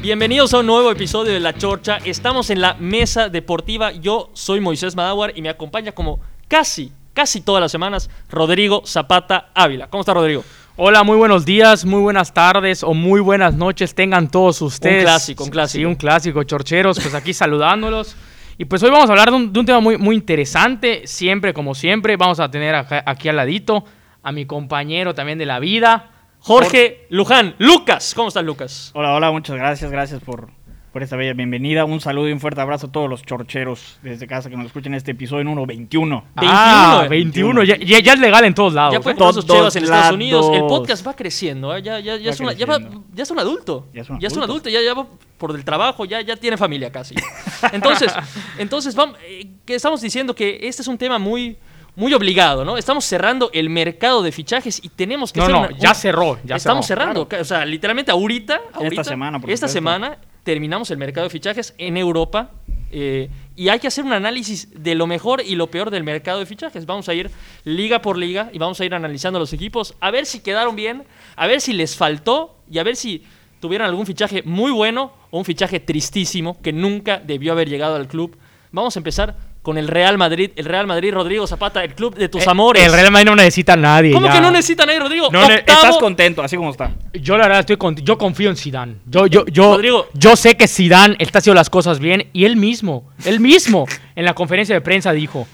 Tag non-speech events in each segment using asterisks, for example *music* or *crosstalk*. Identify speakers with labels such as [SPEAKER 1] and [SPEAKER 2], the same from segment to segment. [SPEAKER 1] Bienvenidos a un nuevo episodio de La Chorcha. Estamos en la mesa deportiva. Yo soy Moisés Madaguar y me acompaña como casi, casi todas las semanas Rodrigo Zapata Ávila. ¿Cómo está Rodrigo?
[SPEAKER 2] Hola, muy buenos días, muy buenas tardes o muy buenas noches tengan todos ustedes.
[SPEAKER 1] Un clásico, un clásico.
[SPEAKER 2] Sí, un clásico, chorcheros, pues aquí *laughs* saludándolos. Y pues hoy vamos a hablar de un, de un tema muy, muy interesante, siempre como siempre. Vamos a tener acá- aquí al ladito a mi compañero también de la vida.
[SPEAKER 1] Jorge Luján. Lucas, ¿cómo estás Lucas?
[SPEAKER 3] Hola, hola, muchas gracias, gracias por, por esta bella bienvenida. Un saludo y un fuerte abrazo a todos los chorcheros desde casa que nos escuchen este episodio en 1.21.
[SPEAKER 2] Ah,
[SPEAKER 3] 21.
[SPEAKER 2] 21, ya, ya- ya es legal en todos lados.
[SPEAKER 1] eh. Ya pueden
[SPEAKER 2] ¿eh?
[SPEAKER 1] comprar sus
[SPEAKER 3] Todos
[SPEAKER 1] chevas en Estados
[SPEAKER 3] lados.
[SPEAKER 1] Unidos. El podcast va creciendo. ¿eh? Ya, ya, ya
[SPEAKER 3] Va
[SPEAKER 1] es una- ya va-
[SPEAKER 3] creciendo.
[SPEAKER 1] ya es un adulto.
[SPEAKER 3] Ya es un
[SPEAKER 1] adulto. Ya, ya va por el trabajo. Ya, ya tiene familia casi.
[SPEAKER 2] *laughs*
[SPEAKER 1] Entonces, entonces vamos, eh, que estamos diciendo que este es un tema muy, muy obligado, ¿no? Estamos cerrando el mercado de fichajes y tenemos que
[SPEAKER 2] No,
[SPEAKER 1] hacer
[SPEAKER 2] no,
[SPEAKER 1] una-
[SPEAKER 2] ya
[SPEAKER 1] un-
[SPEAKER 2] cerró. Ya
[SPEAKER 1] Estamos
[SPEAKER 2] cerró.
[SPEAKER 1] cerrando. O sea, literalmente ahorita. ahorita,
[SPEAKER 3] semana, por
[SPEAKER 1] Esta
[SPEAKER 3] supuesto.
[SPEAKER 1] semana terminamos el mercado de fichajes en Europa. eh, y hay que hacer un análisis de lo mejor y lo peor del mercado de fichajes. Vamos a ir liga por liga y vamos a ir analizando los equipos, a ver si quedaron bien, a ver si les faltó y a ver si tuvieron algún fichaje muy bueno o un fichaje tristísimo que nunca debió haber llegado al club. Vamos a empezar con el Real Madrid, el Real Madrid Rodrigo Zapata, el club de tus
[SPEAKER 2] Eh,
[SPEAKER 1] amores.
[SPEAKER 2] El Real Madrid no necesita a nadie.
[SPEAKER 1] ¿Cómo
[SPEAKER 2] ya.
[SPEAKER 1] que no necesitan ahí, Rodrigo?
[SPEAKER 2] No ne-
[SPEAKER 1] Octavo-
[SPEAKER 3] Estás contento, así como está.
[SPEAKER 2] Yo la verdad estoy con- yo confío en Zidane. Yo yo yo
[SPEAKER 1] Rodrigo.
[SPEAKER 2] yo sé que Zidane está haciendo las cosas bien y él mismo,
[SPEAKER 1] *laughs*
[SPEAKER 2] él mismo en la conferencia de prensa dijo,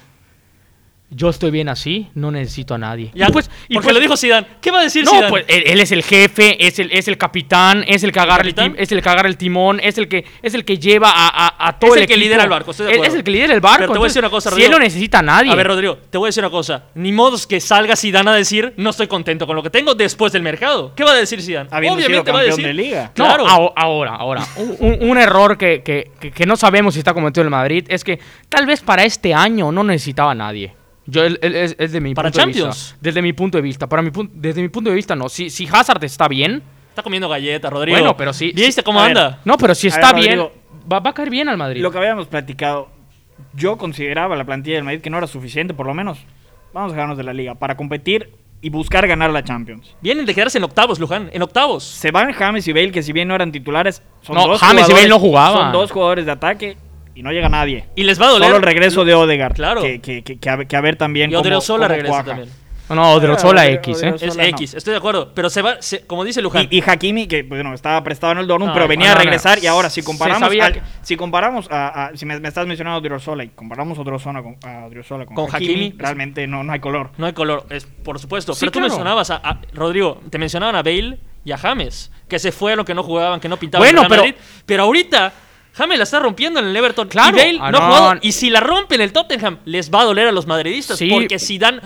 [SPEAKER 2] "Yo estoy bien así, no necesito a nadie."
[SPEAKER 1] Ya,
[SPEAKER 2] Y pues y
[SPEAKER 1] porque
[SPEAKER 2] pues-
[SPEAKER 1] lo dijo Zidane. ¿Qué va a decir
[SPEAKER 2] no,
[SPEAKER 1] Zidane?
[SPEAKER 2] pues él, él es el jefe, es el, es el capitán, es el que agarra el,
[SPEAKER 1] capitán?
[SPEAKER 2] tim- es el que agarra el timón, es el que es el que lleva a, a- a todo
[SPEAKER 1] Es
[SPEAKER 2] el,
[SPEAKER 1] el que
[SPEAKER 2] equipo.
[SPEAKER 1] lidera el barco, estoy de
[SPEAKER 2] Él-
[SPEAKER 1] acuerdo.
[SPEAKER 2] Es el que lidera el barco.
[SPEAKER 1] Pero te voy a
[SPEAKER 2] entonces,
[SPEAKER 1] decir una cosa,
[SPEAKER 2] si él
[SPEAKER 1] Rodrigo.
[SPEAKER 2] no necesita a nadie.
[SPEAKER 1] A ver, Rodrigo, te voy a decir una cosa. Ni modo que salga Zidane a decir, no estoy contento con lo que tengo después del mercado. ¿Qué va a decir Zidane?
[SPEAKER 3] Habiendo sido campeón de liga.
[SPEAKER 2] No,
[SPEAKER 1] Claro.
[SPEAKER 2] aho- ahora, ahora. Un, un- un error que, que- que- que no sabemos si está cometido el Madrid es que tal vez para este año no necesitaba a nadie. Yo, el- el- es, es de mi
[SPEAKER 1] Para
[SPEAKER 2] punto de
[SPEAKER 1] Champions.
[SPEAKER 2] vista. Desde mi punto de vista. Para mi pun- desde mi punto de vista, no. Si, si Hazard está bien.
[SPEAKER 1] Está comiendo galletas, Rodrigo.
[SPEAKER 2] Bueno, pero sí-
[SPEAKER 1] ¿Viste cómo
[SPEAKER 3] a ver,
[SPEAKER 1] anda?
[SPEAKER 2] No, pero si
[SPEAKER 3] A ver,
[SPEAKER 2] está bien.
[SPEAKER 3] Rodrigo.
[SPEAKER 2] Va, va a caer bien al Madrid.
[SPEAKER 3] Lo que habíamos platicado, yo consideraba la plantilla del Madrid que no era suficiente, por lo menos. Vamos a ganarnos de la liga para competir y buscar ganar la Champions.
[SPEAKER 1] Vienen de quedarse en octavos, Luján. En octavos.
[SPEAKER 3] Se van James y Bale, que si bien no eran titulares, son
[SPEAKER 2] No,
[SPEAKER 3] dos
[SPEAKER 2] James y
[SPEAKER 3] jugadores-
[SPEAKER 2] Bale no jugaban.
[SPEAKER 3] Son dos jugadores de ataque y no llega nadie.
[SPEAKER 1] Y les va a doler.
[SPEAKER 3] Solo el regreso de Odegaard.
[SPEAKER 1] Claro.
[SPEAKER 3] Que, que, que, que a, ver- que a ver también.
[SPEAKER 1] Y Odriozola
[SPEAKER 3] cómo- cómo
[SPEAKER 1] regresa
[SPEAKER 3] cuaja.
[SPEAKER 1] también.
[SPEAKER 2] No, no, Odriozola
[SPEAKER 3] Ah,
[SPEAKER 2] X, ¿eh?
[SPEAKER 3] Odriozola.
[SPEAKER 1] Es
[SPEAKER 3] no.
[SPEAKER 1] X, estoy de acuerdo. Pero se va, se- como dice Luján.
[SPEAKER 3] Y, y Hakimi, que bueno, estaba prestado en el Dortmund,
[SPEAKER 1] No,
[SPEAKER 3] pero venía
[SPEAKER 2] no,
[SPEAKER 3] a
[SPEAKER 2] no.
[SPEAKER 3] regresar y ahora si
[SPEAKER 2] Se
[SPEAKER 3] comparamos
[SPEAKER 2] sabía
[SPEAKER 3] al-
[SPEAKER 2] que-
[SPEAKER 3] si comparamos a, a- si me, me estás mencionando a Odriozola y comparamos a Odriozola con, a Odriozola con,
[SPEAKER 1] Con
[SPEAKER 3] Hakimi,
[SPEAKER 1] Hakimi.
[SPEAKER 3] realmente no, no hay color.
[SPEAKER 1] No hay color, es, por supuesto.
[SPEAKER 2] Sí,
[SPEAKER 1] Pero tú
[SPEAKER 2] claro.
[SPEAKER 1] mencionabas a, a- Rodrigo, te mencionaban a Bale y a James, que se fueron, que no jugaban, que no pintaban.
[SPEAKER 2] Bueno,
[SPEAKER 1] en el Real
[SPEAKER 2] pero-
[SPEAKER 1] Madrid. pero ahorita James la está rompiendo en el Everton.
[SPEAKER 2] Claro.
[SPEAKER 1] Y Bale
[SPEAKER 2] Ah,
[SPEAKER 1] no ha
[SPEAKER 2] no.
[SPEAKER 1] jugado. Y si la rompe en el Tottenham, les va a doler a los madridistas.
[SPEAKER 2] Sí.
[SPEAKER 1] Porque si dan,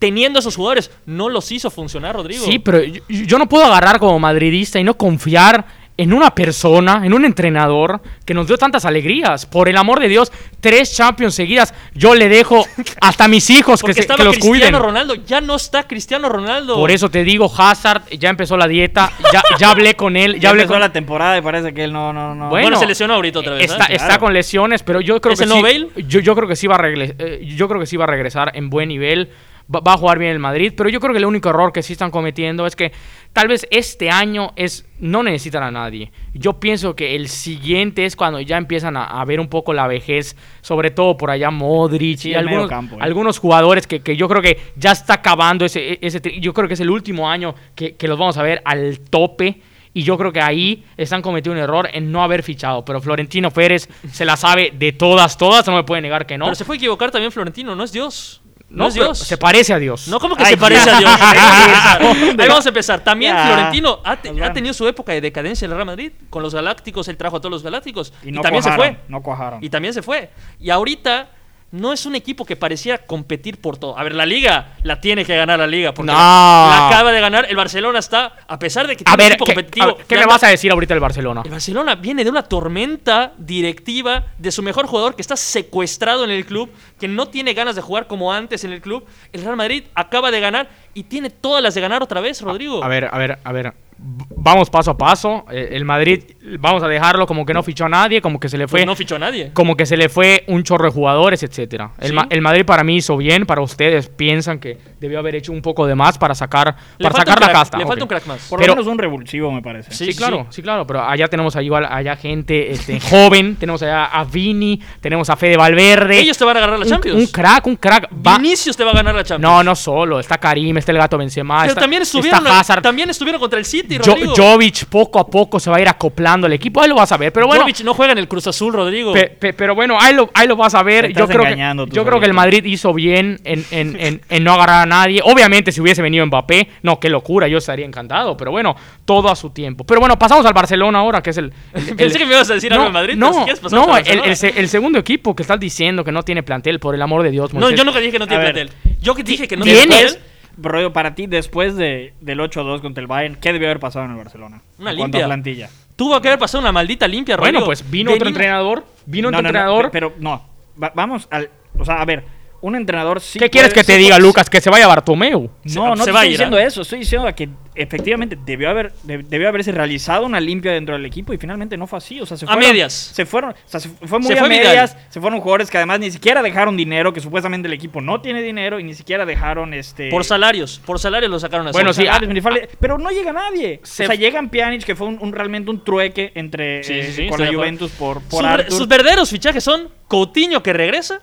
[SPEAKER 1] teniendo a esos jugadores, no los hizo funcionar, Rodrigo.
[SPEAKER 2] Sí, pero yo, yo no puedo agarrar como madridista y no confiar en una persona, en un entrenador que nos dio tantas alegrías. Por el amor de Dios, tres Champions seguidas. Yo
[SPEAKER 1] *laughs*
[SPEAKER 2] le dejo hasta a mis hijos que,
[SPEAKER 1] porque
[SPEAKER 2] se-
[SPEAKER 1] estaba
[SPEAKER 2] que los
[SPEAKER 1] Cristiano
[SPEAKER 2] cuiden.
[SPEAKER 1] Ronaldo, ya no está Cristiano Ronaldo.
[SPEAKER 2] Por eso te digo, Hazard ya empezó la dieta, ya, ya hablé con él,
[SPEAKER 3] Ya
[SPEAKER 2] ya hablé
[SPEAKER 3] empezó
[SPEAKER 2] con
[SPEAKER 3] la temporada y parece que él no, no, no.
[SPEAKER 1] Bueno, se lesionó ahorita otra vez,
[SPEAKER 2] Está,
[SPEAKER 1] ¿eh?
[SPEAKER 2] está
[SPEAKER 3] Claro.
[SPEAKER 2] con lesiones, pero yo creo
[SPEAKER 1] ¿Es
[SPEAKER 2] que
[SPEAKER 1] el
[SPEAKER 2] sí.
[SPEAKER 1] nuevo Bale?
[SPEAKER 2] Yo, yo creo que sí va a regle- eh, yo creo que sí va a regresar en buen nivel. Va, va a jugar bien el Madrid, pero yo creo que el único error que sí están cometiendo es que tal vez este año es no necesitan a nadie. Yo pienso que el siguiente es cuando ya empiezan a, a ver un poco la vejez, sobre todo por allá Modric
[SPEAKER 3] Sí,
[SPEAKER 2] y
[SPEAKER 3] el medio
[SPEAKER 2] algunos,
[SPEAKER 3] campo, ¿eh?
[SPEAKER 2] algunos jugadores que, que yo creo que ya está acabando ese, ese tri- yo creo que es el último año que, que los vamos a ver al tope y yo creo que ahí están cometiendo un error en no haber fichado pero Florentino Pérez se la sabe de todas todas no me puede negar que no
[SPEAKER 1] Pero se puede equivocar también Florentino, no es Dios. No,
[SPEAKER 2] no
[SPEAKER 1] es
[SPEAKER 2] pero
[SPEAKER 1] Dios.
[SPEAKER 2] se parece a Dios
[SPEAKER 1] No, como que
[SPEAKER 3] Ay,
[SPEAKER 1] se parece a
[SPEAKER 3] ya.
[SPEAKER 1] Dios? Ahí vamos a empezar.
[SPEAKER 3] ¿Dónde?
[SPEAKER 1] Ahí vamos a empezar. También
[SPEAKER 3] Ya.
[SPEAKER 1] Florentino ha, te-
[SPEAKER 3] Nos
[SPEAKER 1] ha
[SPEAKER 3] van.
[SPEAKER 1] tenido su época de decadencia en el Real Madrid. Con los Galácticos, él trajo a todos los Galácticos. Y,
[SPEAKER 3] Y no
[SPEAKER 1] también
[SPEAKER 3] cuajaron,
[SPEAKER 1] se fue.
[SPEAKER 3] No cuajaron.
[SPEAKER 1] Y también se fue. Y ahorita no es un equipo que pareciera competir por todo. A ver, la Liga la tiene que ganar la Liga. Porque la,
[SPEAKER 2] No.
[SPEAKER 1] la acaba de ganar. El Barcelona está, a pesar de que tiene un
[SPEAKER 2] a ver
[SPEAKER 1] equipo
[SPEAKER 2] ¿qué,
[SPEAKER 1] competitivo.
[SPEAKER 2] a ver, ¿qué
[SPEAKER 1] ya
[SPEAKER 2] me
[SPEAKER 1] anda-
[SPEAKER 2] vas a decir ahorita del Barcelona
[SPEAKER 1] el Barcelona viene de una tormenta directiva de su mejor jugador que está secuestrado en el club, que no tiene ganas de jugar como antes en el club. El Real Madrid acaba de ganar y tiene todas las de ganar otra vez, Rodrigo.
[SPEAKER 2] a ver a ver a ver v- vamos paso a paso. Eh, El Madrid, vamos a dejarlo como que no fichó a nadie, como que se le fue.
[SPEAKER 1] Pues no fichó a nadie.
[SPEAKER 2] como que se le fue un chorro de jugadores, etcétera. El,
[SPEAKER 1] Sí.
[SPEAKER 2] Ma- el Madrid para mí hizo bien, para ustedes piensan que debió haber hecho un poco de más para sacar,
[SPEAKER 1] Le
[SPEAKER 2] para
[SPEAKER 1] falta un
[SPEAKER 2] sacar la
[SPEAKER 1] crack,
[SPEAKER 2] casta.
[SPEAKER 1] Le
[SPEAKER 2] ok.
[SPEAKER 1] falta un crack más.
[SPEAKER 3] Por
[SPEAKER 2] Pero-
[SPEAKER 3] lo menos un revulsivo, me parece.
[SPEAKER 1] Sí.
[SPEAKER 2] Sí, claro, sí. claro, pero allá tenemos a igual allá gente este, *laughs* joven, tenemos allá a Vini, tenemos a Fede Valverde.
[SPEAKER 1] Ellos te van a agarrar la
[SPEAKER 2] un,
[SPEAKER 1] Champions.
[SPEAKER 2] un crack, un crack. Va-
[SPEAKER 1] Vinicius te va a ganar la Champions.
[SPEAKER 2] No, no solo, está Karim, está el gato Benzema,
[SPEAKER 1] Pero
[SPEAKER 2] está,
[SPEAKER 1] también
[SPEAKER 2] está
[SPEAKER 1] estuvieron,
[SPEAKER 2] Hazard.
[SPEAKER 1] también estuvieron contra el City,
[SPEAKER 2] Jo-
[SPEAKER 1] Rodrigo.
[SPEAKER 2] Jovic poco a poco se va a ir acoplando al equipo, ahí lo vas a ver, pero bueno,
[SPEAKER 1] Jovic no juega en el Cruz Azul, Rodrigo.
[SPEAKER 2] Pe- pe- pero bueno, ahí lo, ahí lo vas a
[SPEAKER 3] Te
[SPEAKER 2] ver. Yo
[SPEAKER 3] estás
[SPEAKER 2] creo, que,
[SPEAKER 3] engañando tú
[SPEAKER 2] yo creo que el
[SPEAKER 3] solito.
[SPEAKER 2] Madrid hizo bien en, en- en- en no agarrar a nadie. Obviamente, si hubiese venido Mbappé, no, qué locura, yo estaría encantado. Pero bueno, todo a su tiempo. Pero bueno, pasamos al Barcelona ahora, que es el.
[SPEAKER 1] *laughs*
[SPEAKER 2] el-
[SPEAKER 1] *laughs* Pensé
[SPEAKER 2] el-
[SPEAKER 1] que me ibas a decir algo de Madrid, pero si
[SPEAKER 2] No,
[SPEAKER 1] quieres pasamos
[SPEAKER 2] no,
[SPEAKER 1] al
[SPEAKER 2] el,
[SPEAKER 1] Barcelona.
[SPEAKER 2] el se- el segundo equipo que estás diciendo que no tiene plantel, por el amor de Dios.
[SPEAKER 1] no,
[SPEAKER 2] Moisés.
[SPEAKER 1] yo nunca dije que no tiene
[SPEAKER 3] A ver.
[SPEAKER 1] plantel. Yo que dije que no
[SPEAKER 2] ¿Tienes?
[SPEAKER 1] tiene plantel.
[SPEAKER 3] Pero yo, para ti, después de, del 8-2 contra el Bayern, ¿qué debió haber pasado en el Barcelona?
[SPEAKER 1] Una
[SPEAKER 3] En cuanto a
[SPEAKER 1] limpia.
[SPEAKER 3] plantilla.
[SPEAKER 1] Tuvo que haber pasado una maldita limpia, Rodrigo.
[SPEAKER 2] Bueno, pues vino otro
[SPEAKER 1] Venimos-
[SPEAKER 2] entrenador. Vino
[SPEAKER 3] No,
[SPEAKER 2] otro
[SPEAKER 3] no, no,
[SPEAKER 2] entrenador.
[SPEAKER 3] pe- pero no. Va- vamos al. O sea, a ver, un entrenador sí.
[SPEAKER 2] ¿Qué quieres
[SPEAKER 3] puede-
[SPEAKER 2] que te
[SPEAKER 3] sí
[SPEAKER 2] diga,
[SPEAKER 3] puede-
[SPEAKER 2] Lucas? Que se vaya Bartomeu.
[SPEAKER 3] No, no
[SPEAKER 1] se
[SPEAKER 3] te
[SPEAKER 1] va a
[SPEAKER 3] estoy
[SPEAKER 1] ir,
[SPEAKER 3] diciendo
[SPEAKER 1] ¿ah?
[SPEAKER 3] eso. Estoy diciendo que efectivamente debió, haber, de- debió haberse realizado una limpia dentro del equipo y finalmente no fue así. O sea, se
[SPEAKER 1] A
[SPEAKER 3] fueron,
[SPEAKER 1] medias.
[SPEAKER 3] Se fueron. O sea, se fu- fue muy
[SPEAKER 1] Se
[SPEAKER 3] a
[SPEAKER 1] fue Vidal.
[SPEAKER 3] medias. Se fueron jugadores que además ni siquiera dejaron dinero, que supuestamente el equipo no tiene dinero y ni siquiera dejaron este.
[SPEAKER 1] Por salarios. Por salarios lo sacaron así.
[SPEAKER 2] Bueno,
[SPEAKER 3] Bueno,
[SPEAKER 2] sí,
[SPEAKER 3] sí,
[SPEAKER 2] ah,
[SPEAKER 3] pero no llega nadie.
[SPEAKER 2] se-
[SPEAKER 3] o sea, llegan Pjanic, que fue un, un- realmente un trueque entre
[SPEAKER 1] Sí,
[SPEAKER 3] eh,
[SPEAKER 1] sí, sí, estoy
[SPEAKER 3] con la
[SPEAKER 1] de acuerdo.
[SPEAKER 3] Juventus por, por
[SPEAKER 1] Sus, ver-
[SPEAKER 3] Arthur.
[SPEAKER 1] sus verdaderos fichajes son Coutinho, que regresa,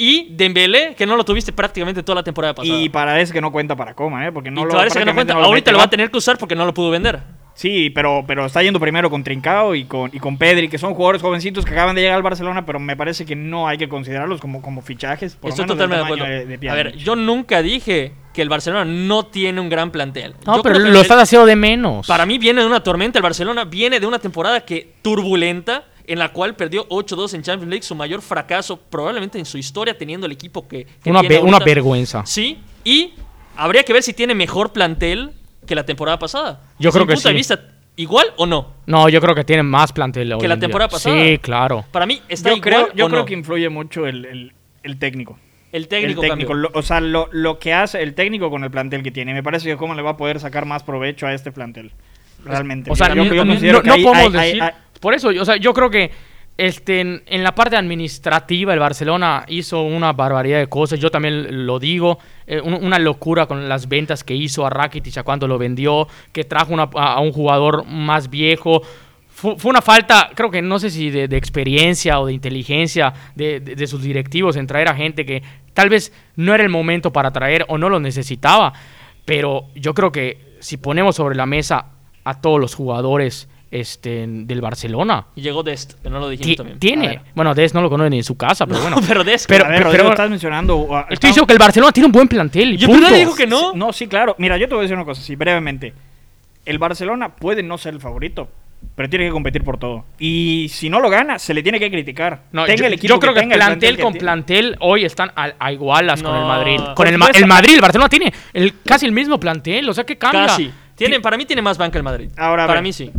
[SPEAKER 1] y Dembélé, que no lo tuviste prácticamente toda la temporada pasada.
[SPEAKER 3] Y parece que no cuenta para coma, ¿eh? Porque no
[SPEAKER 1] Y
[SPEAKER 3] lo,
[SPEAKER 1] parece que no cuenta.
[SPEAKER 3] prácticamente
[SPEAKER 1] Ahorita
[SPEAKER 3] mete,
[SPEAKER 1] lo va a
[SPEAKER 3] ¿va?
[SPEAKER 1] tener que usar porque no lo pudo vender.
[SPEAKER 3] Sí, pero, pero está yendo primero con Trincao y con, y con Pedri, que son jugadores jovencitos que acaban de llegar al Barcelona, pero me parece que no hay que considerarlos como, como fichajes. Por lo
[SPEAKER 1] Estoy
[SPEAKER 3] menos del
[SPEAKER 1] totalmente de
[SPEAKER 3] tamaño
[SPEAKER 1] acuerdo.
[SPEAKER 3] de- de
[SPEAKER 1] a ver,
[SPEAKER 3] Pjanic.
[SPEAKER 1] yo nunca dije que el Barcelona no tiene un gran plantel.
[SPEAKER 2] No,
[SPEAKER 1] Yo
[SPEAKER 2] pero
[SPEAKER 1] creo que
[SPEAKER 2] lo
[SPEAKER 1] el-
[SPEAKER 2] estás haciendo de menos.
[SPEAKER 1] Para mí viene de una tormenta el Barcelona, viene de una temporada que turbulenta en la cual perdió 8-2 en Champions League, su mayor fracaso probablemente en su historia teniendo el equipo que, que
[SPEAKER 2] una,
[SPEAKER 1] tiene
[SPEAKER 2] ve- una
[SPEAKER 1] ahorita.
[SPEAKER 2] vergüenza.
[SPEAKER 1] Sí, y habría que ver si tiene mejor plantel que la temporada pasada.
[SPEAKER 2] Yo creo
[SPEAKER 1] Sin
[SPEAKER 2] que
[SPEAKER 1] punto de
[SPEAKER 2] sí.
[SPEAKER 1] vista igual o no.
[SPEAKER 2] No, yo creo que tienen más plantel. hoy
[SPEAKER 1] la
[SPEAKER 2] en día.
[SPEAKER 1] temporada pasada.
[SPEAKER 2] Sí, claro.
[SPEAKER 1] Para mí está
[SPEAKER 3] Yo
[SPEAKER 1] igual
[SPEAKER 3] creo, yo
[SPEAKER 1] o
[SPEAKER 3] creo
[SPEAKER 1] no.
[SPEAKER 3] que influye mucho el, el- el técnico.
[SPEAKER 1] el técnico,
[SPEAKER 3] el
[SPEAKER 1] cambió.
[SPEAKER 3] técnico lo- o sea, lo, lo que hace el técnico con el plantel que tiene. Me parece que cómo le va a poder sacar más provecho a este plantel. Realmente.
[SPEAKER 2] O sea,
[SPEAKER 3] Yo- yo
[SPEAKER 2] no,
[SPEAKER 3] considero
[SPEAKER 2] no-
[SPEAKER 3] que
[SPEAKER 2] no
[SPEAKER 3] ahí-
[SPEAKER 2] podemos
[SPEAKER 3] ahí- ahí-
[SPEAKER 2] decir.
[SPEAKER 3] ahí-
[SPEAKER 2] por eso, yo- o sea, yo creo que este, en, en la parte administrativa el Barcelona hizo una barbaridad de cosas. Yo también lo digo. eh, un- una locura con las ventas que hizo a Rakitic, a cuánto lo vendió, que trajo una- a, a un jugador más viejo. Fu- Fue una falta, creo que no sé si de, de experiencia o de inteligencia de, de- de sus directivos en traer a gente que tal vez no era el momento para traer o no lo necesitaba. Pero yo creo que si ponemos sobre la mesa a todos los jugadores este, del Barcelona.
[SPEAKER 1] Y llegó Dest, que no lo dijimos
[SPEAKER 2] Ti-
[SPEAKER 1] también. *laughs*
[SPEAKER 2] tiene.
[SPEAKER 3] A ver.
[SPEAKER 2] Bueno, Des no lo conoce ni en su casa, pero bueno.
[SPEAKER 1] pero Dest,
[SPEAKER 2] Pero-
[SPEAKER 3] a ver, Rodrigo,
[SPEAKER 2] pero-
[SPEAKER 3] estás mencionando. a-
[SPEAKER 2] Estoy diciendo que el Barcelona tiene un buen plantel. Y
[SPEAKER 1] Yo-
[SPEAKER 2] punto.
[SPEAKER 1] pero nadie dijo que no.
[SPEAKER 3] No, sí, claro. Mira, yo te voy a decir una cosa, sí, brevemente. El Barcelona puede no ser el favorito, pero tiene que competir por todo. Y si no lo gana, se le tiene que criticar.
[SPEAKER 2] No,
[SPEAKER 3] Tenga
[SPEAKER 2] yo,
[SPEAKER 3] el equipo
[SPEAKER 2] yo creo que,
[SPEAKER 3] tenga, el
[SPEAKER 2] plantel con
[SPEAKER 3] que tiene.
[SPEAKER 2] plantel hoy están a, a igualas con
[SPEAKER 1] No.
[SPEAKER 2] el Madrid. Con
[SPEAKER 1] Por
[SPEAKER 2] el, Ma-
[SPEAKER 3] supuesto.
[SPEAKER 2] el Madrid, el Barcelona tiene el- casi el mismo plantel. O sea, que cambia?
[SPEAKER 1] Casi. Tiene, para mí tiene más banca el Madrid.
[SPEAKER 3] Ahora, a
[SPEAKER 1] para
[SPEAKER 3] ver.
[SPEAKER 1] mí sí.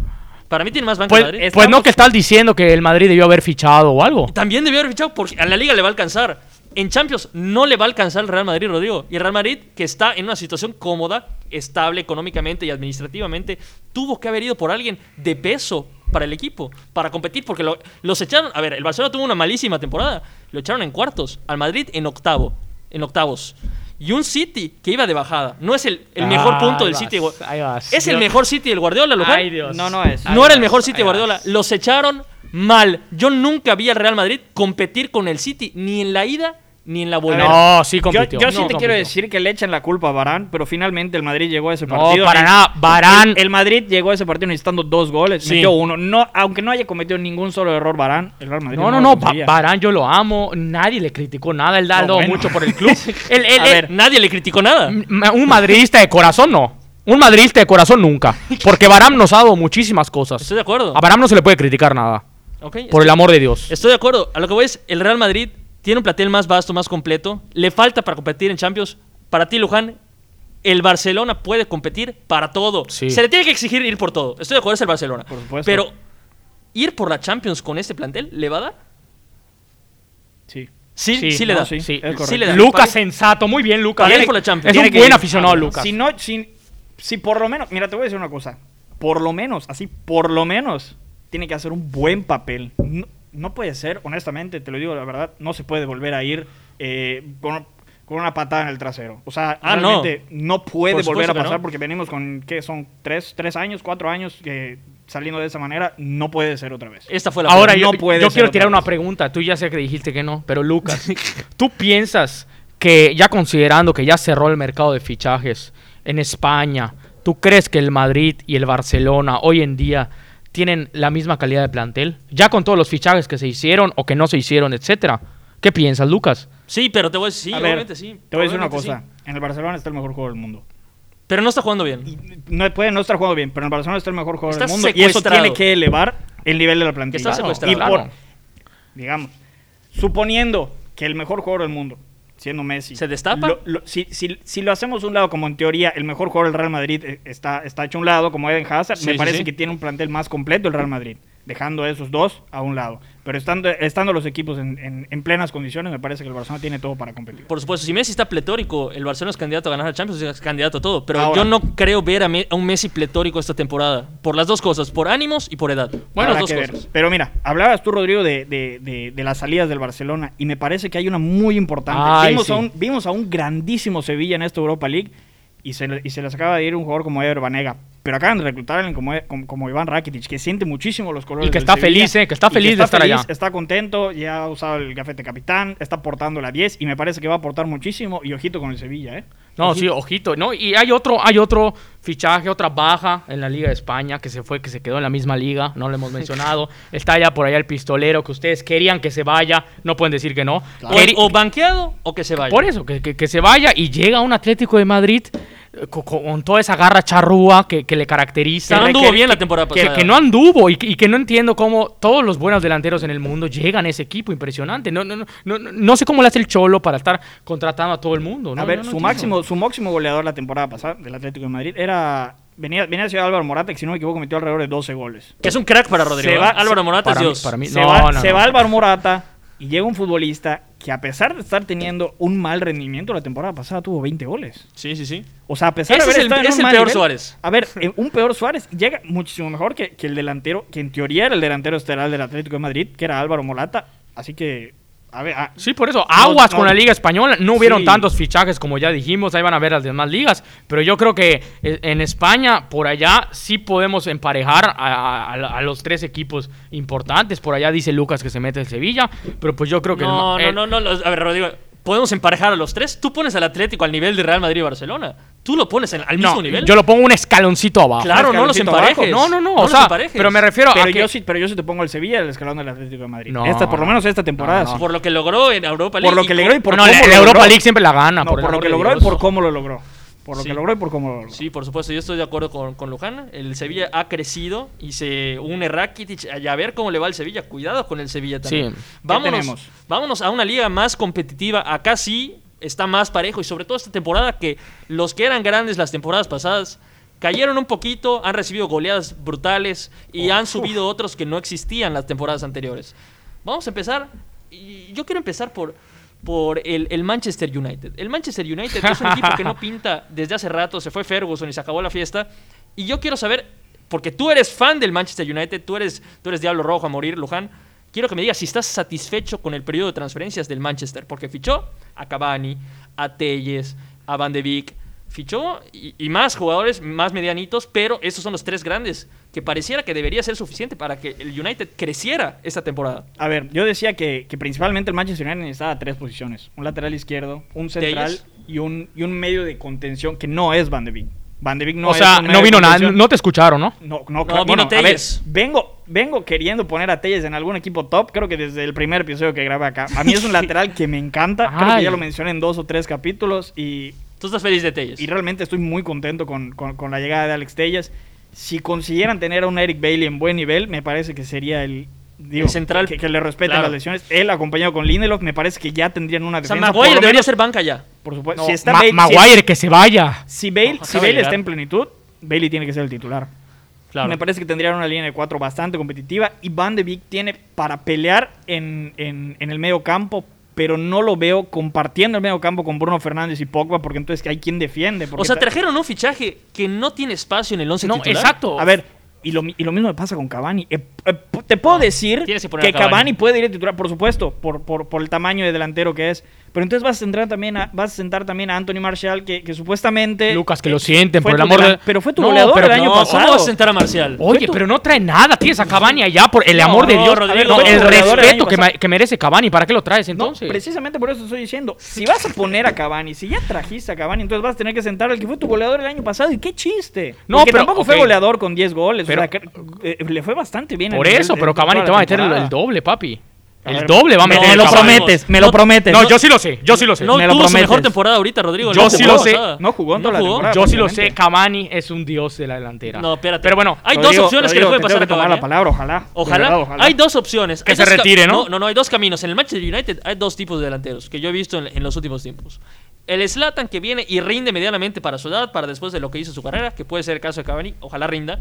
[SPEAKER 1] Para mí tiene más banca
[SPEAKER 2] Pues,
[SPEAKER 1] el Madrid.
[SPEAKER 2] pues no que estás diciendo que el Madrid debió haber fichado o algo.
[SPEAKER 1] También debió haber fichado porque a la liga le va a alcanzar. En Champions no le va a alcanzar el Real Madrid, Rodrigo. Y el Real Madrid, que está en una situación cómoda, estable económicamente y administrativamente, tuvo que haber ido por alguien de peso para el equipo, para competir, porque lo- los echaron. A ver, el Barcelona tuvo una malísima temporada. Lo echaron en cuartos. Al Madrid en octavo. En octavos. Y un City que iba de bajada. No es el, el mejor
[SPEAKER 2] Ah,
[SPEAKER 1] punto
[SPEAKER 2] ahí
[SPEAKER 1] del
[SPEAKER 2] vas,
[SPEAKER 1] City. de Gua-
[SPEAKER 2] ahí vas.
[SPEAKER 1] Es el
[SPEAKER 2] Yo-
[SPEAKER 1] mejor City del Guardiola, lo cual
[SPEAKER 2] Ay, Dios.
[SPEAKER 3] No, no es.
[SPEAKER 2] Ahí
[SPEAKER 1] no era el
[SPEAKER 2] vas,
[SPEAKER 1] mejor City de
[SPEAKER 2] ahí vas.
[SPEAKER 1] Guardiola. Los echaron mal. Yo nunca vi al Real Madrid competir con el City, ni en la ida ni en la vuelta.
[SPEAKER 2] No, sí
[SPEAKER 3] Yo,
[SPEAKER 2] compitió.
[SPEAKER 3] yo sí
[SPEAKER 2] No,
[SPEAKER 3] te
[SPEAKER 2] compitió.
[SPEAKER 3] quiero decir que le echan la culpa a Barán, pero finalmente el Madrid llegó a ese
[SPEAKER 2] No,
[SPEAKER 3] partido.
[SPEAKER 2] para
[SPEAKER 3] ne-
[SPEAKER 2] nada. Varane-
[SPEAKER 3] El, el Madrid llegó a ese partido necesitando dos goles.
[SPEAKER 1] Sí.
[SPEAKER 3] Metió uno. No, aunque no haya cometido ningún solo error Barán, el Real Madrid.
[SPEAKER 2] No, no,
[SPEAKER 3] lo
[SPEAKER 2] no, Ba-
[SPEAKER 3] conseguía.
[SPEAKER 2] Barán yo lo amo, nadie le criticó nada, él da
[SPEAKER 3] No,
[SPEAKER 2] dado
[SPEAKER 3] bueno.
[SPEAKER 2] mucho por el club. Él- él-
[SPEAKER 3] A
[SPEAKER 2] él-
[SPEAKER 3] ver,
[SPEAKER 1] Nadie le criticó nada.
[SPEAKER 2] m- un madridista de corazón no, un madridista de corazón nunca, porque Barán nos ha dado muchísimas cosas.
[SPEAKER 1] Estoy de acuerdo.
[SPEAKER 2] A Barán no se le puede criticar nada,
[SPEAKER 1] Ok,
[SPEAKER 2] por
[SPEAKER 1] estoy-
[SPEAKER 2] el amor de Dios.
[SPEAKER 1] Estoy de acuerdo. A lo que voy es, el Real Madrid tiene un platel más vasto, más completo. Le falta para competir en Champions. Para ti, Luján, el Barcelona puede competir para todo.
[SPEAKER 2] Sí.
[SPEAKER 1] Se le tiene que exigir ir por todo. Estoy de acuerdo, es el Barcelona.
[SPEAKER 3] Por supuesto.
[SPEAKER 1] Pero ir por la Champions con este plantel, ¿le va a dar?
[SPEAKER 3] Sí.
[SPEAKER 1] Sí, sí,
[SPEAKER 2] Sí,
[SPEAKER 1] le
[SPEAKER 3] no,
[SPEAKER 1] da.
[SPEAKER 3] sí.
[SPEAKER 2] Sí,
[SPEAKER 3] es correcto.
[SPEAKER 1] Sí le da.
[SPEAKER 2] Lucas
[SPEAKER 1] Parece-
[SPEAKER 2] sensato, muy bien Lucas.
[SPEAKER 1] Para
[SPEAKER 2] Tiene-
[SPEAKER 1] ir por la Champions.
[SPEAKER 2] Es
[SPEAKER 3] Tiene
[SPEAKER 2] un
[SPEAKER 3] que Ah,
[SPEAKER 2] buen
[SPEAKER 3] ir.
[SPEAKER 2] aficionado Lucas.
[SPEAKER 3] Si no, si, si por lo menos, mira, te voy a decir una cosa. por lo menos, así, por lo menos, tiene que hacer un buen papel. No, no puede ser, honestamente, te lo digo la verdad, no se puede volver a ir eh, con, con una patada en el trasero. O sea,
[SPEAKER 1] Ah, no.
[SPEAKER 3] realmente no, puede
[SPEAKER 1] Por
[SPEAKER 3] volver
[SPEAKER 1] supuesto
[SPEAKER 3] a
[SPEAKER 1] que
[SPEAKER 3] pasar
[SPEAKER 1] no.
[SPEAKER 3] porque venimos con, ¿qué? Son tres, tres años, cuatro años que saliendo de esa manera, no puede ser otra vez.
[SPEAKER 1] Esta fue la
[SPEAKER 2] Ahora
[SPEAKER 1] peor.
[SPEAKER 2] yo,
[SPEAKER 3] no puede
[SPEAKER 2] yo
[SPEAKER 3] ser
[SPEAKER 2] quiero
[SPEAKER 3] otra
[SPEAKER 2] tirar una
[SPEAKER 3] vez.
[SPEAKER 2] pregunta. Tú ya sé que dijiste que no, pero
[SPEAKER 3] *laughs*
[SPEAKER 2] Lucas, ¿tú piensas que ya considerando que ya cerró el mercado de fichajes en España, ¿tú crees que el Madrid y el Barcelona hoy en día tienen la misma calidad de plantel? Ya con todos los fichajes que se hicieron o que no se hicieron, etcétera. ¿Qué piensas, Lucas?
[SPEAKER 1] Sí, pero te voy a decir, sí,
[SPEAKER 3] a ver,
[SPEAKER 1] obviamente sí.
[SPEAKER 3] te voy a decir una
[SPEAKER 1] obviamente
[SPEAKER 3] cosa. En el Barcelona está el mejor jugador del mundo.
[SPEAKER 1] sí. Pero no está jugando bien.
[SPEAKER 3] Y no puede no estar jugando bien, pero en el Barcelona está el mejor jugador
[SPEAKER 1] Está
[SPEAKER 3] del mundo y eso
[SPEAKER 1] secuestrado.
[SPEAKER 3] tiene que elevar el nivel de la plantilla.
[SPEAKER 1] Está secuestrado.
[SPEAKER 3] Y por,
[SPEAKER 2] Claro.
[SPEAKER 3] digamos, suponiendo que el mejor jugador del mundo, siendo Messi,
[SPEAKER 1] ¿Se destapa?
[SPEAKER 3] lo- lo- si, si- si lo hacemos a un lado, como en teoría el mejor jugador del Real Madrid eh, está, está hecho a un lado, como Eden Hazard,
[SPEAKER 1] Sí,
[SPEAKER 3] me
[SPEAKER 1] sí,
[SPEAKER 3] parece
[SPEAKER 1] sí.
[SPEAKER 3] que tiene un plantel más completo el Real Madrid, dejando a esos dos a un lado. Pero estando, estando los equipos en, en- en plenas condiciones, me parece que el Barcelona tiene todo para competir.
[SPEAKER 1] Por supuesto, si Messi está pletórico, el Barcelona es candidato a ganar la Champions, es candidato a todo. Pero
[SPEAKER 3] Ahora.
[SPEAKER 1] yo no creo ver a, Me- a un Messi pletórico esta temporada. Por las dos cosas, por ánimos y por edad. Bueno,
[SPEAKER 3] Habrá
[SPEAKER 1] las dos
[SPEAKER 3] que ver.
[SPEAKER 1] cosas.
[SPEAKER 3] Pero mira, hablabas tú, Rodrigo, de, de- de- de las salidas del Barcelona y me parece que hay una muy importante.
[SPEAKER 2] Ay,
[SPEAKER 3] vimos, a
[SPEAKER 2] sí.
[SPEAKER 3] un, vimos a un grandísimo Sevilla en esta Europa League y se, le- y se les acaba de ir un jugador como Eder Banega. Pero acaban de reclutar a alguien como, E, como, como Iván Rakitic, que siente muchísimo los colores.
[SPEAKER 2] Y que
[SPEAKER 3] del
[SPEAKER 2] está
[SPEAKER 3] Sevilla.
[SPEAKER 2] feliz, eh, que está
[SPEAKER 3] Y
[SPEAKER 2] feliz de estar allá.
[SPEAKER 3] Está contento, ya ha usado el gafete capitán, está aportando la 10 y me parece que va a aportar muchísimo. Y ojito con el Sevilla, ¿eh?
[SPEAKER 2] No, sí, ojito, ¿no? Y hay otro, hay otro fichaje, otra baja en la Liga de España que se fue, que se quedó en la misma liga, no
[SPEAKER 1] *laughs*
[SPEAKER 2] lo hemos mencionado. Está ya por allá el pistolero que ustedes querían que se vaya, no pueden decir que no. Queri-
[SPEAKER 1] O, o banqueado o que se vaya.
[SPEAKER 2] por eso, que, que- que se vaya y llega un Atlético de Madrid eh, co- co- con, toda esa garra charrúa que, que le
[SPEAKER 1] que
[SPEAKER 2] caracteriza.
[SPEAKER 1] no anduvo
[SPEAKER 2] Que-
[SPEAKER 1] bien la temporada
[SPEAKER 2] que,
[SPEAKER 1] pasada.
[SPEAKER 2] que no anduvo y que, y que no entiendo cómo todos los buenos delanteros en el mundo llegan a ese equipo impresionante. No, no, no, no, no sé cómo le hace el Cholo para estar contratando a todo el mundo. Pues ¿no?
[SPEAKER 3] a ver,
[SPEAKER 2] No, no
[SPEAKER 3] su,
[SPEAKER 2] entiendo.
[SPEAKER 3] máximo, su máximo goleador la temporada pasada del Atlético de Madrid era. Venía, venía de Ciudad Álvaro Morata, que si no me equivoco metió alrededor de 12 goles.
[SPEAKER 1] Que es un crack para Rodrigo.
[SPEAKER 3] Se va-
[SPEAKER 1] ¿eh? Álvaro
[SPEAKER 3] se-
[SPEAKER 1] Morata es
[SPEAKER 2] para mí-
[SPEAKER 1] Dios.
[SPEAKER 2] para mí-
[SPEAKER 3] se
[SPEAKER 2] No,
[SPEAKER 3] va,
[SPEAKER 2] no,
[SPEAKER 3] se
[SPEAKER 2] no.
[SPEAKER 3] va Álvaro Morata y llega un futbolista que a pesar de estar teniendo un mal rendimiento la temporada pasada tuvo 20 goles.
[SPEAKER 1] Sí, sí, sí.
[SPEAKER 3] O sea, a pesar
[SPEAKER 1] Ese
[SPEAKER 3] de haber
[SPEAKER 1] es el-
[SPEAKER 3] estado en
[SPEAKER 1] es
[SPEAKER 3] un
[SPEAKER 1] el
[SPEAKER 3] mal
[SPEAKER 1] peor
[SPEAKER 3] nivel-
[SPEAKER 1] Suárez.
[SPEAKER 2] *laughs*
[SPEAKER 3] A ver, eh, un peor Suárez llega muchísimo mejor que, que el delantero, que en teoría era el delantero estelar del Atlético de Madrid, que era Álvaro Morata. Así que, a ver, ah, a-
[SPEAKER 2] Sí, por eso, aguas
[SPEAKER 3] no.
[SPEAKER 2] con la Liga Española. No hubieron
[SPEAKER 3] Sí.
[SPEAKER 2] tantos fichajes como ya dijimos, ahí van a ver las demás ligas. Pero yo creo que eh, en España, por allá, sí podemos emparejar a, a- a la- a los tres equipos importantes. Por allá dice Lucas que se mete el Sevilla, pero pues yo creo que. el
[SPEAKER 1] No,
[SPEAKER 2] ma-
[SPEAKER 1] no,
[SPEAKER 2] el-
[SPEAKER 1] no, no, los- A ver, Rodrigo, podemos emparejar a los tres. Tú pones al Atlético al nivel de Real Madrid y Barcelona. Tú lo pones en- al mismo
[SPEAKER 2] no,
[SPEAKER 1] nivel.
[SPEAKER 2] yo lo pongo un escaloncito abajo.
[SPEAKER 1] Claro, no los
[SPEAKER 3] escaloncito abajo.
[SPEAKER 1] emparejes.
[SPEAKER 2] No, no, no, o
[SPEAKER 1] los
[SPEAKER 2] sea,
[SPEAKER 1] emparejes.
[SPEAKER 2] pero me refiero
[SPEAKER 3] pero,
[SPEAKER 2] a que
[SPEAKER 3] yo sí, pero yo sí te pongo el Sevilla el escalón del Atlético de Madrid.
[SPEAKER 2] No.
[SPEAKER 3] esta, por lo menos esta temporada.
[SPEAKER 2] No, no.
[SPEAKER 3] sí.
[SPEAKER 1] Por lo que logró en Europa League.
[SPEAKER 3] Ah. Por lo que
[SPEAKER 1] y
[SPEAKER 3] logró y
[SPEAKER 1] con-
[SPEAKER 3] por
[SPEAKER 2] no,
[SPEAKER 3] cómo
[SPEAKER 2] la,
[SPEAKER 3] lo
[SPEAKER 2] la Europa
[SPEAKER 3] logró.
[SPEAKER 2] League siempre la gana.
[SPEAKER 3] No, por,
[SPEAKER 2] el
[SPEAKER 3] lo
[SPEAKER 2] amor
[SPEAKER 3] que
[SPEAKER 2] de
[SPEAKER 3] logró y
[SPEAKER 2] Dios.
[SPEAKER 3] por cómo lo logró. Por lo
[SPEAKER 1] Sí.
[SPEAKER 3] que logró y por cómo lo logró.
[SPEAKER 1] Sí, por supuesto, yo estoy de acuerdo con, con Luján. El Sevilla ha crecido y se une Rakitic. Y a ver cómo le va al Sevilla. Cuidado con el Sevilla también.
[SPEAKER 2] Sí.
[SPEAKER 1] Vámonos,
[SPEAKER 3] tenemos?
[SPEAKER 1] vámonos a una liga más competitiva. Acá sí está más parejo y sobre todo esta temporada que los que eran grandes las temporadas pasadas cayeron un poquito, han recibido goleadas brutales
[SPEAKER 3] Oh,
[SPEAKER 1] y han subido otros que no existían las temporadas anteriores. Vamos a empezar. y Yo quiero empezar por, por el, el Manchester United. El Manchester United es un equipo que no
[SPEAKER 3] *laughs*
[SPEAKER 1] pinta desde hace rato. Se fue Ferguson y se acabó la fiesta. Y yo quiero saber, porque tú eres fan del Manchester United, tú eres, tú eres Diablo Rojo a morir, Luján. Quiero que me digas si estás satisfecho con el periodo de transferencias del Manchester, porque fichó a Cavani, a Telles, a Van de Beek, fichó y, y más jugadores más medianitos, pero esos son los tres grandes que pareciera que debería ser suficiente para que el United creciera esta temporada.
[SPEAKER 3] A ver, yo decía que, que principalmente el Manchester United necesitaba tres posiciones: un lateral izquierdo, un central
[SPEAKER 1] ellas?
[SPEAKER 3] y un, y un medio de contención que no es Van de Beek. Van de Beek no
[SPEAKER 2] o
[SPEAKER 3] es
[SPEAKER 2] sea,
[SPEAKER 3] un medio
[SPEAKER 2] no
[SPEAKER 3] de
[SPEAKER 2] vino nada,
[SPEAKER 3] contención.
[SPEAKER 2] no te escucharon, ¿no?
[SPEAKER 3] No,
[SPEAKER 1] No,
[SPEAKER 3] no, claro.
[SPEAKER 1] vino
[SPEAKER 3] bueno, a ver,
[SPEAKER 1] Telles.
[SPEAKER 3] vengo, vengo queriendo poner a Telles en algún equipo top, creo que desde el primer episodio que grabé acá. A mí
[SPEAKER 2] *laughs*
[SPEAKER 3] es un lateral que me encanta, creo
[SPEAKER 2] Ay.
[SPEAKER 3] que ya lo mencioné en dos o tres capítulos y
[SPEAKER 1] Tú estás feliz de Telles.
[SPEAKER 3] y realmente estoy muy contento con, con- con la llegada de Alex Tellas. Si consiguieran tener a un Eric Bailey en buen nivel, me parece que sería el, digo,
[SPEAKER 1] El central.
[SPEAKER 3] que, que le respeten
[SPEAKER 1] Claro.
[SPEAKER 3] las lesiones. Él acompañado con Lindelof, me parece que ya tendrían una
[SPEAKER 1] O sea,
[SPEAKER 3] defensa.
[SPEAKER 1] Maguire
[SPEAKER 3] por lo
[SPEAKER 1] debería
[SPEAKER 3] menos-
[SPEAKER 1] ser banca ya.
[SPEAKER 3] por supuesto.
[SPEAKER 2] No,
[SPEAKER 3] si está
[SPEAKER 2] Ma-
[SPEAKER 3] Bale- si-
[SPEAKER 2] Maguire, que se vaya.
[SPEAKER 3] si Bale,
[SPEAKER 1] No,
[SPEAKER 3] si
[SPEAKER 1] acaba de
[SPEAKER 3] Bale
[SPEAKER 1] llegar.
[SPEAKER 3] está en plenitud, Bailey tiene que ser el titular. Me parece que tendrían una línea de cuatro bastante competitiva y Van de Beek tiene para pelear en, en- en el medio campo, pero no lo veo compartiendo el medio campo con Bruno Fernández y Pogba, porque entonces hay quien defiende. porque
[SPEAKER 1] O sea,
[SPEAKER 3] ta-
[SPEAKER 1] trajeron un fichaje que no tiene espacio en el 11
[SPEAKER 2] No,
[SPEAKER 1] titular.
[SPEAKER 2] exacto.
[SPEAKER 3] A ver, y lo, mi- y lo mismo me pasa con Cavani. Eh, eh, pu- te puedo decir
[SPEAKER 1] Ah, tienes que poner a
[SPEAKER 3] que
[SPEAKER 1] Cavani.
[SPEAKER 3] Cavani. puede ir a titular, por supuesto, por, por, por el tamaño de delantero que es. Pero entonces vas a sentar también a, vas a, sentar también a Anthony Marshall, que, que supuestamente...
[SPEAKER 2] Lucas, que lo
[SPEAKER 3] eh,
[SPEAKER 2] sienten,
[SPEAKER 3] fue
[SPEAKER 2] por el
[SPEAKER 3] tu
[SPEAKER 2] amor
[SPEAKER 3] delan-
[SPEAKER 2] de...
[SPEAKER 3] Pero fue tu
[SPEAKER 2] No,
[SPEAKER 3] goleador
[SPEAKER 2] pero
[SPEAKER 3] el año
[SPEAKER 1] No, ¿cómo
[SPEAKER 3] pasado.
[SPEAKER 1] vas a sentar a Marcial?
[SPEAKER 2] Oye, pero no trae nada. Tienes a Cavani allá, por el amor de
[SPEAKER 1] no,
[SPEAKER 2] Dios.
[SPEAKER 1] Rodrigo,
[SPEAKER 2] No, el
[SPEAKER 1] no,
[SPEAKER 3] goleador del
[SPEAKER 2] respeto
[SPEAKER 3] año
[SPEAKER 2] que,
[SPEAKER 3] pasado.
[SPEAKER 2] ma- que merece Cavani. ¿Para qué lo traes
[SPEAKER 3] No,
[SPEAKER 2] entonces?
[SPEAKER 3] precisamente por eso te estoy diciendo. Si vas a poner a Cavani, si ya trajiste a Cavani, entonces vas a tener que sentar al que fue tu goleador el año pasado. ¿Y qué chiste?
[SPEAKER 2] No,
[SPEAKER 3] Porque
[SPEAKER 2] pero-
[SPEAKER 3] tampoco
[SPEAKER 2] ok.
[SPEAKER 3] fue goleador con 10 goles. o
[SPEAKER 2] Pero-
[SPEAKER 3] sea, que- eh, le fue bastante bien.
[SPEAKER 2] por
[SPEAKER 3] en-
[SPEAKER 2] eso,
[SPEAKER 3] en-
[SPEAKER 2] pero
[SPEAKER 3] en
[SPEAKER 2] Cavani
[SPEAKER 3] toda
[SPEAKER 2] te
[SPEAKER 3] la
[SPEAKER 2] va a meter el,
[SPEAKER 3] temporada.
[SPEAKER 2] el doble, papi.
[SPEAKER 3] A
[SPEAKER 2] el
[SPEAKER 3] ver,
[SPEAKER 2] doble va a
[SPEAKER 1] me-
[SPEAKER 2] meter
[SPEAKER 1] me lo
[SPEAKER 2] Cavani.
[SPEAKER 1] prometes.
[SPEAKER 3] me lo
[SPEAKER 1] No,
[SPEAKER 3] prometes.
[SPEAKER 2] No, yo sí lo sé. Yo sí lo sé.
[SPEAKER 1] No
[SPEAKER 3] Me lo
[SPEAKER 1] tuvo su mejor
[SPEAKER 3] prometes.
[SPEAKER 1] temporada ahorita, Rodrigo.
[SPEAKER 2] Yo
[SPEAKER 1] la
[SPEAKER 2] sí
[SPEAKER 1] temporada
[SPEAKER 2] lo sé.
[SPEAKER 1] pasada.
[SPEAKER 3] No jugó en toda la temporada.
[SPEAKER 2] Yo sí lo sé.
[SPEAKER 3] Prácticamente.
[SPEAKER 2] Cavani es un dios de la delantera.
[SPEAKER 1] No, espérate.
[SPEAKER 2] Pero bueno,
[SPEAKER 1] Hay
[SPEAKER 3] Lo
[SPEAKER 1] dos
[SPEAKER 3] digo-
[SPEAKER 1] opciones
[SPEAKER 3] lo
[SPEAKER 1] que le
[SPEAKER 3] digo,
[SPEAKER 1] pueden
[SPEAKER 3] te
[SPEAKER 1] pasar
[SPEAKER 3] tengo
[SPEAKER 1] a
[SPEAKER 3] que tomar la
[SPEAKER 1] Cavani. ¿eh?
[SPEAKER 3] palabra, ojalá. De
[SPEAKER 1] Ojalá.
[SPEAKER 3] verdad, ojalá.
[SPEAKER 1] Hay dos opciones.
[SPEAKER 2] Que
[SPEAKER 1] Hay
[SPEAKER 2] se
[SPEAKER 1] dos ca-
[SPEAKER 2] retire, ¿no?
[SPEAKER 1] No, no, hay dos caminos. En el Manchester United hay dos tipos de delanteros que yo he visto en, en los últimos tiempos. El Slatan que viene y rinde medianamente para su edad, para después de lo que hizo su carrera, que puede ser el caso de Cavani, ojalá rinda.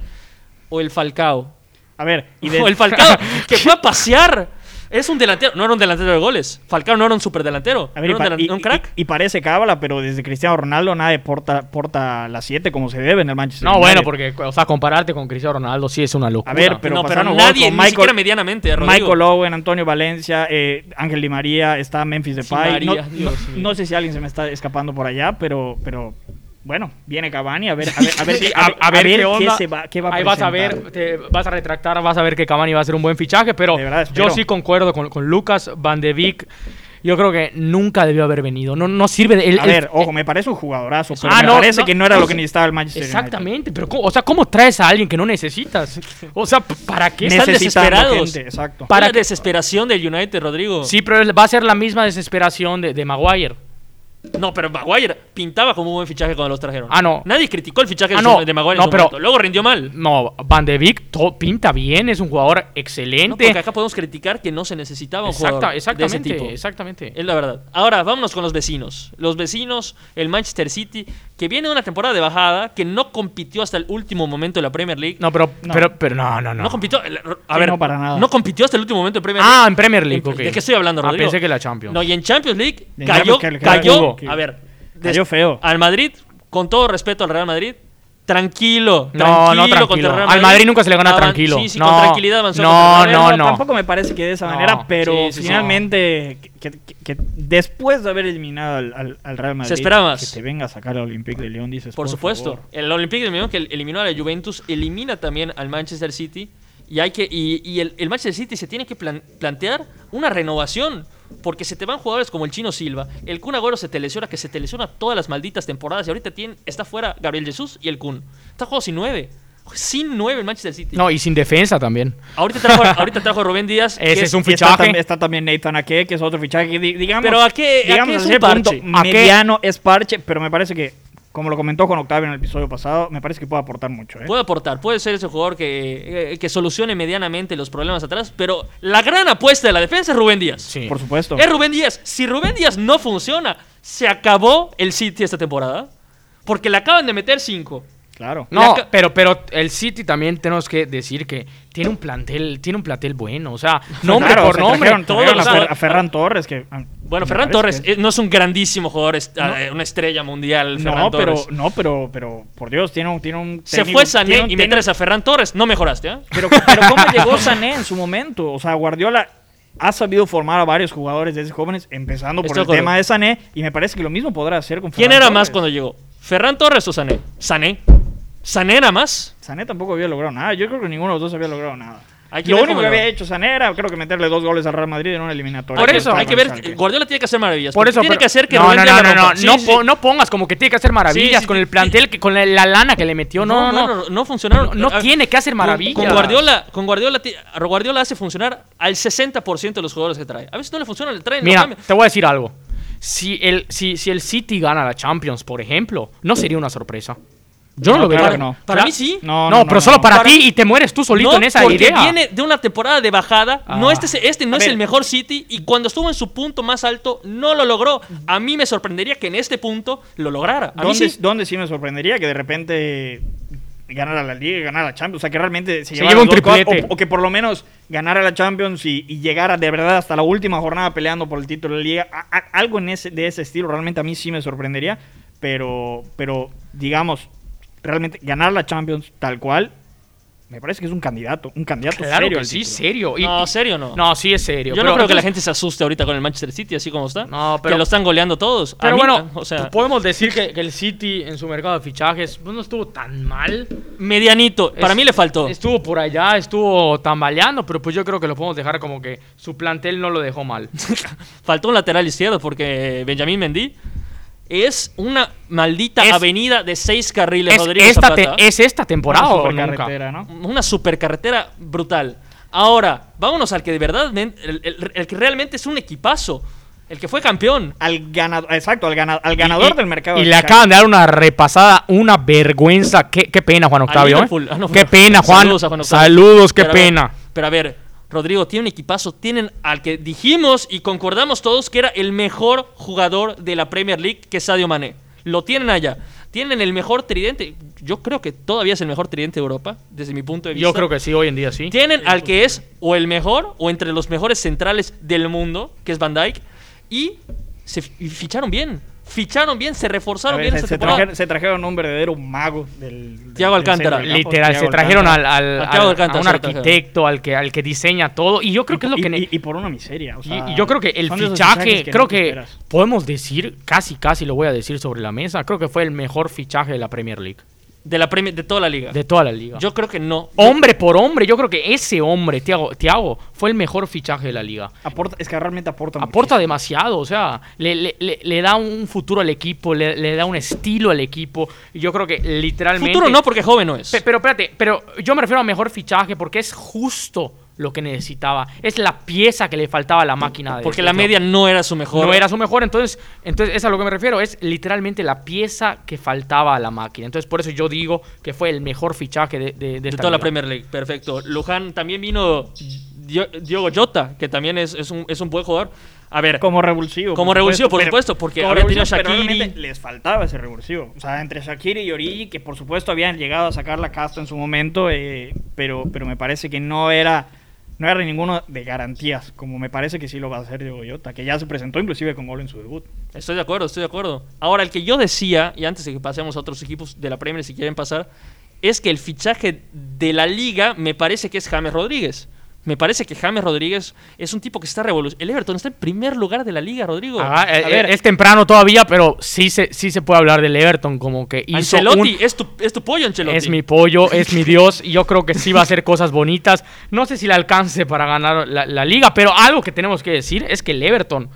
[SPEAKER 1] O el Falcao.
[SPEAKER 3] A ver, *laughs* y de-
[SPEAKER 1] *laughs* O el Falcao, que fue a pasear. Es un delantero. No era un delantero de goles. Falcao no era un superdelantero.
[SPEAKER 3] a ver, y
[SPEAKER 1] era un,
[SPEAKER 3] pa-
[SPEAKER 1] delan-
[SPEAKER 3] y,
[SPEAKER 1] un crack.
[SPEAKER 3] y- y parece cábala, pero desde Cristiano Ronaldo nadie porta, porta las 7 como se debe en el Manchester
[SPEAKER 2] No,
[SPEAKER 3] United.
[SPEAKER 2] bueno, porque, o sea, compararte con Cristiano Ronaldo sí es una locura.
[SPEAKER 3] A ver, pero
[SPEAKER 1] no, pero
[SPEAKER 3] pasaron
[SPEAKER 1] nadie,
[SPEAKER 3] goles con
[SPEAKER 1] ni
[SPEAKER 3] Michael-
[SPEAKER 1] siquiera medianamente, Rodrigo.
[SPEAKER 3] Michael Owen, Antonio Valencia, eh, Ángel Di María, está Memphis Depay.
[SPEAKER 1] Di
[SPEAKER 3] no,
[SPEAKER 1] María,
[SPEAKER 3] no,
[SPEAKER 1] Dios mío.
[SPEAKER 3] no sé si alguien se me está escapando por allá, pero, pero bueno, viene Cavani a ver, a ver, a
[SPEAKER 1] *laughs*
[SPEAKER 3] ver,
[SPEAKER 2] Sí,
[SPEAKER 3] qué- a, a ver qué, se va, qué va a
[SPEAKER 2] Ahí vas a
[SPEAKER 3] presentar.
[SPEAKER 2] ver, te vas a retractar, vas a ver que Cavani va a ser un buen fichaje, pero
[SPEAKER 3] De verdad, espero.
[SPEAKER 2] yo sí concuerdo con, con Lucas Van de Beek. Yo creo que nunca debió haber venido. No, no sirve de eh, él.
[SPEAKER 3] A ver, ojo, me parece un jugadorazo, pero
[SPEAKER 2] Ah,
[SPEAKER 3] me
[SPEAKER 2] no,
[SPEAKER 3] parece
[SPEAKER 2] no,
[SPEAKER 3] que no era
[SPEAKER 2] no,
[SPEAKER 3] lo que necesitaba el Manchester United.
[SPEAKER 2] Exactamente, pero ¿cómo- o sea, ¿cómo traes a alguien que no necesitas? O sea, p- ¿para qué?
[SPEAKER 1] Neces-
[SPEAKER 2] Están-
[SPEAKER 1] están
[SPEAKER 3] Necesitando
[SPEAKER 1] desesperados.
[SPEAKER 3] gente, exacto.
[SPEAKER 1] Para
[SPEAKER 2] Para
[SPEAKER 1] la
[SPEAKER 2] que-
[SPEAKER 1] desesperación del United, Rodrigo.
[SPEAKER 2] Sí, pero él- va a ser la misma desesperación de, de Maguire.
[SPEAKER 1] No, pero Maguire pintaba como un buen fichaje cuando los trajeron.
[SPEAKER 2] Ah, no.
[SPEAKER 1] Nadie criticó el fichaje
[SPEAKER 2] Ah,
[SPEAKER 1] de
[SPEAKER 2] no.
[SPEAKER 1] su- de Maguire en
[SPEAKER 2] No,
[SPEAKER 1] su
[SPEAKER 2] pero-
[SPEAKER 1] momento. Luego rindió mal.
[SPEAKER 2] No, Van de Beek to- pinta bien, es un jugador
[SPEAKER 1] No,
[SPEAKER 2] excelente.
[SPEAKER 1] porque acá podemos criticar que no se necesitaba un
[SPEAKER 2] Exacta-
[SPEAKER 1] jugador
[SPEAKER 2] exactamente,
[SPEAKER 1] de ese tipo.
[SPEAKER 2] exactamente.
[SPEAKER 1] Es la verdad. Ahora, vámonos con los vecinos. Los vecinos, el Manchester City, que viene de una temporada de bajada, que no compitió hasta el último momento de la Premier League.
[SPEAKER 2] No, pero,
[SPEAKER 3] No.
[SPEAKER 2] pero, pero no, no, no.
[SPEAKER 1] No, compitió. el- A
[SPEAKER 3] Sí,
[SPEAKER 1] ver,
[SPEAKER 3] no, para nada.
[SPEAKER 1] no compitió hasta el último momento de Premier League.
[SPEAKER 2] Ah, en Premier League,
[SPEAKER 1] En-
[SPEAKER 2] ok.
[SPEAKER 1] ¿De qué estoy hablando,
[SPEAKER 2] Ah,
[SPEAKER 1] Rodrigo?
[SPEAKER 2] pensé que la Champions.
[SPEAKER 1] No, y en Champions League
[SPEAKER 3] En
[SPEAKER 1] cayó,
[SPEAKER 3] Champions, que-
[SPEAKER 1] cayó,
[SPEAKER 3] que-
[SPEAKER 1] a ver,
[SPEAKER 3] cayó
[SPEAKER 1] des-
[SPEAKER 3] feo.
[SPEAKER 1] Al Madrid, con todo respeto al Real Madrid, tranquilo,
[SPEAKER 2] No, no,
[SPEAKER 1] tranquilo
[SPEAKER 2] tranquilo.
[SPEAKER 1] contra el Real
[SPEAKER 2] Al Madrid nunca se le gana
[SPEAKER 1] Avan-
[SPEAKER 2] tranquilo.
[SPEAKER 1] Sí, sí,
[SPEAKER 2] no,
[SPEAKER 1] con tranquilidad avanzó
[SPEAKER 2] No,
[SPEAKER 1] contra el Real.
[SPEAKER 2] no,
[SPEAKER 3] Pero
[SPEAKER 2] no.
[SPEAKER 3] Tampoco me parece que de esa
[SPEAKER 2] No,
[SPEAKER 3] manera, pero
[SPEAKER 1] sí, sí, sí.
[SPEAKER 3] finalmente, que, que- que después de haber eliminado al, al- al Real Madrid,
[SPEAKER 1] Se esperaba más.
[SPEAKER 3] que te venga a sacar al Olympique de León, dices.
[SPEAKER 1] Por, supuesto.
[SPEAKER 3] favor.
[SPEAKER 1] El Olympique de Milán que eliminó a la Juventus elimina también al Manchester City. Y, hay que, y, y el, el Manchester City se tiene que plan- plantear una renovación. Porque se te van jugadores como el Chino Silva, el Kun Agüero se te lesiona, que se te lesiona todas las malditas temporadas. Y ahorita tiene, está fuera Gabriel Jesús y el Kun. Está jugando sin nueve. Sin nueve el Manchester City.
[SPEAKER 2] No, y sin defensa también.
[SPEAKER 1] Ahorita trajo, ahorita trajo a Rubén Díaz. que
[SPEAKER 2] *laughs* Ese es un
[SPEAKER 3] Y está,
[SPEAKER 2] fichaje.
[SPEAKER 3] tam- está también Nathan Ake, que es otro fichaje. que di- digamos,
[SPEAKER 1] Pero Ake- Ake
[SPEAKER 3] digamos,
[SPEAKER 1] es
[SPEAKER 3] hasta
[SPEAKER 1] un
[SPEAKER 3] cierto punto,
[SPEAKER 1] parche.
[SPEAKER 2] Ake-
[SPEAKER 3] mediano es parche, pero me parece que, como lo comentó Juan Octavio en el episodio pasado, me parece que puede aportar mucho. ¿eh?
[SPEAKER 1] Puede aportar, puede ser ese jugador que, eh, que solucione medianamente los problemas atrás. Pero la gran apuesta de la defensa es Rubén Díaz.
[SPEAKER 2] Sí.
[SPEAKER 3] Por supuesto.
[SPEAKER 1] Es Rubén Díaz. Si Rubén Díaz no funciona, se acabó el City esta temporada. Porque le acaban de meter 5.
[SPEAKER 3] Claro.
[SPEAKER 2] No,
[SPEAKER 1] La ca-
[SPEAKER 2] pero, pero el City también tenemos que decir que tiene un plantel, tiene un plantel bueno.
[SPEAKER 1] *laughs*
[SPEAKER 2] O sea, nombre
[SPEAKER 3] Claro, o
[SPEAKER 2] por
[SPEAKER 3] sea,
[SPEAKER 2] nombre.
[SPEAKER 3] trajeron-
[SPEAKER 1] todos
[SPEAKER 3] trajeron
[SPEAKER 1] los-
[SPEAKER 3] a, Fer- a Ferran Torres. que ah,
[SPEAKER 1] Bueno,
[SPEAKER 3] me
[SPEAKER 1] Ferran
[SPEAKER 3] parece
[SPEAKER 1] Torres
[SPEAKER 3] que-
[SPEAKER 1] eh, no es un grandísimo jugador, es, ah, eh, una estrella mundial.
[SPEAKER 3] No,
[SPEAKER 1] Ferran
[SPEAKER 3] pero,
[SPEAKER 1] Torres.
[SPEAKER 3] no pero, pero, por Dios, tiene un. Tiene un
[SPEAKER 1] se
[SPEAKER 3] técnico-
[SPEAKER 1] fue
[SPEAKER 3] tiene
[SPEAKER 1] Sané
[SPEAKER 3] un-
[SPEAKER 1] y me
[SPEAKER 3] tiene-
[SPEAKER 1] traes a Ferran Torres. No mejoraste, ¿eh?
[SPEAKER 3] Pero, pero
[SPEAKER 1] *laughs*
[SPEAKER 3] ¿cómo llegó Sané en su momento? O sea, Guardiola ha sabido formar a varios jugadores de esos jóvenes, empezando por
[SPEAKER 1] Estoy
[SPEAKER 3] el
[SPEAKER 1] de acuerdo.
[SPEAKER 3] tema de Sané, y me parece que lo mismo podrá hacer con
[SPEAKER 1] ¿Quién
[SPEAKER 3] Ferran
[SPEAKER 1] era más
[SPEAKER 3] Torres.
[SPEAKER 1] cuando llegó? ¿Ferran Torres o Sané? Sané. ¿Sané era más?
[SPEAKER 3] Sané tampoco había logrado nada. Yo creo que ninguno de los dos había logrado nada.
[SPEAKER 1] Hay que
[SPEAKER 3] Lo
[SPEAKER 1] ver
[SPEAKER 3] único
[SPEAKER 1] cómo
[SPEAKER 3] que
[SPEAKER 1] lo-
[SPEAKER 3] había hecho Sané era, creo que meterle dos goles al Real Madrid en una eliminatoria.
[SPEAKER 2] Por
[SPEAKER 1] Hay que-
[SPEAKER 2] eso,
[SPEAKER 1] hay que ver.
[SPEAKER 3] Sanque.
[SPEAKER 1] Guardiola tiene que hacer maravillas.
[SPEAKER 2] Por
[SPEAKER 1] porque
[SPEAKER 2] eso
[SPEAKER 1] tiene
[SPEAKER 2] pero-
[SPEAKER 1] que hacer que
[SPEAKER 2] no,
[SPEAKER 1] Rubén
[SPEAKER 2] no,
[SPEAKER 1] Díaz
[SPEAKER 2] no,
[SPEAKER 1] la
[SPEAKER 2] no, no,
[SPEAKER 1] rompa. Sí,
[SPEAKER 2] no
[SPEAKER 1] sí,
[SPEAKER 2] po- no pongas como que tiene que hacer maravillas
[SPEAKER 1] sí,
[SPEAKER 2] con
[SPEAKER 1] sí.
[SPEAKER 2] el plantel, que, con la, la lana que le metió. No, no,
[SPEAKER 1] no, funcionaron.
[SPEAKER 2] No, no
[SPEAKER 1] Ah,
[SPEAKER 2] tiene que hacer
[SPEAKER 1] con-
[SPEAKER 2] maravillas.
[SPEAKER 1] Con, Guardiola, con Guardiola, ti- Guardiola hace funcionar al 60% de los jugadores que trae. A veces no le funciona, le traen. lo
[SPEAKER 2] Mira,
[SPEAKER 1] cambian.
[SPEAKER 2] te voy a decir algo. Si el, si, si el City gana la Champions, por ejemplo, no sería una sorpresa. Yo no,
[SPEAKER 3] No,
[SPEAKER 2] lo vería.
[SPEAKER 3] claro que
[SPEAKER 1] para,
[SPEAKER 3] no.
[SPEAKER 1] para
[SPEAKER 2] Claro.
[SPEAKER 1] mí sí.
[SPEAKER 2] No,
[SPEAKER 3] No, no, no,
[SPEAKER 2] pero
[SPEAKER 3] no,
[SPEAKER 2] solo
[SPEAKER 3] no.
[SPEAKER 2] para,
[SPEAKER 1] Para-
[SPEAKER 2] ti y te mueres tú solito
[SPEAKER 1] No,
[SPEAKER 2] en esa
[SPEAKER 1] porque
[SPEAKER 2] idea.
[SPEAKER 1] viene de una temporada de bajada. No,
[SPEAKER 2] Ah.
[SPEAKER 1] este, es- este no
[SPEAKER 3] A
[SPEAKER 1] es
[SPEAKER 3] ver.
[SPEAKER 1] el mejor City. Y cuando estuvo en su punto más alto, no lo logró. A mí me sorprendería que en este punto lo lograra. A mí
[SPEAKER 3] ¿Dónde,
[SPEAKER 1] sí.
[SPEAKER 3] dónde sí me sorprendería que de repente ganar a la Liga, y ganar a la Champions. O sea, que realmente se,
[SPEAKER 2] Se
[SPEAKER 3] llevara
[SPEAKER 2] lleva un
[SPEAKER 3] los dos cosas,
[SPEAKER 2] triplete.
[SPEAKER 3] O, o que por lo menos ganara la Champions y, y llegara de verdad hasta la última jornada peleando por el título de la Liga. A- a- algo en ese, de ese estilo realmente a mí sí me sorprendería. Pero, pero digamos, realmente ganar la Champions tal cual, me parece que es un candidato. Un candidato
[SPEAKER 2] Claro
[SPEAKER 3] serio
[SPEAKER 2] que
[SPEAKER 3] al
[SPEAKER 2] sí,
[SPEAKER 3] título.
[SPEAKER 2] serio. Y-
[SPEAKER 1] No, serio no.
[SPEAKER 2] No, sí es serio.
[SPEAKER 1] Yo no creo
[SPEAKER 2] pero
[SPEAKER 1] que la
[SPEAKER 2] entonces-
[SPEAKER 1] gente se asuste ahorita con el Manchester City, así como está.
[SPEAKER 2] No, pero-
[SPEAKER 1] Que lo están goleando todos. A
[SPEAKER 2] Pero
[SPEAKER 1] mí,
[SPEAKER 2] bueno,
[SPEAKER 1] o sea,
[SPEAKER 2] podemos decir que, que el City en su mercado de fichajes pues, no estuvo tan mal.
[SPEAKER 1] medianito. Para
[SPEAKER 2] Es-
[SPEAKER 1] mí le faltó.
[SPEAKER 2] Estuvo por allá, estuvo tambaleando, pero pues yo creo que lo podemos dejar como que su plantel no lo dejó *laughs* mal.
[SPEAKER 1] Faltó un lateral izquierdo porque Benjamín Mendy es una maldita
[SPEAKER 2] Es-
[SPEAKER 1] avenida de seis carriles,
[SPEAKER 2] es,
[SPEAKER 1] Rodrigo
[SPEAKER 2] esta te-
[SPEAKER 1] Zapata.
[SPEAKER 2] es esta
[SPEAKER 3] Una
[SPEAKER 2] temporada o nunca.
[SPEAKER 3] supercarretera, ¿no?
[SPEAKER 1] Una supercarretera brutal. Ahora, vámonos al que de verdad, men- el, el- el que realmente es un equipazo. El que fue campeón.
[SPEAKER 3] Al ganador, exacto, al, gana- al ganador
[SPEAKER 2] Y-
[SPEAKER 3] del mercado.
[SPEAKER 2] Y
[SPEAKER 3] de
[SPEAKER 2] le
[SPEAKER 3] fichajes.
[SPEAKER 2] acaban de dar una repasada, una vergüenza. Qué, qué pena, Juan
[SPEAKER 1] Al
[SPEAKER 2] Octavio. ¿eh?
[SPEAKER 1] Liverpool. Ah, no,
[SPEAKER 2] Qué
[SPEAKER 1] bueno.
[SPEAKER 2] pena, Juan.
[SPEAKER 1] Saludos
[SPEAKER 2] Saludos,
[SPEAKER 1] a Juan Octavio.
[SPEAKER 2] qué
[SPEAKER 1] Pero a ver,
[SPEAKER 2] pena.
[SPEAKER 1] pero a ver, Rodrigo, tiene un equipazo. Tienen al que dijimos y concordamos todos que era el mejor jugador de la Premier League, que es Sadio Mané. Lo tienen allá. Tienen el mejor tridente. Yo creo que todavía es el mejor tridente de Europa, desde mi punto de vista.
[SPEAKER 2] Yo creo que sí, hoy en día sí.
[SPEAKER 1] Tienen al que es o el mejor o entre los mejores centrales del mundo, que es Van Dyke. Y se fi- y ficharon bien. Ficharon bien, se
[SPEAKER 3] A
[SPEAKER 1] reforzaron
[SPEAKER 3] ver,
[SPEAKER 1] bien
[SPEAKER 3] se,
[SPEAKER 1] esta
[SPEAKER 3] se
[SPEAKER 1] temporada.
[SPEAKER 3] trajeron, se trajeron un verdadero mago del. del-
[SPEAKER 1] Thiago
[SPEAKER 3] del centro
[SPEAKER 1] Alcántara.
[SPEAKER 3] del campo.
[SPEAKER 2] Literal,
[SPEAKER 3] Thiago
[SPEAKER 2] se trajeron al,
[SPEAKER 3] Alcántara.
[SPEAKER 2] al-
[SPEAKER 1] Acabo de
[SPEAKER 2] al-
[SPEAKER 1] alcanzar,
[SPEAKER 2] a un
[SPEAKER 1] se trajeron.
[SPEAKER 2] arquitecto, al que, al que diseña todo. Y yo creo que es lo
[SPEAKER 3] y,
[SPEAKER 2] que... ne-
[SPEAKER 3] y- y por una miseria. o
[SPEAKER 2] Y-
[SPEAKER 3] sea,
[SPEAKER 2] y yo creo que el
[SPEAKER 3] son de esos
[SPEAKER 2] fichaje,
[SPEAKER 3] fichajes no
[SPEAKER 2] creo
[SPEAKER 3] te
[SPEAKER 2] que
[SPEAKER 3] esperas.
[SPEAKER 2] podemos decir, casi casi lo voy a decir sobre la mesa, creo que fue el mejor fichaje de la Premier League,
[SPEAKER 1] De, la Premier- de toda la liga.
[SPEAKER 2] de toda la liga.
[SPEAKER 1] Yo creo que no. Yo-
[SPEAKER 2] hombre por hombre, yo creo que ese hombre, Tiago, Thiago, fue el mejor fichaje de la liga.
[SPEAKER 3] Aporta, es que realmente aporta.
[SPEAKER 2] Aporta demasiado, o sea, le, le- le- le da un futuro al equipo, le, le da un estilo al equipo. y Yo creo que literalmente...
[SPEAKER 1] Futuro no, pues. porque joven no es.
[SPEAKER 2] Pe- Pero espérate, pero yo me refiero a mejor fichaje porque es justo lo que necesitaba. Es la pieza que le faltaba a la máquina. de-
[SPEAKER 1] Porque
[SPEAKER 2] de
[SPEAKER 1] la
[SPEAKER 2] Klopp.
[SPEAKER 1] media no era su mejor.
[SPEAKER 2] No era su mejor, entonces, entonces es a lo que me refiero, es literalmente la pieza que faltaba a la máquina. Entonces por eso yo digo que fue el mejor fichaje de, de, de
[SPEAKER 1] de
[SPEAKER 2] esta
[SPEAKER 1] toda la
[SPEAKER 2] liga.
[SPEAKER 1] Premier League. Perfecto. Luján también vino Dio- Diogo Jota, que también es, es un, es un buen jugador. A ver,
[SPEAKER 3] Como revulsivo.
[SPEAKER 1] Como revulsivo, por
[SPEAKER 3] pero-
[SPEAKER 1] supuesto, porque
[SPEAKER 3] como
[SPEAKER 1] había tenido
[SPEAKER 3] revulsivo, pero
[SPEAKER 1] Shaqiri.
[SPEAKER 3] realmente Les faltaba ese revulsivo. O sea, entre Shakiri y Origi, que por supuesto habían llegado a sacar la casta en su momento, eh, pero, pero me parece que no era. No era ninguno de garantías, como me parece que sí lo va a hacer Diego Jota, que ya se presentó inclusive con gol en su debut.
[SPEAKER 1] estoy de acuerdo, estoy de acuerdo. Ahora, el que yo decía, y antes de que pasemos a otros equipos de la Premier si quieren pasar, es que el fichaje de la liga me parece que es James Rodríguez. Me parece que James Rodríguez es un tipo que está revolucionando. El Everton está en primer lugar de la liga, Rodrigo.
[SPEAKER 2] Ajá, eh,
[SPEAKER 3] A ver.
[SPEAKER 2] eh, es temprano todavía, pero sí se, sí se puede hablar del Everton como que hizo
[SPEAKER 1] Ancelotti,
[SPEAKER 2] un-
[SPEAKER 1] es, tu, es tu pollo, Ancelotti.
[SPEAKER 2] Es mi pollo,
[SPEAKER 1] *laughs*
[SPEAKER 2] es mi dios, y yo creo que sí va a hacer cosas bonitas. No sé si le alcance para ganar la, la liga, pero algo que tenemos que decir es que el Everton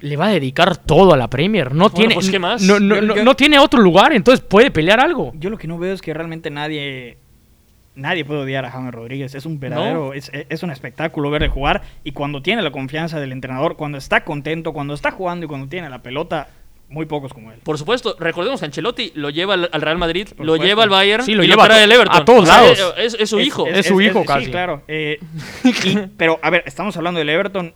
[SPEAKER 2] le va a dedicar todo a la Premier. No
[SPEAKER 1] Bueno,
[SPEAKER 2] tiene,
[SPEAKER 1] pues, ¿qué más?
[SPEAKER 2] No, no-
[SPEAKER 3] Yo-
[SPEAKER 2] no-
[SPEAKER 3] yo-
[SPEAKER 2] no tiene otro lugar, entonces puede pelear algo.
[SPEAKER 3] Yo lo que no veo es que realmente nadie nadie puede odiar a James Rodríguez. Es un verdadero, es, es un espectáculo verle jugar y cuando tiene la confianza del entrenador, cuando está contento, cuando está jugando y cuando tiene la pelota, muy pocos como él.
[SPEAKER 1] Por supuesto, recordemos que Ancelotti lo lleva al, al Real Madrid,
[SPEAKER 3] Por
[SPEAKER 1] lo
[SPEAKER 3] supuesto.
[SPEAKER 1] lleva al Bayern
[SPEAKER 2] Sí, lo
[SPEAKER 1] y
[SPEAKER 2] lleva a
[SPEAKER 1] trae
[SPEAKER 2] to-
[SPEAKER 1] al Everton.
[SPEAKER 2] a todos
[SPEAKER 1] O sea, eh,
[SPEAKER 2] lados.
[SPEAKER 1] Es, es su hijo.
[SPEAKER 2] es- su hijo casi.
[SPEAKER 3] Sí, claro.
[SPEAKER 1] *laughs*
[SPEAKER 3] Eh, y- pero, a ver, estamos hablando del Everton.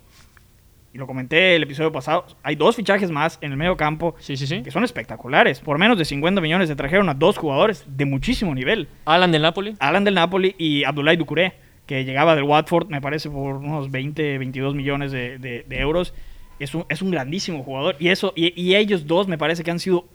[SPEAKER 3] Y lo comenté el episodio pasado. Hay dos fichajes más en el medio campo
[SPEAKER 1] sí, sí, sí.
[SPEAKER 3] que son espectaculares. Por menos de 50 millones se trajeron a dos jugadores de muchísimo nivel.
[SPEAKER 1] Alan del Napoli.
[SPEAKER 3] Alan del Napoli y Abdoulaye Ducouré, que llegaba del Watford, me parece, por unos 20, 22 millones de, de- de euros. Es un, es un grandísimo jugador. Y, eso, y, y ellos dos me parece que han sido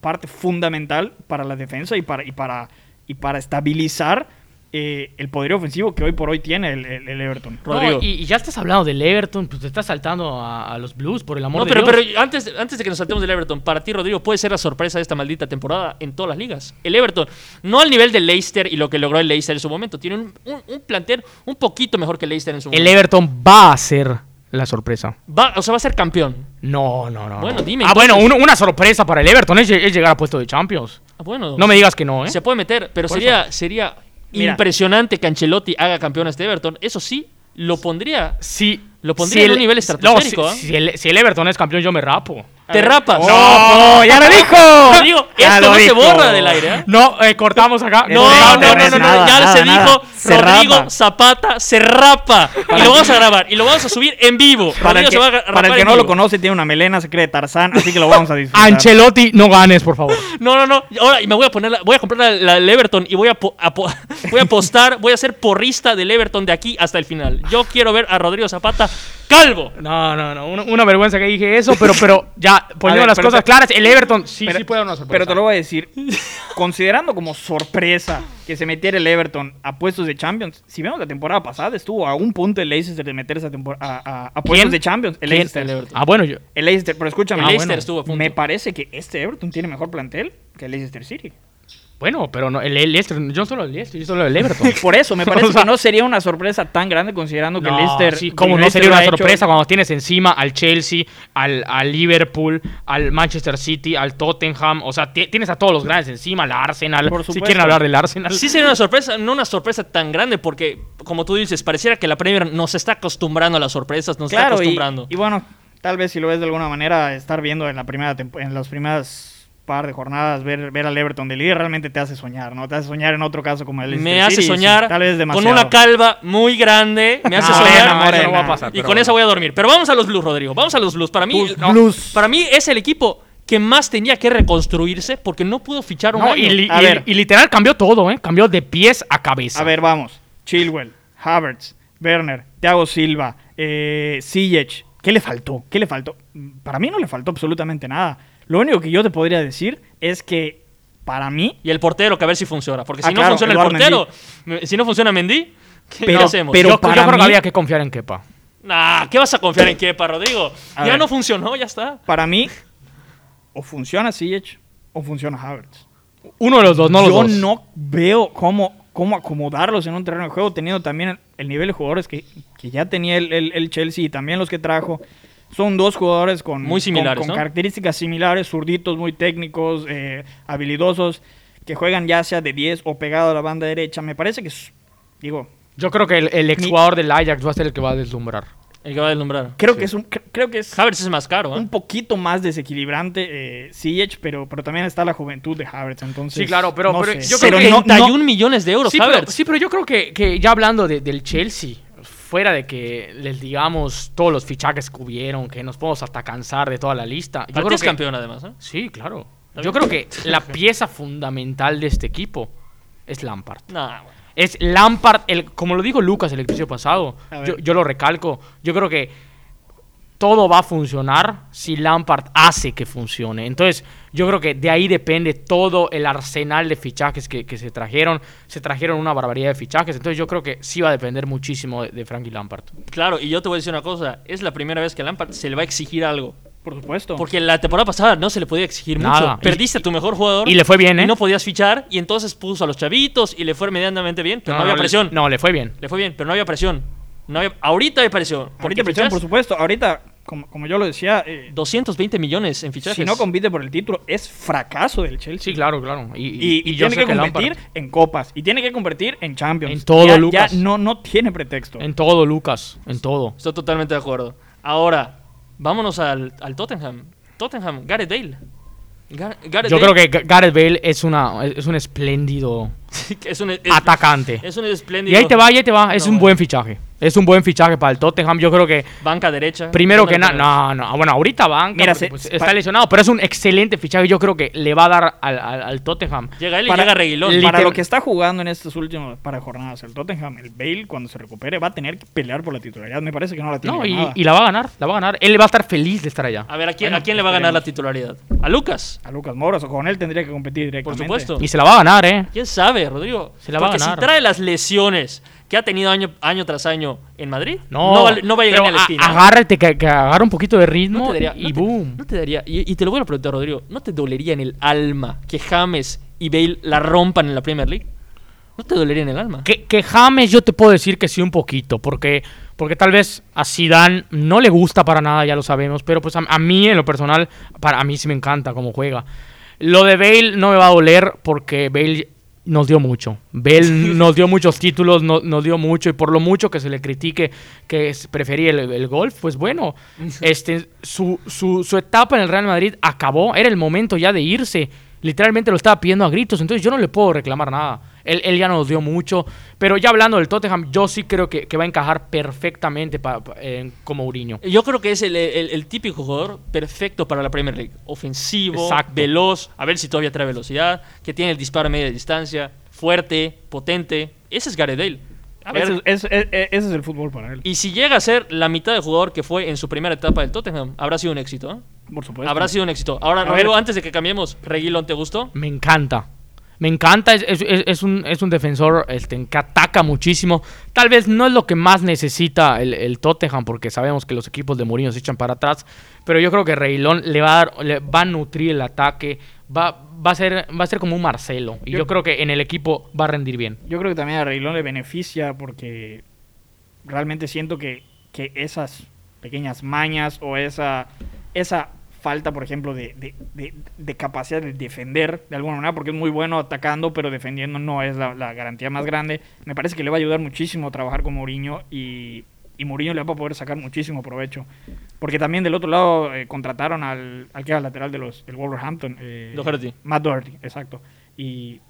[SPEAKER 3] parte fundamental para la defensa y para, y para, y para estabilizar eh, el poder ofensivo que hoy por hoy tiene el, el- el Everton.
[SPEAKER 2] No,
[SPEAKER 1] Rodrigo.
[SPEAKER 2] y, y ya estás hablando del Everton, pues te estás saltando a, a los Blues, por el amor
[SPEAKER 1] No,
[SPEAKER 2] de
[SPEAKER 1] pero,
[SPEAKER 2] Dios.
[SPEAKER 1] pero antes, antes de que nos saltemos del Everton, para ti, Rodrigo, puede ser la sorpresa de esta maldita temporada en todas las ligas. El Everton, no al nivel del Leicester y lo que logró el Leicester en su momento. Tiene un, un- un plantel un poquito mejor que el Leicester en su
[SPEAKER 2] El
[SPEAKER 1] momento.
[SPEAKER 2] Everton va a ser la sorpresa.
[SPEAKER 1] Va- o sea, va a ser campeón.
[SPEAKER 2] No, no, no.
[SPEAKER 1] Bueno,
[SPEAKER 2] no.
[SPEAKER 1] dime,
[SPEAKER 2] Ah,
[SPEAKER 1] entonces.
[SPEAKER 2] bueno, un- una sorpresa para el Everton es, lle- es llegar a puesto de Champions.
[SPEAKER 1] Ah, Bueno,
[SPEAKER 2] No me digas que no, ¿eh?
[SPEAKER 1] se puede meter, pero
[SPEAKER 2] Por
[SPEAKER 1] sería, sería
[SPEAKER 3] Mira.
[SPEAKER 1] impresionante que Ancelotti haga campeón a este Everton. Eso sí, lo pondría
[SPEAKER 2] Si,
[SPEAKER 1] Lo pondría en un nivel estratosférico, ¿eh?
[SPEAKER 2] no, si, si el, si el Everton es campeón, yo me rapo.
[SPEAKER 1] Te rapas.
[SPEAKER 2] ¡No! ¡Ya lo
[SPEAKER 1] Te *laughs*
[SPEAKER 3] *laughs*
[SPEAKER 2] dijo!
[SPEAKER 1] digo,
[SPEAKER 3] Ya
[SPEAKER 1] esto
[SPEAKER 3] lo
[SPEAKER 1] no se
[SPEAKER 3] dijo.
[SPEAKER 1] borra del aire, ¿eh?
[SPEAKER 2] No, eh, cortamos acá.
[SPEAKER 1] No,
[SPEAKER 2] Cortamos.
[SPEAKER 1] no,
[SPEAKER 3] nada,
[SPEAKER 1] no, no, no,
[SPEAKER 3] nada,
[SPEAKER 1] ya
[SPEAKER 3] nada,
[SPEAKER 1] se dijo
[SPEAKER 3] nada. Se
[SPEAKER 1] Rodrigo
[SPEAKER 3] rapa.
[SPEAKER 1] Zapata se rapa y lo vamos a grabar y lo vamos a subir en vivo.
[SPEAKER 3] Para
[SPEAKER 1] Rodrigo
[SPEAKER 3] el que,
[SPEAKER 1] se va a
[SPEAKER 3] para
[SPEAKER 1] rapar
[SPEAKER 3] el que
[SPEAKER 1] en
[SPEAKER 3] no lo
[SPEAKER 1] vivo.
[SPEAKER 3] conoce, tiene una melena, se cree Tarzán, así que lo *laughs* vamos a disfrutar.
[SPEAKER 2] Ancelotti, no ganes, por favor.
[SPEAKER 1] No, no, no. Ahora y me voy a poner, la- voy a comprar la, la del Everton y voy a, po- a po- *laughs* voy a apostar, voy a ser porrista del Everton de aquí hasta el final. Yo quiero ver a Rodrigo Zapata calvo.
[SPEAKER 2] No, no, no. Una, una vergüenza que dije eso, pero, pero ya, poniendo
[SPEAKER 3] ver,
[SPEAKER 2] las
[SPEAKER 3] pero
[SPEAKER 2] cosas
[SPEAKER 3] te-
[SPEAKER 2] claras, el Everton sí,
[SPEAKER 3] Pero-
[SPEAKER 2] sí puede dar una sorpresa.
[SPEAKER 3] Pero te lo voy a decir, considerando como sorpresa que se metiera el Everton a puestos de Champions, si vemos la temporada pasada, estuvo a un punto el Leicester de meterse a, tempor- a, a- a
[SPEAKER 2] ¿Quién?
[SPEAKER 3] puestos de Champions. El
[SPEAKER 1] ¿Quién?
[SPEAKER 3] Leicester.
[SPEAKER 1] El Everton.
[SPEAKER 2] Ah, bueno, yo.
[SPEAKER 3] El Leicester, pero
[SPEAKER 1] El
[SPEAKER 3] escúchame.
[SPEAKER 1] Leicester estuvo a punto.
[SPEAKER 3] Me parece que este Everton tiene mejor plantel que el Leicester City.
[SPEAKER 2] Bueno, pero no, el, el Leicester, yo no solo el Leicester, yo solo el Everton.
[SPEAKER 3] *laughs* Por eso, me parece
[SPEAKER 2] O sea-
[SPEAKER 3] que no sería una sorpresa tan grande considerando que el
[SPEAKER 2] No,
[SPEAKER 3] Leicester.
[SPEAKER 2] sí,
[SPEAKER 3] que
[SPEAKER 2] como
[SPEAKER 3] el
[SPEAKER 2] no
[SPEAKER 3] Leicester
[SPEAKER 2] sería
[SPEAKER 3] lo
[SPEAKER 2] una
[SPEAKER 3] ha hecho-
[SPEAKER 2] sorpresa cuando tienes encima al Chelsea, al, al Liverpool, al Manchester City, al Tottenham. O sea, ti- tienes a todos los grandes encima, al Arsenal.
[SPEAKER 3] Por
[SPEAKER 2] si
[SPEAKER 3] supuesto.
[SPEAKER 2] quieren hablar del Arsenal.
[SPEAKER 1] Sí sería una sorpresa, no una sorpresa tan grande porque, como tú dices, pareciera que la Premier nos está acostumbrando a las sorpresas, nos está
[SPEAKER 3] Claro, y,
[SPEAKER 1] acostumbrando.
[SPEAKER 3] y bueno, tal vez si lo ves de alguna manera, estar viendo en, la primera tempo- en las primeras par de jornadas, ver, ver al Everton de líder realmente te hace soñar, ¿no? Te hace soñar en otro caso como el Leicester
[SPEAKER 1] me hace
[SPEAKER 3] City, sí,
[SPEAKER 1] soñar
[SPEAKER 3] tal vez demasiado.
[SPEAKER 1] con una calva muy grande, me hace
[SPEAKER 2] No,
[SPEAKER 1] soñar
[SPEAKER 2] no, no, eso
[SPEAKER 3] Morena.
[SPEAKER 2] no va a pasar,
[SPEAKER 1] y
[SPEAKER 2] pero
[SPEAKER 1] con
[SPEAKER 2] bueno.
[SPEAKER 1] esa voy a dormir. Pero vamos a los Blues, Rodrigo, vamos a los Blues. Para mí,
[SPEAKER 2] Blues,
[SPEAKER 1] no,
[SPEAKER 3] Blues.
[SPEAKER 1] para mí es el equipo que más tenía que reconstruirse porque no pudo fichar un
[SPEAKER 2] No,
[SPEAKER 1] año.
[SPEAKER 2] y, li-
[SPEAKER 3] A
[SPEAKER 2] y-
[SPEAKER 3] ver.
[SPEAKER 2] y literal cambió todo, ¿eh? Cambió de pies a cabeza.
[SPEAKER 3] A ver, vamos. Chilwell, Havertz, Werner, Thiago Silva, eh, Ziyech. ¿Qué le faltó? ¿Qué le faltó? Mm, Para mí no le faltó absolutamente nada. Lo único que yo te podría decir es que para mí
[SPEAKER 1] Y el portero, que a ver si funciona. Porque si
[SPEAKER 3] Ah,
[SPEAKER 1] no
[SPEAKER 3] claro,
[SPEAKER 1] funciona el
[SPEAKER 3] Eduard
[SPEAKER 1] portero, me- si no funciona Mendy, ¿qué
[SPEAKER 3] Pero-
[SPEAKER 1] hacemos?
[SPEAKER 3] pero-
[SPEAKER 2] yo, yo
[SPEAKER 3] para
[SPEAKER 2] creo que
[SPEAKER 3] mí-
[SPEAKER 2] había que confiar en Kepa.
[SPEAKER 1] Nah, ¿qué vas a confiar en Kepa, Rodrigo?
[SPEAKER 3] A
[SPEAKER 1] ya
[SPEAKER 3] ver.
[SPEAKER 1] no funcionó, ya está.
[SPEAKER 3] para mí, o funciona Siege o funciona Havertz.
[SPEAKER 2] Uno de los dos, no los
[SPEAKER 3] Yo
[SPEAKER 2] dos.
[SPEAKER 3] no veo cómo, cómo acomodarlos en un terreno de juego, teniendo también el, el nivel de jugadores que, que ya tenía el, el- el Chelsea y también los que trajo. Son dos jugadores con,
[SPEAKER 1] Muy similares,
[SPEAKER 3] con,
[SPEAKER 1] ¿no?
[SPEAKER 3] con características similares, zurditos, muy técnicos, eh, habilidosos, que juegan ya sea de 10 o pegado a la banda derecha. Me parece que, es- digo,
[SPEAKER 2] Yo creo que el, el exjugador del Ajax va a ser el que va a deslumbrar.
[SPEAKER 1] El que va a deslumbrar.
[SPEAKER 3] creo
[SPEAKER 2] Sí.
[SPEAKER 3] que es un, cre- creo que es
[SPEAKER 1] Havertz es más caro, ¿eh?
[SPEAKER 3] un poquito más desequilibrante eh, Ziyech, pero, pero también está la juventud de Havertz, entonces...
[SPEAKER 2] Sí, claro, pero-
[SPEAKER 3] no
[SPEAKER 2] pero
[SPEAKER 3] sé.
[SPEAKER 2] yo creo que
[SPEAKER 1] no-
[SPEAKER 2] no-
[SPEAKER 1] 31 millones de euros,
[SPEAKER 2] Sí pero,
[SPEAKER 1] Havertz.
[SPEAKER 2] sí, pero yo creo que, que ya hablando de- del Chelsea, fuera de que les digamos todos los fichajes que hubieron, que nos podemos hasta cansar de toda la lista. Yo
[SPEAKER 1] Aparte
[SPEAKER 2] creo
[SPEAKER 1] es
[SPEAKER 2] que-
[SPEAKER 1] campeón, además, ¿eh?
[SPEAKER 2] Sí, claro. Yo creo que la pieza fundamental de este equipo es Lampard.
[SPEAKER 1] Nah, bueno.
[SPEAKER 2] Es Lampard, el, como lo dijo Lucas el episodio pasado,
[SPEAKER 3] A ver.
[SPEAKER 2] yo, yo lo recalco, yo creo que todo va a funcionar si Lampard hace que funcione. Entonces, yo creo que de ahí depende todo el arsenal de fichajes que, que se trajeron. Se trajeron una barbaridad de fichajes, entonces yo creo que sí va a depender muchísimo de, de Frankie Lampard.
[SPEAKER 1] Claro, y yo te voy a decir una cosa. Es la primera vez que Lampard se le va a exigir algo.
[SPEAKER 3] Por supuesto.
[SPEAKER 1] Porque la temporada pasada no se le podía exigir
[SPEAKER 2] Nada.
[SPEAKER 1] mucho. Perdiste a tu mejor jugador.
[SPEAKER 2] y le fue bien, ¿eh?
[SPEAKER 1] Y no podías fichar. Y entonces puso a los chavitos y le fue medianamente bien. Pero no, había
[SPEAKER 2] le-
[SPEAKER 1] presión.
[SPEAKER 2] No, le fue bien.
[SPEAKER 1] Le fue bien, pero no había presión. No había- ahorita hay presión. Porque
[SPEAKER 3] Ahorita presión,
[SPEAKER 1] fichas
[SPEAKER 3] por supuesto. Ahorita, como, como yo lo decía, eh,
[SPEAKER 1] 220 millones en fichajes.
[SPEAKER 3] si no compite por el título, es fracaso del Chelsea.
[SPEAKER 2] Sí, claro, claro. Y,
[SPEAKER 3] Y, y
[SPEAKER 2] yo
[SPEAKER 3] tiene
[SPEAKER 2] sé
[SPEAKER 3] que
[SPEAKER 2] Lampard-
[SPEAKER 3] competir en copas. Y tiene que competir en Champions.
[SPEAKER 2] En todo,
[SPEAKER 3] Ya-
[SPEAKER 2] Lucas.
[SPEAKER 3] Ya no, no tiene pretexto.
[SPEAKER 2] En todo, Lucas, en todo.
[SPEAKER 1] Estoy totalmente de acuerdo. Ahora, vámonos al, al Tottenham. Tottenham, Gareth Bale. Gar- Gareth
[SPEAKER 2] Yo creo
[SPEAKER 1] Bale
[SPEAKER 2] que Ga- Gareth Bale es, una, es un espléndido
[SPEAKER 1] *laughs* es un, es-
[SPEAKER 2] atacante.
[SPEAKER 1] es un espléndido.
[SPEAKER 2] Y ahí te va, y ahí te va. Es
[SPEAKER 1] No,
[SPEAKER 2] un
[SPEAKER 1] bueno.
[SPEAKER 2] buen fichaje. Es un buen fichaje para el Tottenham. Yo creo que,
[SPEAKER 1] Banca derecha.
[SPEAKER 2] primero
[SPEAKER 1] Banca
[SPEAKER 2] que nada,
[SPEAKER 1] derecha.
[SPEAKER 2] no, no. Ah, Bueno, ahorita banca.
[SPEAKER 3] Mira,
[SPEAKER 2] porque,
[SPEAKER 3] se-
[SPEAKER 2] pues,
[SPEAKER 3] se-
[SPEAKER 2] está
[SPEAKER 3] pa-
[SPEAKER 2] lesionado, pero es un excelente fichaje. Yo creo que le va a dar al, al- al Tottenham.
[SPEAKER 1] Llega él y
[SPEAKER 3] Para-
[SPEAKER 1] llega Reguilón.
[SPEAKER 2] Literal-
[SPEAKER 3] Para lo que está jugando en estas últimas para jornadas el Tottenham, el Bale, cuando se recupere, va a tener que pelear por la titularidad. Me parece que no la tiene.
[SPEAKER 2] No, y,
[SPEAKER 3] ganada.
[SPEAKER 2] y la va a ganar, la va a ganar. Él va a estar feliz de estar allá.
[SPEAKER 1] A ver, ¿a quién,
[SPEAKER 3] Bueno,
[SPEAKER 1] ¿a quién le va a ganar
[SPEAKER 3] esperemos.
[SPEAKER 1] la titularidad? ¿A Lucas?
[SPEAKER 3] A Lucas Moras, o con él tendría que competir
[SPEAKER 1] Por
[SPEAKER 3] directamente.
[SPEAKER 1] supuesto.
[SPEAKER 2] Y se la va a ganar, ¿eh?
[SPEAKER 1] ¿Quién sabe, Rodrigo?
[SPEAKER 2] Se la va a
[SPEAKER 1] Porque si
[SPEAKER 2] ganar.
[SPEAKER 1] trae las lesiones que ha tenido año, año tras año en Madrid,
[SPEAKER 2] No,
[SPEAKER 1] va, no va a llegar
[SPEAKER 2] pero
[SPEAKER 1] ni a la esquina.
[SPEAKER 2] Agárrate, que, que agarra un poquito de ritmo
[SPEAKER 1] No te daría,
[SPEAKER 2] y
[SPEAKER 1] no te-
[SPEAKER 2] boom.
[SPEAKER 1] no te daría- y, y te lo voy a preguntar, Rodrigo, ¿no te dolería en el alma que James y Bale la rompan en la Premier League? ¿No te dolería en el alma?
[SPEAKER 2] Que, que James yo te puedo decir que sí un poquito, porque, porque tal vez a Zidane no le gusta para nada, ya lo sabemos, pero pues a, a mí en lo personal, para a mí sí me encanta cómo juega. Lo de Bale no me va a doler porque Bale nos dio mucho. Bell nos dio muchos títulos, no- nos dio mucho, y por lo mucho que se le critique que es- prefería el, el golf, pues bueno, este, su, su, su etapa en el Real Madrid acabó, era el momento ya de irse. Literalmente lo estaba pidiendo a gritos, entonces yo no le puedo reclamar nada. Él, él ya nos dio mucho, pero ya hablando del Tottenham, yo sí creo que, que va a encajar perfectamente pa- pa- en- como Uriño.
[SPEAKER 1] Yo creo que es el, el- el típico jugador perfecto para la Premier League. Ofensivo,
[SPEAKER 2] Exacto.
[SPEAKER 1] veloz, a ver si todavía trae velocidad, que tiene el disparo a media distancia, fuerte, potente. Ese es Gareth Bale. A ver,
[SPEAKER 3] Ese es, es- es- ese es el fútbol para él.
[SPEAKER 1] y si llega a ser la mitad de jugador que fue en su primera etapa del Tottenham, habrá sido un éxito. ¿eh?
[SPEAKER 3] por supuesto.
[SPEAKER 1] Habrá sido un éxito. Ahora,
[SPEAKER 3] A
[SPEAKER 1] Romero,
[SPEAKER 3] ver.
[SPEAKER 1] antes de que cambiemos, Reguilón, ¿te gustó?
[SPEAKER 2] Me encanta. Me encanta, es, es- es- es un, es un defensor este, que ataca muchísimo. Tal vez no es lo que más necesita el, el Tottenham, porque sabemos que los equipos de Mourinho se echan para atrás. Pero yo creo que Reilón le va a, dar- le va a nutrir el ataque. Va, va, a ser, va a ser como un Marcelo. Y yo,
[SPEAKER 3] Yo-
[SPEAKER 2] creo que en el equipo va a rendir bien.
[SPEAKER 3] Yo creo que también a Reilón le beneficia porque realmente siento que, que esas pequeñas mañas o esa, esa falta, por ejemplo, de, de- de- de capacidad de defender de alguna manera, porque es muy bueno atacando, pero defendiendo no es la, la garantía más grande. Me parece que le va a ayudar muchísimo trabajar con Mourinho y, y Mourinho le va a poder sacar muchísimo provecho. Porque también del otro lado eh, contrataron al, al que era lateral de los, del Wolverhampton. eh,
[SPEAKER 1] Doherty.
[SPEAKER 3] Matt Doherty, exacto. Y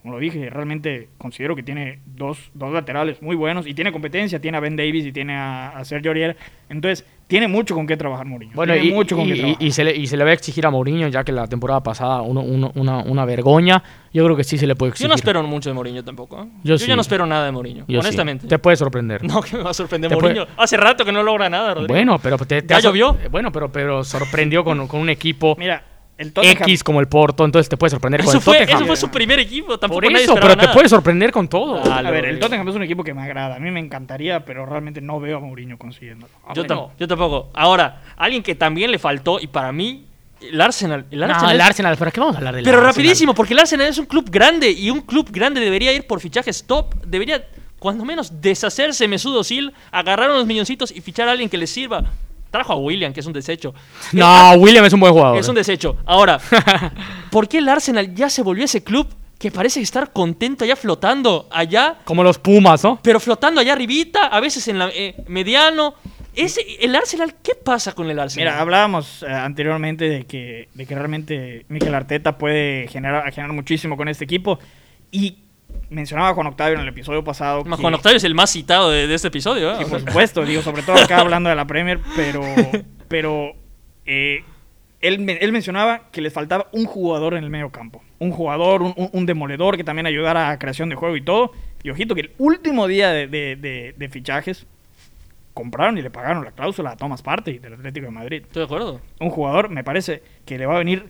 [SPEAKER 3] como lo dije, realmente considero que tiene dos, dos laterales muy buenos y tiene competencia. Tiene a Ben Davis y tiene a, a Sergio Aurier. Entonces, tiene mucho con qué trabajar Mourinho.
[SPEAKER 2] Bueno,
[SPEAKER 3] tiene
[SPEAKER 2] y,
[SPEAKER 3] mucho con
[SPEAKER 2] y-
[SPEAKER 3] qué
[SPEAKER 2] y-
[SPEAKER 3] trabajar.
[SPEAKER 2] y se le, y se le va a exigir a Mourinho, ya que la temporada pasada uno- uno- una, una vergoña. Yo creo que sí se le puede
[SPEAKER 1] Yo
[SPEAKER 2] exigir.
[SPEAKER 1] no espero mucho de Mourinho tampoco. ¿eh?
[SPEAKER 2] Yo
[SPEAKER 1] Yo,
[SPEAKER 2] sí.
[SPEAKER 1] ya no espero nada de Mourinho,
[SPEAKER 2] Yo sí.
[SPEAKER 1] honestamente.
[SPEAKER 2] Te puede
[SPEAKER 1] *laughs*
[SPEAKER 2] sorprender.
[SPEAKER 1] No, que me va a sorprender
[SPEAKER 2] Te puede-
[SPEAKER 1] Mourinho. Hace rato que no logra nada, Rodrigo.
[SPEAKER 2] Bueno, pero te, te
[SPEAKER 1] ¿Ya
[SPEAKER 2] ha sor-
[SPEAKER 1] llovió?
[SPEAKER 2] eh, Bueno, pero, pero sorprendió con, con un
[SPEAKER 1] *laughs*
[SPEAKER 2] equipo
[SPEAKER 3] Mira, el Tottenham...
[SPEAKER 2] X como el Porto, entonces te puede sorprender con
[SPEAKER 1] eso
[SPEAKER 2] el
[SPEAKER 1] fue,
[SPEAKER 2] Tottenham.
[SPEAKER 1] eso fue su primer equipo. Tampoco
[SPEAKER 2] Por
[SPEAKER 1] nadie
[SPEAKER 2] eso,
[SPEAKER 1] esperaba
[SPEAKER 2] pero te
[SPEAKER 1] nada.
[SPEAKER 2] puede sorprender con todo.
[SPEAKER 1] Ah,
[SPEAKER 3] A ver, el
[SPEAKER 1] Lord.
[SPEAKER 3] Tottenham es un equipo que me agrada. A mí me encantaría, pero realmente no veo a Mourinho consiguiéndolo.
[SPEAKER 1] Ah, Yo,
[SPEAKER 2] bueno.
[SPEAKER 1] tam- yo tampoco. Ahora, alguien que también le faltó, y para mí, el Arsenal. El Arsenal
[SPEAKER 2] No, el
[SPEAKER 1] es-
[SPEAKER 2] Arsenal, ¿para qué vamos a hablar del
[SPEAKER 1] Pero
[SPEAKER 2] Arsenal?
[SPEAKER 1] rapidísimo, porque el Arsenal es un club grande, y un club grande debería ir por fichajes top. Debería, cuando menos, deshacerse Mesut Özil, agarrar unos milloncitos y fichar a alguien que le sirva. Trajo a William, que es un desecho.
[SPEAKER 2] *laughs* No, William es un buen jugador. ¿eh?
[SPEAKER 1] Es un desecho.
[SPEAKER 2] *laughs*
[SPEAKER 1] Ahora, ¿por qué el Arsenal ya se volvió ese club que parece estar contento allá flotando allá,
[SPEAKER 2] Como los Pumas, ¿no?
[SPEAKER 1] pero flotando allá arribita, a veces en la eh, mediano? Ese, el Arsenal, ¿qué pasa con el Arsenal?
[SPEAKER 3] Mira, hablábamos eh, anteriormente de que, de que realmente Mikel Arteta puede generar, generar muchísimo con este equipo. Y mencionaba a Juan Octavio en el episodio pasado
[SPEAKER 1] Más
[SPEAKER 3] que-
[SPEAKER 1] Juan Octavio es el más citado de, de este episodio. ¿eh?
[SPEAKER 3] Sí,
[SPEAKER 1] O
[SPEAKER 3] por
[SPEAKER 1] sea,
[SPEAKER 3] supuesto, digo, sobre
[SPEAKER 1] *laughs*
[SPEAKER 3] todo acá hablando de la Premier, pero, pero eh, él, men- él mencionaba que les faltaba un jugador en el medio campo. Un jugador, un, un- un demoledor que también ayudara a creación de juego y todo. Y ojito que el último día de, de- de- de fichajes compraron y le pagaron la cláusula a Thomas Partey del Atlético de Madrid.
[SPEAKER 1] Estoy de acuerdo.
[SPEAKER 3] Un jugador, me parece, que le va a venir,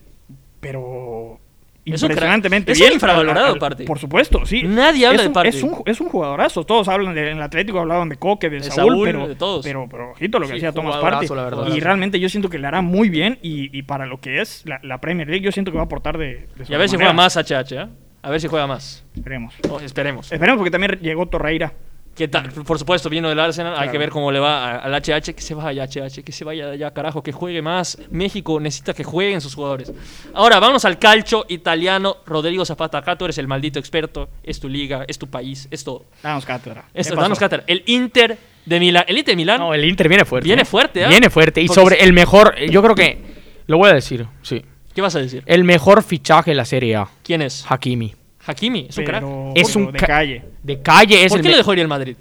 [SPEAKER 3] pero...
[SPEAKER 1] Es un crack.
[SPEAKER 3] Impresionantemente
[SPEAKER 1] Es un
[SPEAKER 3] bien.
[SPEAKER 1] infravalorado,
[SPEAKER 3] Al- al-
[SPEAKER 1] Partey.
[SPEAKER 3] Por supuesto, sí.
[SPEAKER 1] Nadie habla
[SPEAKER 3] Es
[SPEAKER 1] de
[SPEAKER 3] un-
[SPEAKER 1] Partey.
[SPEAKER 3] Es un, es un jugadorazo. Todos hablan del en el Atlético, hablaban de Coque, de
[SPEAKER 1] De
[SPEAKER 3] Saúl,
[SPEAKER 1] Saúl,
[SPEAKER 3] pero,
[SPEAKER 1] de todos.
[SPEAKER 3] pero pero ojito lo que
[SPEAKER 2] Sí,
[SPEAKER 3] hacía Thomas
[SPEAKER 2] jugadorazo,
[SPEAKER 3] Partey.
[SPEAKER 2] la verdad.
[SPEAKER 3] Y realmente yo siento que le hará muy bien y, y para lo que es la, la Premier League yo siento que va a aportar de, de
[SPEAKER 1] Y a ver si
[SPEAKER 3] sobremanera.
[SPEAKER 1] juega más HH. ¿eh? A ver si juega más.
[SPEAKER 3] Esperemos.
[SPEAKER 1] O esperemos.
[SPEAKER 3] Esperemos porque también llegó Torreira.
[SPEAKER 1] Que ta- por supuesto vino del Arsenal, hay
[SPEAKER 3] Claro.
[SPEAKER 1] que ver cómo le va a- al HH, que se vaya HH, que se vaya ya carajo, que juegue más. México necesita que jueguen sus jugadores. Ahora vamos al calcio italiano. Rodrigo Zapata, acá tú eres el maldito experto, es tu liga, es tu país, es todo.
[SPEAKER 3] Danos cátedra. ¿Qué
[SPEAKER 1] Esto,
[SPEAKER 3] pasó?
[SPEAKER 1] danos cátedra. El Inter de Milán, el Inter de Milán,
[SPEAKER 2] No, el Inter viene fuerte.
[SPEAKER 1] Viene fuerte, ¿eh?
[SPEAKER 2] Viene fuerte. Y
[SPEAKER 1] Porque-
[SPEAKER 2] sobre el mejor, eh, yo creo que, lo voy a decir, sí.
[SPEAKER 1] ¿qué vas a decir?
[SPEAKER 2] El mejor fichaje de la Serie A,
[SPEAKER 1] ¿Quién es?
[SPEAKER 2] Hakimi.
[SPEAKER 1] Hakimi, es un crack.
[SPEAKER 3] Pero-
[SPEAKER 2] Es un
[SPEAKER 3] Oh, de
[SPEAKER 2] ca-
[SPEAKER 3] calle.
[SPEAKER 2] De calle es
[SPEAKER 1] ¿Por
[SPEAKER 2] el
[SPEAKER 1] qué
[SPEAKER 2] me-
[SPEAKER 1] lo dejó ir el Madrid?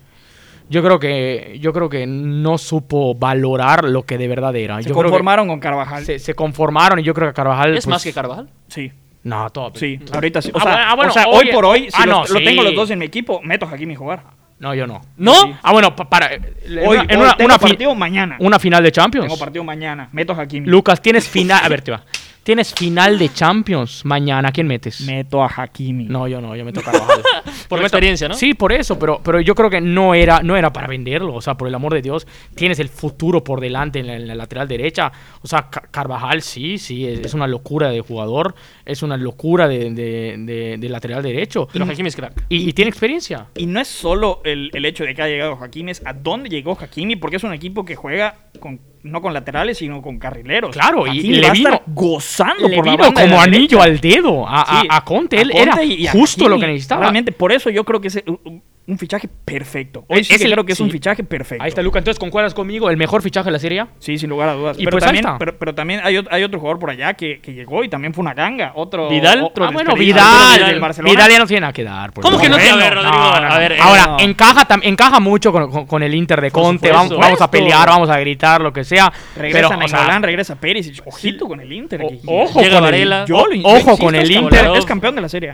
[SPEAKER 2] Yo creo que yo creo que no supo valorar lo que de verdad era.
[SPEAKER 3] Se
[SPEAKER 2] yo creo que-
[SPEAKER 3] conformaron con Carvajal.
[SPEAKER 2] se, se conformaron y yo creo que Carvajal.
[SPEAKER 1] ¿Es
[SPEAKER 2] pues,
[SPEAKER 1] más que Carvajal?
[SPEAKER 3] Sí.
[SPEAKER 2] No, todo.
[SPEAKER 3] Sí, ahorita sí. O
[SPEAKER 2] Ah,
[SPEAKER 3] sea,
[SPEAKER 2] bueno, ah, bueno,
[SPEAKER 3] o sea,
[SPEAKER 2] hoy-
[SPEAKER 3] hoy por hoy, si
[SPEAKER 2] ah,
[SPEAKER 3] los-
[SPEAKER 2] no,
[SPEAKER 3] lo
[SPEAKER 2] sí.
[SPEAKER 3] tengo los dos en mi equipo, meto a Hakimi a jugar.
[SPEAKER 2] No, yo no.
[SPEAKER 1] ¿No?
[SPEAKER 2] Ah, bueno, pa- para. eh,
[SPEAKER 3] Hoy,
[SPEAKER 2] en
[SPEAKER 3] hoy
[SPEAKER 2] una,
[SPEAKER 3] tengo
[SPEAKER 2] una fi-
[SPEAKER 3] partido mañana.
[SPEAKER 2] una final de Champions.
[SPEAKER 3] Tengo partido mañana. Meto a Hakimi.
[SPEAKER 2] Lucas, tienes final. A ver, te va. Tienes final de Champions mañana. ¿A quién metes?
[SPEAKER 3] Meto a Hakimi.
[SPEAKER 2] No, yo no, yo meto a Carvajal.
[SPEAKER 1] Por
[SPEAKER 2] Yo
[SPEAKER 1] la
[SPEAKER 2] meto-
[SPEAKER 1] experiencia, ¿no?
[SPEAKER 2] Sí, por eso, pero, pero yo creo que no era, no era para venderlo. O sea, por el amor de Dios, tienes el futuro por delante en la, en la lateral derecha. O sea, Ca- Carvajal sí, sí, es, es una locura de jugador, es una locura de, de- de- de lateral derecho.
[SPEAKER 1] Pero Hakimi es crack.
[SPEAKER 2] Y, y tiene experiencia.
[SPEAKER 3] Y no es solo el, el hecho de que haya llegado Hakimi, es a dónde llegó Hakimi, porque es un equipo que juega con no con laterales, sino con carrileros.
[SPEAKER 2] Claro, y
[SPEAKER 3] Hakimi
[SPEAKER 2] le
[SPEAKER 3] va a
[SPEAKER 2] vino-
[SPEAKER 3] estar gozando
[SPEAKER 2] Le
[SPEAKER 3] por la
[SPEAKER 2] vino
[SPEAKER 3] banda de
[SPEAKER 2] como
[SPEAKER 3] la
[SPEAKER 2] anillo
[SPEAKER 3] derecha.
[SPEAKER 2] al dedo a, a-
[SPEAKER 3] Sí,
[SPEAKER 2] a Conte.
[SPEAKER 3] a
[SPEAKER 2] Él era
[SPEAKER 3] Conte y a
[SPEAKER 2] justo lo
[SPEAKER 3] Hakimi.
[SPEAKER 2] que necesitaba.
[SPEAKER 3] Realmente, por eso yo creo que es un, un fichaje perfecto. Hoy
[SPEAKER 2] Es-
[SPEAKER 3] sí
[SPEAKER 2] es
[SPEAKER 3] que
[SPEAKER 2] el-
[SPEAKER 3] creo que es un
[SPEAKER 2] sí.
[SPEAKER 3] fichaje perfecto.
[SPEAKER 2] Ahí está Luca. Entonces, ¿concuerdas conmigo? ¿El mejor fichaje de la Serie A?
[SPEAKER 3] Sí, sin lugar a dudas.
[SPEAKER 2] Y
[SPEAKER 3] pero,
[SPEAKER 2] pues ahí
[SPEAKER 3] también,
[SPEAKER 2] está.
[SPEAKER 3] pero, pero también hay, ot- hay otro jugador por allá que, que llegó y también fue una ganga. Otro,
[SPEAKER 1] ¿Vidal?
[SPEAKER 3] otro
[SPEAKER 2] Ah, bueno,
[SPEAKER 3] despedido
[SPEAKER 2] Vidal.
[SPEAKER 3] del- del
[SPEAKER 2] Vidal,
[SPEAKER 3] Barcelona.
[SPEAKER 2] ya no tiene nada que dar. por
[SPEAKER 1] ¿Cómo
[SPEAKER 2] favor.
[SPEAKER 1] que no?
[SPEAKER 3] Bueno,
[SPEAKER 1] A ver, Rodrigo.
[SPEAKER 2] No, no,
[SPEAKER 1] A
[SPEAKER 2] no.
[SPEAKER 1] ver, eh,
[SPEAKER 2] Ahora,
[SPEAKER 3] no.
[SPEAKER 2] encaja, tam- encaja mucho con, con- con el Inter de
[SPEAKER 1] Por
[SPEAKER 2] Conte.
[SPEAKER 1] supuesto.
[SPEAKER 2] Vamos, vamos a pelear, vamos a gritar, lo que sea.
[SPEAKER 3] Regresa
[SPEAKER 2] pero, o sea,
[SPEAKER 3] Nainggolan, regresa Pérez. Ojito con el Inter.
[SPEAKER 2] o-
[SPEAKER 3] que-
[SPEAKER 2] ojo
[SPEAKER 1] Llega
[SPEAKER 2] con
[SPEAKER 1] Varela.
[SPEAKER 2] el,
[SPEAKER 3] Yo lo insisto,
[SPEAKER 2] ojo con
[SPEAKER 3] es
[SPEAKER 2] el
[SPEAKER 3] campeón-
[SPEAKER 2] Inter.
[SPEAKER 1] Inter.
[SPEAKER 3] Es campeón de la serie.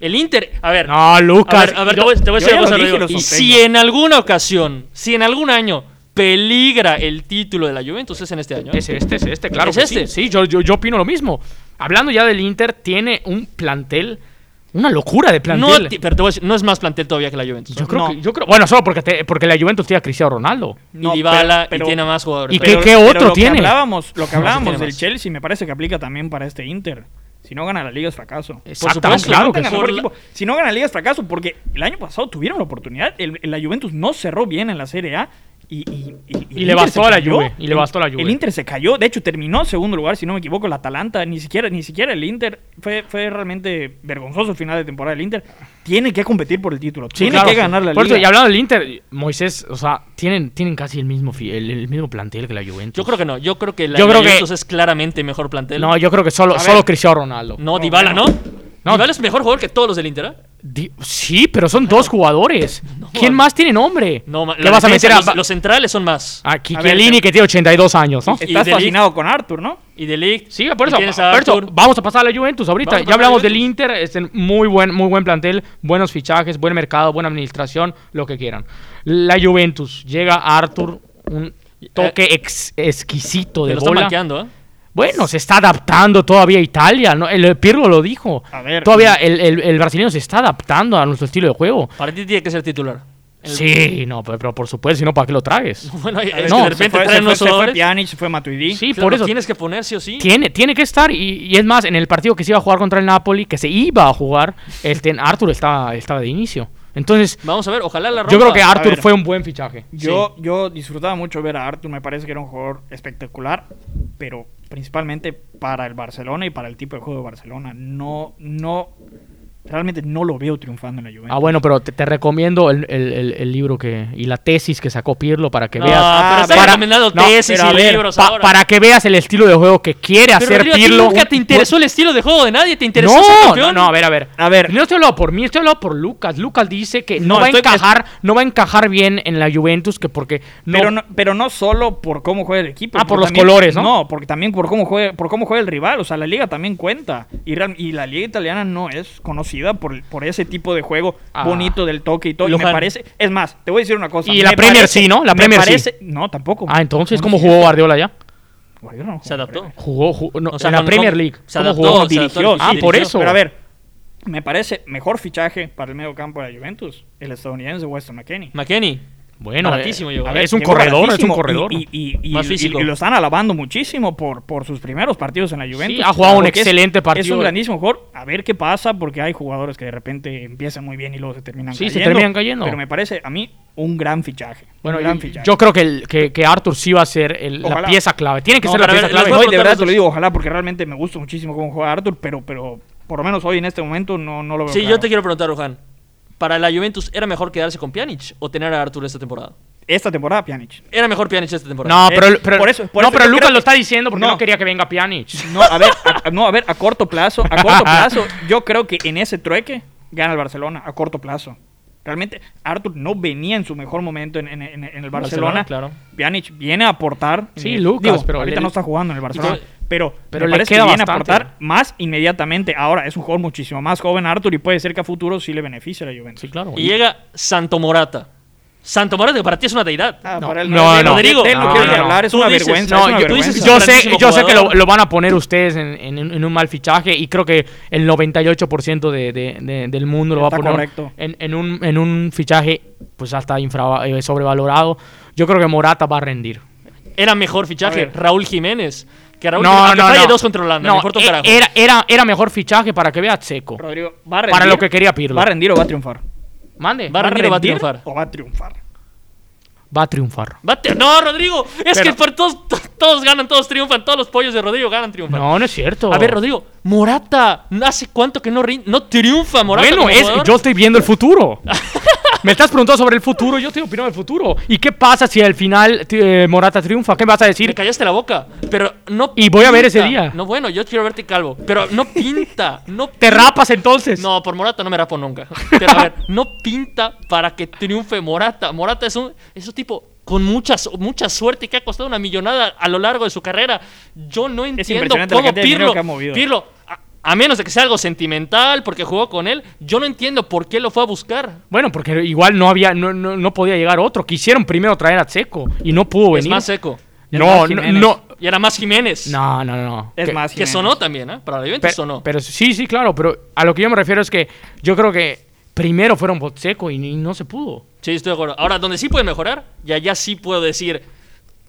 [SPEAKER 1] El Inter. A ver.
[SPEAKER 2] No,
[SPEAKER 1] A
[SPEAKER 2] Lucas.
[SPEAKER 1] ver, a ver, te
[SPEAKER 2] yo-
[SPEAKER 1] voy, te voy a decir
[SPEAKER 3] yo ya
[SPEAKER 1] una cosa,
[SPEAKER 3] lo dije,
[SPEAKER 1] Rodrigo.
[SPEAKER 3] lo
[SPEAKER 1] Y
[SPEAKER 3] sostengo.
[SPEAKER 1] si en alguna ocasión, si en algún año peligra el título de la Juventus, es en este año. ¿eh?
[SPEAKER 2] Es este, es este, claro.
[SPEAKER 1] Es
[SPEAKER 2] que
[SPEAKER 1] este.
[SPEAKER 2] Sí, sí, yo, yo, yo opino lo mismo. Hablando ya del Inter, tiene un plantel, una locura de
[SPEAKER 1] No,
[SPEAKER 2] plantel.
[SPEAKER 1] ti- pero te voy a decir, no es más plantel todavía que la Juventus. ¿eh?
[SPEAKER 2] yo, creo
[SPEAKER 3] no.
[SPEAKER 2] que- yo creo, bueno, solo porque, te- porque la Juventus tiene a Cristiano Ronaldo.
[SPEAKER 1] y Dybala, y tiene a más jugadores.
[SPEAKER 2] ¿Y
[SPEAKER 1] Pero-
[SPEAKER 2] qué- otro
[SPEAKER 3] lo
[SPEAKER 2] tiene?
[SPEAKER 3] Que hablábamos, lo que
[SPEAKER 1] tiene
[SPEAKER 3] hablábamos
[SPEAKER 1] más.
[SPEAKER 3] del Chelsea me parece que aplica también para este Inter. Si no gana la liga es fracaso.
[SPEAKER 2] Exactamente,
[SPEAKER 1] supuesto,
[SPEAKER 2] claro
[SPEAKER 1] no
[SPEAKER 2] que
[SPEAKER 1] tenga
[SPEAKER 3] tengan
[SPEAKER 2] sí.
[SPEAKER 1] mejor
[SPEAKER 3] mejor
[SPEAKER 1] la-
[SPEAKER 3] equipo. Si no gana la liga es fracaso porque el año pasado tuvieron la oportunidad. el- la Juventus no cerró bien en la Serie A. Y, y- y-
[SPEAKER 2] Y
[SPEAKER 3] el
[SPEAKER 2] le
[SPEAKER 3] Inter
[SPEAKER 2] bastó
[SPEAKER 3] se
[SPEAKER 2] a la
[SPEAKER 3] cayó.
[SPEAKER 2] Juve, y le
[SPEAKER 3] El-
[SPEAKER 2] bastó a la Juve.
[SPEAKER 3] El Inter se cayó. De hecho, terminó en segundo lugar, si no me equivoco, la Atalanta. Ni siquiera, ni siquiera el Inter. Fue, fue realmente vergonzoso el final de temporada del Inter. Tiene que competir por el título.
[SPEAKER 2] Sí,
[SPEAKER 3] tiene
[SPEAKER 2] claro,
[SPEAKER 3] que ganar la
[SPEAKER 2] por
[SPEAKER 3] liga.
[SPEAKER 2] Eso, y hablando del Inter, Moisés, o sea, tienen, tienen casi el mismo, fi- el, el mismo plantel que la Juventus.
[SPEAKER 1] Yo creo que no. Yo creo que la,
[SPEAKER 2] Yo
[SPEAKER 1] la
[SPEAKER 2] creo que-
[SPEAKER 1] Juventus es claramente mejor plantel.
[SPEAKER 2] No, yo creo que
[SPEAKER 3] A
[SPEAKER 2] solo, solo
[SPEAKER 3] ver.
[SPEAKER 2] Cristiano Ronaldo.
[SPEAKER 1] no Dybala, ¿no?
[SPEAKER 2] No.
[SPEAKER 1] Dybala es mejor jugador que todos los del Inter. ¿eh?
[SPEAKER 2] Di- sí, pero son dos jugadores. ¿Quién más tiene nombre?
[SPEAKER 1] No, ma-
[SPEAKER 2] ¿Qué
[SPEAKER 1] la
[SPEAKER 2] vas a Ah.
[SPEAKER 1] defensa,
[SPEAKER 2] meter a,
[SPEAKER 1] los, los centrales son más.
[SPEAKER 2] a
[SPEAKER 3] ver,
[SPEAKER 2] Kikellini, que tiene 82 años, ¿no?
[SPEAKER 1] Y de
[SPEAKER 3] Estás
[SPEAKER 1] Ligt.
[SPEAKER 3] fascinado con Arthur, ¿no?
[SPEAKER 1] Y De Ligt.
[SPEAKER 2] Sí, por
[SPEAKER 1] y
[SPEAKER 2] eso,
[SPEAKER 1] tienes a
[SPEAKER 2] por eso,
[SPEAKER 1] Arthur.
[SPEAKER 2] vamos a pasar a la Juventus ahorita.
[SPEAKER 1] Vamos a
[SPEAKER 2] Ya
[SPEAKER 1] pasar a la
[SPEAKER 2] hablamos del
[SPEAKER 1] Juventus.
[SPEAKER 2] Inter, este, muy buen, muy buen plantel, buenos fichajes, buen mercado, buena administración, lo que quieran. La Juventus llega a Arthur, un
[SPEAKER 1] Eh,
[SPEAKER 2] toque ex- exquisito
[SPEAKER 1] Te
[SPEAKER 2] de
[SPEAKER 1] lo están
[SPEAKER 2] bola.
[SPEAKER 1] banqueando, ¿eh?
[SPEAKER 2] Bueno, se está adaptando todavía a Italia, ¿no? El, el Pirlo lo dijo.
[SPEAKER 3] A ver.
[SPEAKER 2] todavía el, el- el brasileño se está adaptando a nuestro estilo de juego.
[SPEAKER 1] Para ti tiene que ser titular. El-
[SPEAKER 2] Sí, no, pero, pero por supuesto, si no, ¿para qué lo
[SPEAKER 3] *laughs*
[SPEAKER 2] tragues?
[SPEAKER 1] *laughs* Bueno, es que
[SPEAKER 2] no,
[SPEAKER 1] de
[SPEAKER 3] se
[SPEAKER 1] repente
[SPEAKER 3] fue, se
[SPEAKER 1] traen
[SPEAKER 3] fue,
[SPEAKER 1] los
[SPEAKER 3] se fue
[SPEAKER 1] jugadores.
[SPEAKER 3] Pjanic, se fue Matuidi.
[SPEAKER 2] Sí,
[SPEAKER 1] Claro,
[SPEAKER 2] por eso.
[SPEAKER 1] Tienes que poner sí o sí.
[SPEAKER 2] Tiene, tiene que estar, y, y es más, en el partido que se iba a jugar contra el Napoli, que se iba a jugar, este, Arthur estaba, estaba de inicio. Entonces,
[SPEAKER 1] Vamos a ver, ojalá la rompa.
[SPEAKER 2] yo creo que
[SPEAKER 3] A
[SPEAKER 2] Arthur
[SPEAKER 3] ver.
[SPEAKER 2] fue un buen fichaje.
[SPEAKER 1] pues,
[SPEAKER 3] Yo, yo disfrutaba mucho ver a Arthur, me parece que era un jugador espectacular, pero principalmente para el Barcelona y para el tipo de juego de Barcelona. No, no, realmente no lo veo triunfando en la Juventus.
[SPEAKER 2] Ah, bueno, pero te, te recomiendo el, el- el- el libro que y la tesis que sacó Pirlo para que
[SPEAKER 1] No,
[SPEAKER 2] veas.
[SPEAKER 1] pero está
[SPEAKER 2] para-
[SPEAKER 1] recomendando
[SPEAKER 2] no,
[SPEAKER 1] tesis
[SPEAKER 2] pero a
[SPEAKER 1] y
[SPEAKER 2] ver,
[SPEAKER 1] libros
[SPEAKER 2] pa-
[SPEAKER 1] ahora.
[SPEAKER 2] Para que veas el estilo de juego que quiere
[SPEAKER 1] Pero
[SPEAKER 2] hacer
[SPEAKER 1] Rodrigo, a ti
[SPEAKER 2] Pirlo.
[SPEAKER 1] nunca te
[SPEAKER 2] Un-
[SPEAKER 1] interesó el estilo de juego de nadie, te interesó ser
[SPEAKER 2] No, no,
[SPEAKER 1] campeón.
[SPEAKER 2] no, a ver, a ver.
[SPEAKER 3] A ver.
[SPEAKER 2] No estoy hablando por mí, estoy hablando por Lucas. Lucas dice que no,
[SPEAKER 3] No,
[SPEAKER 2] va
[SPEAKER 3] estoy-
[SPEAKER 2] a encajar, no va a encajar bien en la Juventus que porque no,
[SPEAKER 3] pero, no, pero no solo por cómo juega el equipo.
[SPEAKER 2] Ah, por
[SPEAKER 3] porque
[SPEAKER 2] los colores, ¿no?
[SPEAKER 3] No, porque también por cómo juega, por cómo juega el rival. O sea, la liga también cuenta. Y, real- y la liga italiana no es conocida por, por ese tipo de juego
[SPEAKER 2] Ah.
[SPEAKER 3] bonito del toque y todo. Y
[SPEAKER 1] Lohan.
[SPEAKER 3] me parece. Es más, te voy a decir una cosa.
[SPEAKER 2] Y
[SPEAKER 3] me
[SPEAKER 2] la Premier
[SPEAKER 3] parece-
[SPEAKER 2] sí, ¿no? La
[SPEAKER 3] me
[SPEAKER 2] Premier sí.
[SPEAKER 3] parece, No, tampoco.
[SPEAKER 2] Ah, entonces
[SPEAKER 3] No,
[SPEAKER 2] cómo
[SPEAKER 3] no,
[SPEAKER 2] jugó Guardiola ya?
[SPEAKER 3] Guardiola no
[SPEAKER 1] Se
[SPEAKER 3] jugó
[SPEAKER 1] adaptó.
[SPEAKER 2] Jugó, jugó no,
[SPEAKER 1] O sea,
[SPEAKER 2] en la
[SPEAKER 1] no- no-
[SPEAKER 2] Premier League.
[SPEAKER 1] se
[SPEAKER 2] ¿Cómo
[SPEAKER 1] adaptó,
[SPEAKER 2] jugó?
[SPEAKER 1] o sea,
[SPEAKER 3] dirigió.
[SPEAKER 1] todo-
[SPEAKER 2] Ah,
[SPEAKER 1] sí,
[SPEAKER 2] por
[SPEAKER 1] dirigió.
[SPEAKER 2] eso.
[SPEAKER 3] Pero a ver, me parece mejor fichaje para el medio campo de la Juventus, el estadounidense Weston McKennie.
[SPEAKER 1] McKenny.
[SPEAKER 2] Bueno,
[SPEAKER 1] Baratísimo
[SPEAKER 2] eh,
[SPEAKER 1] llegó.
[SPEAKER 2] a ver, es un
[SPEAKER 3] Llegó
[SPEAKER 2] corredor, es un
[SPEAKER 3] baratísimo
[SPEAKER 2] corredor.
[SPEAKER 3] Y, y- y-
[SPEAKER 1] Más
[SPEAKER 3] y-
[SPEAKER 1] físico.
[SPEAKER 3] y lo están alabando muchísimo por, por sus primeros partidos en la Juventus.
[SPEAKER 2] ha jugado un
[SPEAKER 3] Porque es-
[SPEAKER 2] excelente
[SPEAKER 3] Es
[SPEAKER 2] partido.
[SPEAKER 3] un grandísimo jugador. A ver qué pasa, porque hay jugadores que de repente empiezan muy bien y luego se terminan
[SPEAKER 2] Sí, se
[SPEAKER 3] cayendo.
[SPEAKER 2] terminan cayendo.
[SPEAKER 3] Pero me parece a mí un gran fichaje.
[SPEAKER 2] bueno,
[SPEAKER 3] un gran
[SPEAKER 2] yo, yo creo que, el- que, que Arthur sí va a ser el- la
[SPEAKER 3] Ojalá.
[SPEAKER 2] pieza clave. Tiene que
[SPEAKER 1] No,
[SPEAKER 2] ser la
[SPEAKER 1] pero a
[SPEAKER 2] pieza
[SPEAKER 1] ver,
[SPEAKER 2] clave.
[SPEAKER 1] les voy a
[SPEAKER 3] No, y de
[SPEAKER 1] preguntar
[SPEAKER 3] verdad
[SPEAKER 1] los
[SPEAKER 3] te lo
[SPEAKER 1] dos.
[SPEAKER 3] digo, ojalá, porque realmente me gusta muchísimo cómo juega Arthur, pero, pero por lo menos hoy en este momento no, no lo veo.
[SPEAKER 1] Sí,
[SPEAKER 3] claro.
[SPEAKER 1] yo te quiero preguntar, Rohan. ¿Para la Juventus era mejor quedarse con Pjanic o tener a Arthur esta temporada?
[SPEAKER 3] Esta temporada, Pjanic.
[SPEAKER 1] Era mejor Pjanic esta temporada.
[SPEAKER 2] No,
[SPEAKER 3] Eh,
[SPEAKER 2] pero, pero-
[SPEAKER 3] por eso- por
[SPEAKER 2] no,
[SPEAKER 3] eso
[SPEAKER 2] pero
[SPEAKER 3] yo
[SPEAKER 2] Lucas
[SPEAKER 3] creo
[SPEAKER 2] lo
[SPEAKER 3] que-
[SPEAKER 2] está diciendo porque no,
[SPEAKER 3] No.
[SPEAKER 2] quería que venga Pjanic.
[SPEAKER 3] No, a ver, a, a- no, a ver, a corto plazo, a
[SPEAKER 2] *laughs*
[SPEAKER 3] corto plazo, yo creo que en ese trueque gana el Barcelona, a corto plazo. Realmente, Arthur no venía en su mejor momento en, en- en- en el
[SPEAKER 1] Barcelona,
[SPEAKER 3] Barcelona.
[SPEAKER 1] claro.
[SPEAKER 3] Pjanic viene a aportar.
[SPEAKER 2] Sí,
[SPEAKER 3] Eh,
[SPEAKER 2] Lucas, pero
[SPEAKER 3] ahorita
[SPEAKER 2] le-
[SPEAKER 3] no está jugando en el Barcelona.
[SPEAKER 1] Sí.
[SPEAKER 3] Pero,
[SPEAKER 2] Pero
[SPEAKER 3] me
[SPEAKER 2] le
[SPEAKER 3] parece
[SPEAKER 2] queda
[SPEAKER 3] que viene
[SPEAKER 2] bastante.
[SPEAKER 3] a aportar más inmediatamente. Ahora es un jugador muchísimo más joven, Arthur, y puede ser que a futuro sí le beneficie a la Juventus.
[SPEAKER 2] Sí, claro.
[SPEAKER 1] Y llega Santo Morata. Santo Morata, que para ti es una deidad.
[SPEAKER 3] Ah,
[SPEAKER 2] No,
[SPEAKER 3] para él
[SPEAKER 2] no,
[SPEAKER 3] de él
[SPEAKER 2] no.
[SPEAKER 3] de él
[SPEAKER 1] Rodrigo,
[SPEAKER 3] no
[SPEAKER 1] no,
[SPEAKER 3] quiere ni
[SPEAKER 1] no.
[SPEAKER 3] hablar, es
[SPEAKER 1] Tú
[SPEAKER 3] una
[SPEAKER 1] dices-
[SPEAKER 3] vergüenza.
[SPEAKER 1] no,
[SPEAKER 3] es una
[SPEAKER 1] yo- tú dices
[SPEAKER 3] vergüenza.
[SPEAKER 1] un
[SPEAKER 2] yo sé,
[SPEAKER 1] grandísimo
[SPEAKER 2] yo sé que lo,
[SPEAKER 1] jugador.
[SPEAKER 2] lo van a poner ustedes en, en un- en un mal fichaje y creo que el 98% de, de- de- del mundo lo va a
[SPEAKER 3] Está
[SPEAKER 2] poner
[SPEAKER 3] correcto.
[SPEAKER 2] en, en un, en un fichaje pues hasta infra, eh, sobrevalorado. Yo creo que Morata va a rendir.
[SPEAKER 1] Era mejor
[SPEAKER 3] A
[SPEAKER 1] fichaje
[SPEAKER 3] ver.
[SPEAKER 1] Raúl Jiménez. Que Raúl Jiménez aunque falle dos contra Holanda,
[SPEAKER 2] No,
[SPEAKER 1] me importa un
[SPEAKER 2] e-
[SPEAKER 1] carajo.
[SPEAKER 2] Era, era, era mejor fichaje para que vea Seco.
[SPEAKER 3] Rodrigo, ¿va a
[SPEAKER 2] Para
[SPEAKER 3] rendir?
[SPEAKER 2] lo que quería Pirlo.
[SPEAKER 3] ¿Va a rendir o va a triunfar?
[SPEAKER 2] Mande.
[SPEAKER 1] Va a rendir o va a triunfar.
[SPEAKER 3] ¿O va a triunfar?
[SPEAKER 2] va a triunfar.
[SPEAKER 1] Va a te- No, Rodrigo, es
[SPEAKER 2] Pero-
[SPEAKER 1] que por todos, to- todos ganan, todos triunfan, todos los pollos de Rodrigo ganan, triunfan.
[SPEAKER 2] No, no es cierto.
[SPEAKER 1] A ver, Rodrigo, Morata, ¿hace cuánto que no, rin- no triunfa Morata?
[SPEAKER 2] Bueno,
[SPEAKER 1] como
[SPEAKER 2] es,
[SPEAKER 1] jugador?
[SPEAKER 2] yo estoy viendo
[SPEAKER 1] *laughs*
[SPEAKER 2] el futuro. Me estás preguntando sobre el futuro, yo estoy opinando del futuro. ¿Y qué pasa si al final eh, Morata triunfa? ¿Qué vas a
[SPEAKER 1] Me
[SPEAKER 2] decir?
[SPEAKER 1] callaste la boca, pero no.
[SPEAKER 2] Y voy a ver
[SPEAKER 1] pinta.
[SPEAKER 2] ese día.
[SPEAKER 1] No, bueno, yo quiero verte calvo, pero
[SPEAKER 2] *laughs*
[SPEAKER 1] no pinta, no.
[SPEAKER 2] ¿Te
[SPEAKER 1] pinta.
[SPEAKER 2] rapas entonces?
[SPEAKER 1] No, por Morata no me rapo nunca. Pero a ver, no pinta para que triunfe Morata. Morata es un, es un tipo con mucha, su- mucha suerte que ha costado una millonada a lo largo de su carrera. Yo no entiendo
[SPEAKER 3] impresionante la
[SPEAKER 1] cómo
[SPEAKER 3] cantidad de dinero
[SPEAKER 1] Pirlo.
[SPEAKER 3] que ha movido.
[SPEAKER 1] Pirlo, a, a menos de que sea algo sentimental porque jugó con él, yo no entiendo por qué lo fue a buscar.
[SPEAKER 2] Bueno, porque igual no había, no, no, no podía llegar otro. Quisieron primero traer a Seco y no pudo
[SPEAKER 1] Es
[SPEAKER 2] venir.
[SPEAKER 1] más eh, seco.
[SPEAKER 3] Es
[SPEAKER 2] no,
[SPEAKER 3] más
[SPEAKER 2] no,
[SPEAKER 3] Jiménez.
[SPEAKER 2] no,
[SPEAKER 1] Y era más Jiménez.
[SPEAKER 2] no, no, no.
[SPEAKER 3] Es
[SPEAKER 2] Que-
[SPEAKER 3] más
[SPEAKER 1] Que
[SPEAKER 3] Jiménez.
[SPEAKER 1] sonó también, ¿eh? Para la
[SPEAKER 2] Pe-
[SPEAKER 1] Juventus sonó.
[SPEAKER 2] Pero sí, sí, claro, pero a lo que yo me refiero es que yo creo que primero fueron por Seco y, ni- no se pudo.
[SPEAKER 1] Sí, estoy de acuerdo. Ahora, donde sí puede mejorar, y allá sí puedo decir,